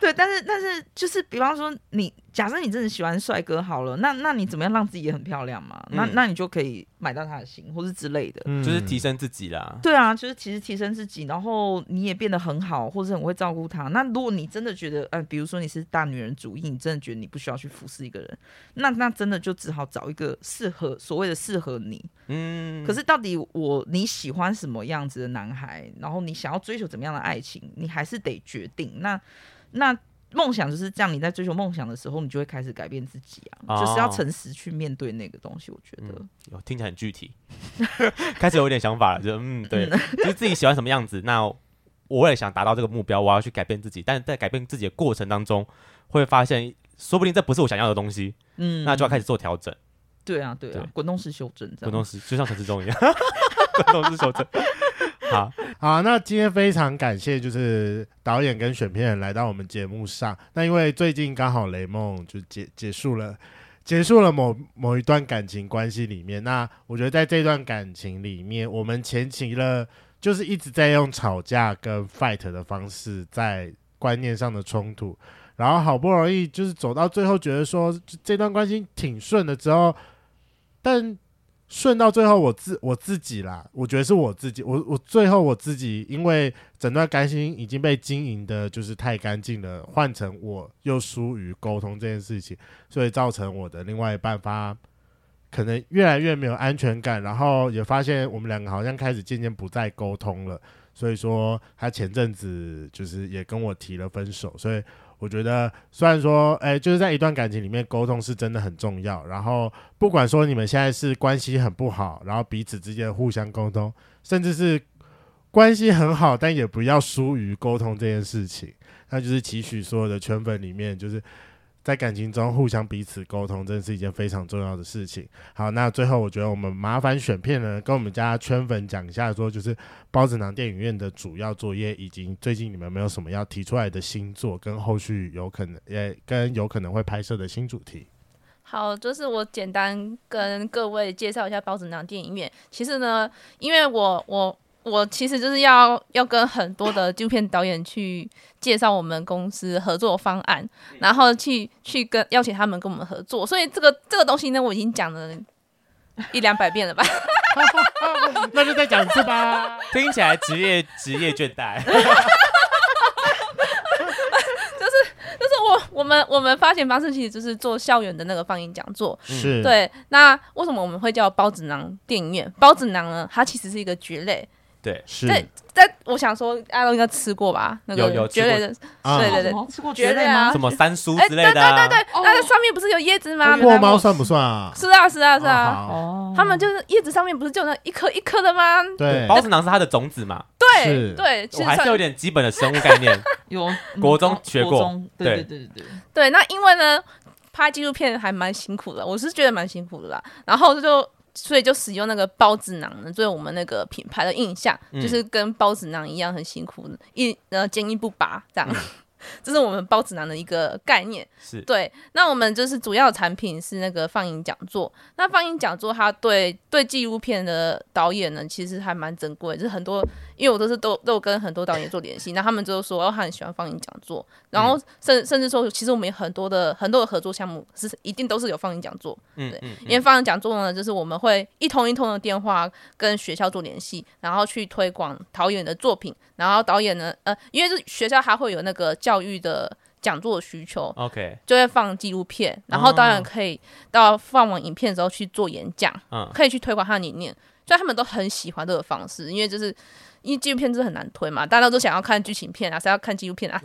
[SPEAKER 4] 对， <laughs> 但是但是就是，比方说你假设你真的喜欢帅哥好了，那那你怎么样让自己也很漂亮嘛？那
[SPEAKER 1] 嗯
[SPEAKER 4] 那你就可以买到他的心，或是之类的。
[SPEAKER 2] 嗯
[SPEAKER 1] 就是提升自己啦。
[SPEAKER 4] 对啊，就是其实提升自己，然后你也变得很好，或是很会照顾他。那如果你真的觉得，呃，比如说你是大女人主义，你真的觉得你不需要去服侍一个人，那那真的就只好找一个适合所谓的适合你。
[SPEAKER 1] 嗯，
[SPEAKER 4] 可是到底我你喜欢什么样子的男孩，然后你想要追求怎么样的爱情，你还是得决定。那那梦想就是这样，你在追求梦想的时候，你就会开始改变自己啊，
[SPEAKER 1] 哦
[SPEAKER 4] 就是要诚实去面对那个东西。我觉得，
[SPEAKER 1] 嗯有听起来很具体， <laughs> 开始有点想法了，就嗯，对，就是自己喜欢什么样子，那我也想达到这个目标，我要去改变自己，但在改变自己的过程当中，会发现说不定这不是我想要的东西，
[SPEAKER 4] 嗯，
[SPEAKER 1] 那就要开始做调整，
[SPEAKER 4] 对啊，对啊
[SPEAKER 1] 对，
[SPEAKER 4] 滚动式修正这
[SPEAKER 1] 滚
[SPEAKER 4] 样。
[SPEAKER 1] 动式就像陈志忠一样，滚动式修正。好，
[SPEAKER 2] 好，那今天非常感谢就是导演跟选片人来到我们节目上。那因为最近刚好雷梦就结结束了，结束了某某一段感情关系里面。那我觉得在这段感情里面，我们前期了就是一直在用吵架跟 fight 的方式在观念上的冲突，然后好不容易就是走到最后，觉得说就这段关系挺顺的之后，但顺到最后，我自我自己啦，我觉得是我自己，我我最后我自己，因为整段感情已经被经营的，就是太干净了，换成我又疏于沟通这件事情，所以造成我的另外一半发可能越来越没有安全感，然后也发现我们两个好像开始渐渐不再沟通了，所以说他前阵子就是也跟我提了分手，所以我觉得虽然说，哎、就是在一段感情里面沟通是真的很重要，然后不管说你们现在是关系很不好，然后彼此之间互相沟通，甚至是关系很好，但也不要疏于沟通这件事情。那就是期许所有的圈粉里面，就是在感情中互相彼此沟通，真的是一件非常重要的事情。好，那最后我觉得我们麻烦选片人跟我们家圈粉讲一下，说就是包子囊电影院的主要作业，以及最近你们有没有什么要呃提出来的新作，跟后续有可能也跟有可能会拍摄的新主题。
[SPEAKER 3] 好，就是我简单跟各位介绍一下包子囊电影院。其实呢，因为我我我其实就是要要跟很多的纪录片导演去介绍我们公司合作方案，然后去去跟邀请他们跟我们合作。所以这个这个东西呢，我已经讲了一两百遍了吧。
[SPEAKER 2] <laughs>
[SPEAKER 3] <laughs>
[SPEAKER 2] 那就再讲一次吧。
[SPEAKER 1] 听起来职业职业倦怠。
[SPEAKER 3] 我我们我们发行方式其实就是做校园的那个放映讲座。
[SPEAKER 2] 是，，
[SPEAKER 3] 对，那为什么我们会叫包子囊电影院？包子囊呢，它其实是一个蕨类。
[SPEAKER 1] 对，
[SPEAKER 2] 是，
[SPEAKER 3] 对但我想说，大家都应该吃过吧？那
[SPEAKER 1] 有有
[SPEAKER 3] 个
[SPEAKER 1] 吃
[SPEAKER 3] 蕨
[SPEAKER 1] 过
[SPEAKER 3] 类的，
[SPEAKER 2] 啊
[SPEAKER 3] 对对对
[SPEAKER 4] 好好吃过
[SPEAKER 3] 蕨
[SPEAKER 4] 蕨类
[SPEAKER 3] 类啊
[SPEAKER 4] 吗？
[SPEAKER 1] 什么三叔
[SPEAKER 3] 哎，
[SPEAKER 1] 之
[SPEAKER 3] 对
[SPEAKER 1] 类
[SPEAKER 3] 对
[SPEAKER 1] 的啊、哦
[SPEAKER 3] 对对，
[SPEAKER 4] 哦
[SPEAKER 3] 那上面不是有叶子吗？
[SPEAKER 2] 过猫算不算啊？
[SPEAKER 3] 是啊是啊是
[SPEAKER 2] 哦
[SPEAKER 3] 啊，
[SPEAKER 2] 好
[SPEAKER 4] 哦
[SPEAKER 3] 他们就是叶子上面不是就那一颗一颗的吗？
[SPEAKER 2] 对，
[SPEAKER 1] 包子囊是它的种子嘛，
[SPEAKER 2] 是
[SPEAKER 3] 对对，其
[SPEAKER 1] 我
[SPEAKER 3] 实
[SPEAKER 1] 还是
[SPEAKER 3] 算
[SPEAKER 1] 有点基本的生物概念。 <laughs>
[SPEAKER 4] 有嗯
[SPEAKER 1] 国中学过
[SPEAKER 4] 国中对
[SPEAKER 1] 对
[SPEAKER 4] 对对对对，
[SPEAKER 3] 对，那因为呢，拍纪录片还蛮辛苦的，我是觉得蛮辛苦的啦。然后就所以就使用那个包子囊呢，作为我们那个品牌的印象，
[SPEAKER 1] 嗯
[SPEAKER 3] 就是跟包子囊一样很辛苦，一呃坚毅不拔这
[SPEAKER 1] 嗯
[SPEAKER 3] 样。 <laughs> 这是我们包子囊的一个概念，
[SPEAKER 1] 是，
[SPEAKER 3] 对。那我们就是主要产品是那个放映讲座。那放映讲座，它对对纪录片的导演呢，其实还蛮珍贵。就是很多，因为我都是都都有跟很多导演做联系，那他们就说，哦，他很喜欢放映讲座，然后甚甚至说，其实我们有很多的很多的合作项目是一定都是有放映讲座，
[SPEAKER 1] 嗯
[SPEAKER 3] 对
[SPEAKER 1] 嗯
[SPEAKER 3] 因为放映讲座呢，就是我们会一通一通的电话跟学校做联系，然后去推广导演的作品，然后导演呢，呃，因为是学校还会有那个教育的讲座需求，
[SPEAKER 1] ，OK，
[SPEAKER 3] 就会放纪录片，然后导演
[SPEAKER 1] 哦
[SPEAKER 3] 可以到放完影片之后去做演讲，
[SPEAKER 1] 嗯，
[SPEAKER 3] 可以去推广他的理念，所以他们都很喜欢这个方式，因为就是因为纪录片就是很难推嘛，大家都想要看剧情片啊，谁要看纪录片啊？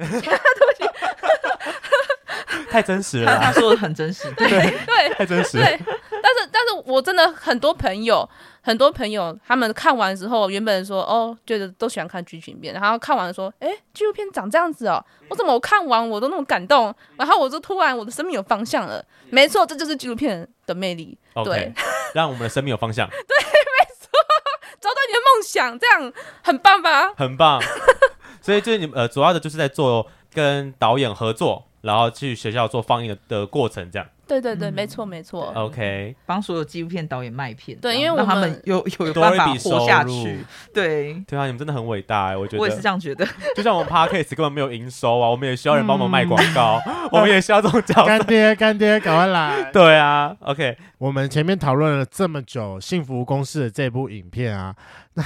[SPEAKER 1] 太真实了
[SPEAKER 4] 他他
[SPEAKER 1] 啦，
[SPEAKER 4] 说的很真实，对，
[SPEAKER 3] 对，
[SPEAKER 1] 太真实了。
[SPEAKER 3] 对，但是但是我真的很多朋友，很多朋友他们看完之后，原本说哦，觉得都喜欢看剧情片，然后看完说，哎，纪录片长这样子哦，我怎么我看完我都那么感动，然后我就突然我的生命有方向了。没错，这就是纪录片的魅力，
[SPEAKER 1] OK，
[SPEAKER 3] 对
[SPEAKER 1] 让我们的生命有方向，
[SPEAKER 3] 找到你的梦想，这样很棒吧？
[SPEAKER 1] 很棒。 <laughs> 所以就是你们呃，主要的就是在做跟导演合作，然后去学校做放映的的过程，这样。
[SPEAKER 3] 对对
[SPEAKER 2] 嗯
[SPEAKER 3] 对，没错没错。
[SPEAKER 2] 哦
[SPEAKER 4] 嗯
[SPEAKER 1] OK，
[SPEAKER 4] 帮所有纪录片导演卖片，
[SPEAKER 3] 对
[SPEAKER 4] 这样
[SPEAKER 3] 因为我
[SPEAKER 4] 让他
[SPEAKER 3] 们
[SPEAKER 4] 们有有有
[SPEAKER 1] 多
[SPEAKER 4] 办
[SPEAKER 1] 一
[SPEAKER 4] 法
[SPEAKER 1] 笔收
[SPEAKER 4] 活下
[SPEAKER 1] 入
[SPEAKER 4] 去，对。
[SPEAKER 1] 对啊，你们真的很伟大哎、我觉
[SPEAKER 4] 我也是
[SPEAKER 1] 得
[SPEAKER 4] 这。样嗯觉得，
[SPEAKER 1] 就像我们 Podcast 根本没有营收啊，我们也需要人帮忙卖广告，我们也需要这种角色。
[SPEAKER 2] 干爹，干爹，赶快来！
[SPEAKER 1] 对啊，OK，
[SPEAKER 2] 我们前面讨论了这么久《幸福公式》的这部影片啊， <laughs> 那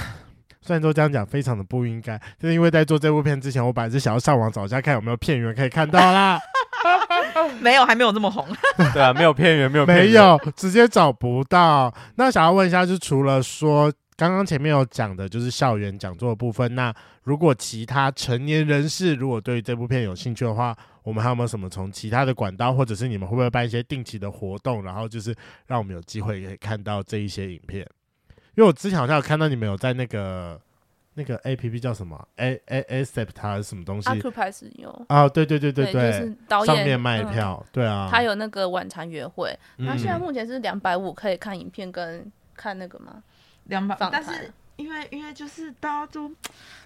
[SPEAKER 2] 虽然说这样讲非常的不应该，就是因为在做这部片之前，我本来是想要上网找一下看有没有片源可以看到啦，
[SPEAKER 4] 没有还没有这么红，
[SPEAKER 1] 对啊，没有片源，没有片源
[SPEAKER 2] 没，有，直接找不到。那想要问一下，就除了说刚刚前面有讲的，就是校园讲座的部分，那如果其他成年人士如果对这部片有兴趣的话，我们还有没有什么从其他的管道，或者是你们会不会办一些定期的活动，然后就是让我们有机会可以看到这一些影片？因为我之前好像有看到你们有在那个那个 A P P 叫什么 A A A C E P T 还是什么东西
[SPEAKER 3] 阿 Q 牌是有，
[SPEAKER 2] 啊？对对对对
[SPEAKER 3] 啊就是导演
[SPEAKER 2] 上面卖
[SPEAKER 3] 嗯
[SPEAKER 2] 票，对啊，
[SPEAKER 3] 他有那个晚餐约会，那
[SPEAKER 2] 嗯
[SPEAKER 3] 现在目前是两百五可以看影片跟看那个吗？
[SPEAKER 4] 两百
[SPEAKER 3] 放，
[SPEAKER 4] 但
[SPEAKER 3] 开
[SPEAKER 4] 是因为因为就是大家都，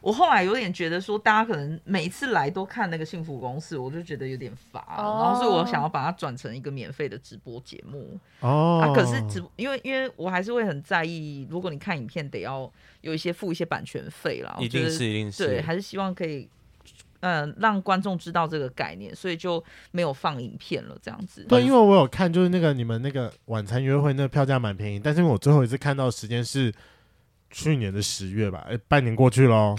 [SPEAKER 4] 我后来有点觉得说，大家可能每一次来都看那个幸福公式，我就觉得有点乏了，
[SPEAKER 3] 哦
[SPEAKER 4] 然后所以我想要把它转成一个免费的直播节目、
[SPEAKER 2] 哦、
[SPEAKER 4] 啊。可是直因为因为我还是会很在意，如果你看影片得要有一些付一些版权费啦，我
[SPEAKER 1] 一
[SPEAKER 4] 觉
[SPEAKER 1] 定
[SPEAKER 4] 得
[SPEAKER 1] 是一定是。
[SPEAKER 4] 对，还是希望可以。嗯，让观众知道这个概念，所以就没有放影片了，这样子。哦
[SPEAKER 1] 呃
[SPEAKER 2] 对，因为我有看，就是那个你们那个晚餐约会，那个票价蛮便宜，但是我最后一次看到的时间是去年的十月吧，哎、半年过去喽。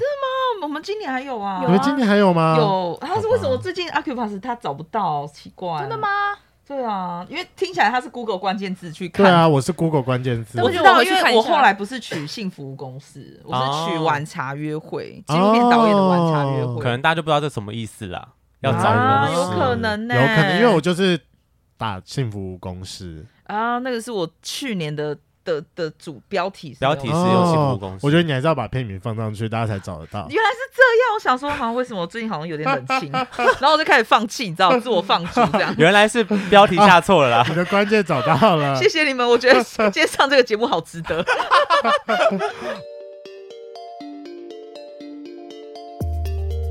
[SPEAKER 4] 我们今年还有啊，
[SPEAKER 3] 有
[SPEAKER 2] 你们今年还有吗？。
[SPEAKER 4] 有，他是为什
[SPEAKER 2] 好
[SPEAKER 4] 么
[SPEAKER 2] 吧
[SPEAKER 4] 最近 Acupass 他找不到？奇怪，
[SPEAKER 3] 真的？吗？
[SPEAKER 4] 对啊，因为听起来他是 Google 关键字去看。
[SPEAKER 2] 对啊，我是 Google 关键字
[SPEAKER 3] 但。
[SPEAKER 4] 我
[SPEAKER 3] 觉
[SPEAKER 4] 知
[SPEAKER 3] 得我
[SPEAKER 4] 道，
[SPEAKER 3] 回去
[SPEAKER 4] 因
[SPEAKER 3] 看
[SPEAKER 4] 为
[SPEAKER 3] 一
[SPEAKER 4] 我
[SPEAKER 3] 下
[SPEAKER 4] 后来不是取幸福公司，我
[SPEAKER 1] 哦
[SPEAKER 4] 是取晚茶约会，纪录片导演的晚茶约
[SPEAKER 2] 哦
[SPEAKER 4] 会，
[SPEAKER 1] 可能大家就不知道这什么意思啦，要找
[SPEAKER 4] 啊
[SPEAKER 1] 人
[SPEAKER 4] 有
[SPEAKER 1] 是
[SPEAKER 4] 可能呢
[SPEAKER 2] 有可能，因为我就是打幸福公式，
[SPEAKER 4] 啊，那个是我去年的的的主标题是
[SPEAKER 1] 标题
[SPEAKER 4] 没有
[SPEAKER 1] 是有幸福公式。
[SPEAKER 2] 哦我觉得你还是要把片名放上去，大家才找得到。 <laughs>
[SPEAKER 4] 原来是这样，我想说，好像为什么我最近好像有点冷清，然后我就开始放弃，你知道，自我放弃这样
[SPEAKER 1] 原来是标题下错了啦。
[SPEAKER 2] 你的关键找到了
[SPEAKER 4] 谢。谢你们，我觉得今天上这个节目好值得。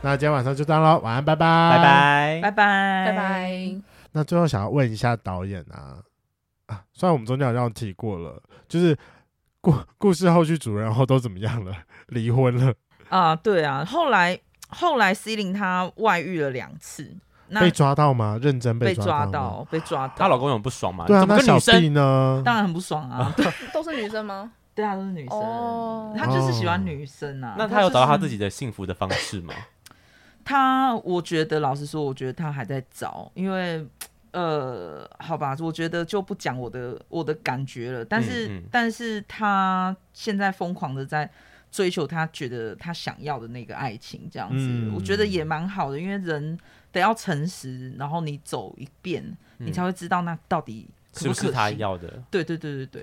[SPEAKER 2] 那今天晚上就这样喽，晚安，拜拜，
[SPEAKER 1] 拜。拜
[SPEAKER 4] 拜拜，拜
[SPEAKER 3] 拜拜。
[SPEAKER 2] 那最后想要问一下导演啊，啊，虽然我们中间好像提过了，就是故故事后续主人后都怎么样了？离婚了，
[SPEAKER 4] 啊，对啊，后来后来 C 零她外遇了两次，那
[SPEAKER 2] 被抓到吗？认真
[SPEAKER 4] 被
[SPEAKER 2] 抓
[SPEAKER 4] 抓
[SPEAKER 2] 吗，
[SPEAKER 4] 到，被抓到，
[SPEAKER 1] 她老公有不爽吗？
[SPEAKER 2] 对啊，
[SPEAKER 1] 怎么
[SPEAKER 2] 那
[SPEAKER 1] 跟
[SPEAKER 2] 小
[SPEAKER 1] 女生
[SPEAKER 2] B 呢？
[SPEAKER 4] 当然很不爽啊，对
[SPEAKER 3] 都是女生吗？
[SPEAKER 4] 对啊，都是女生，
[SPEAKER 3] 哦
[SPEAKER 4] 她就是喜欢女生啊。
[SPEAKER 1] 那
[SPEAKER 4] 她
[SPEAKER 1] 她有找到她
[SPEAKER 4] 就是
[SPEAKER 1] 自己的幸福的方式吗？
[SPEAKER 4] 他，我觉得老实说，我觉得他还在找，因为呃，好吧，我觉得就不讲我的我的感觉了。但是，
[SPEAKER 1] 嗯
[SPEAKER 4] 但是他现在疯狂的在追求他觉得他想要的那个爱情，这样子，
[SPEAKER 2] 嗯
[SPEAKER 4] 我觉得也蛮好的，因为人得要诚实，然后你走一遍，你才会知道那到底可
[SPEAKER 1] 是不
[SPEAKER 4] 可
[SPEAKER 1] 嗯是她
[SPEAKER 4] 行？
[SPEAKER 1] 要的？
[SPEAKER 4] 对对对对对。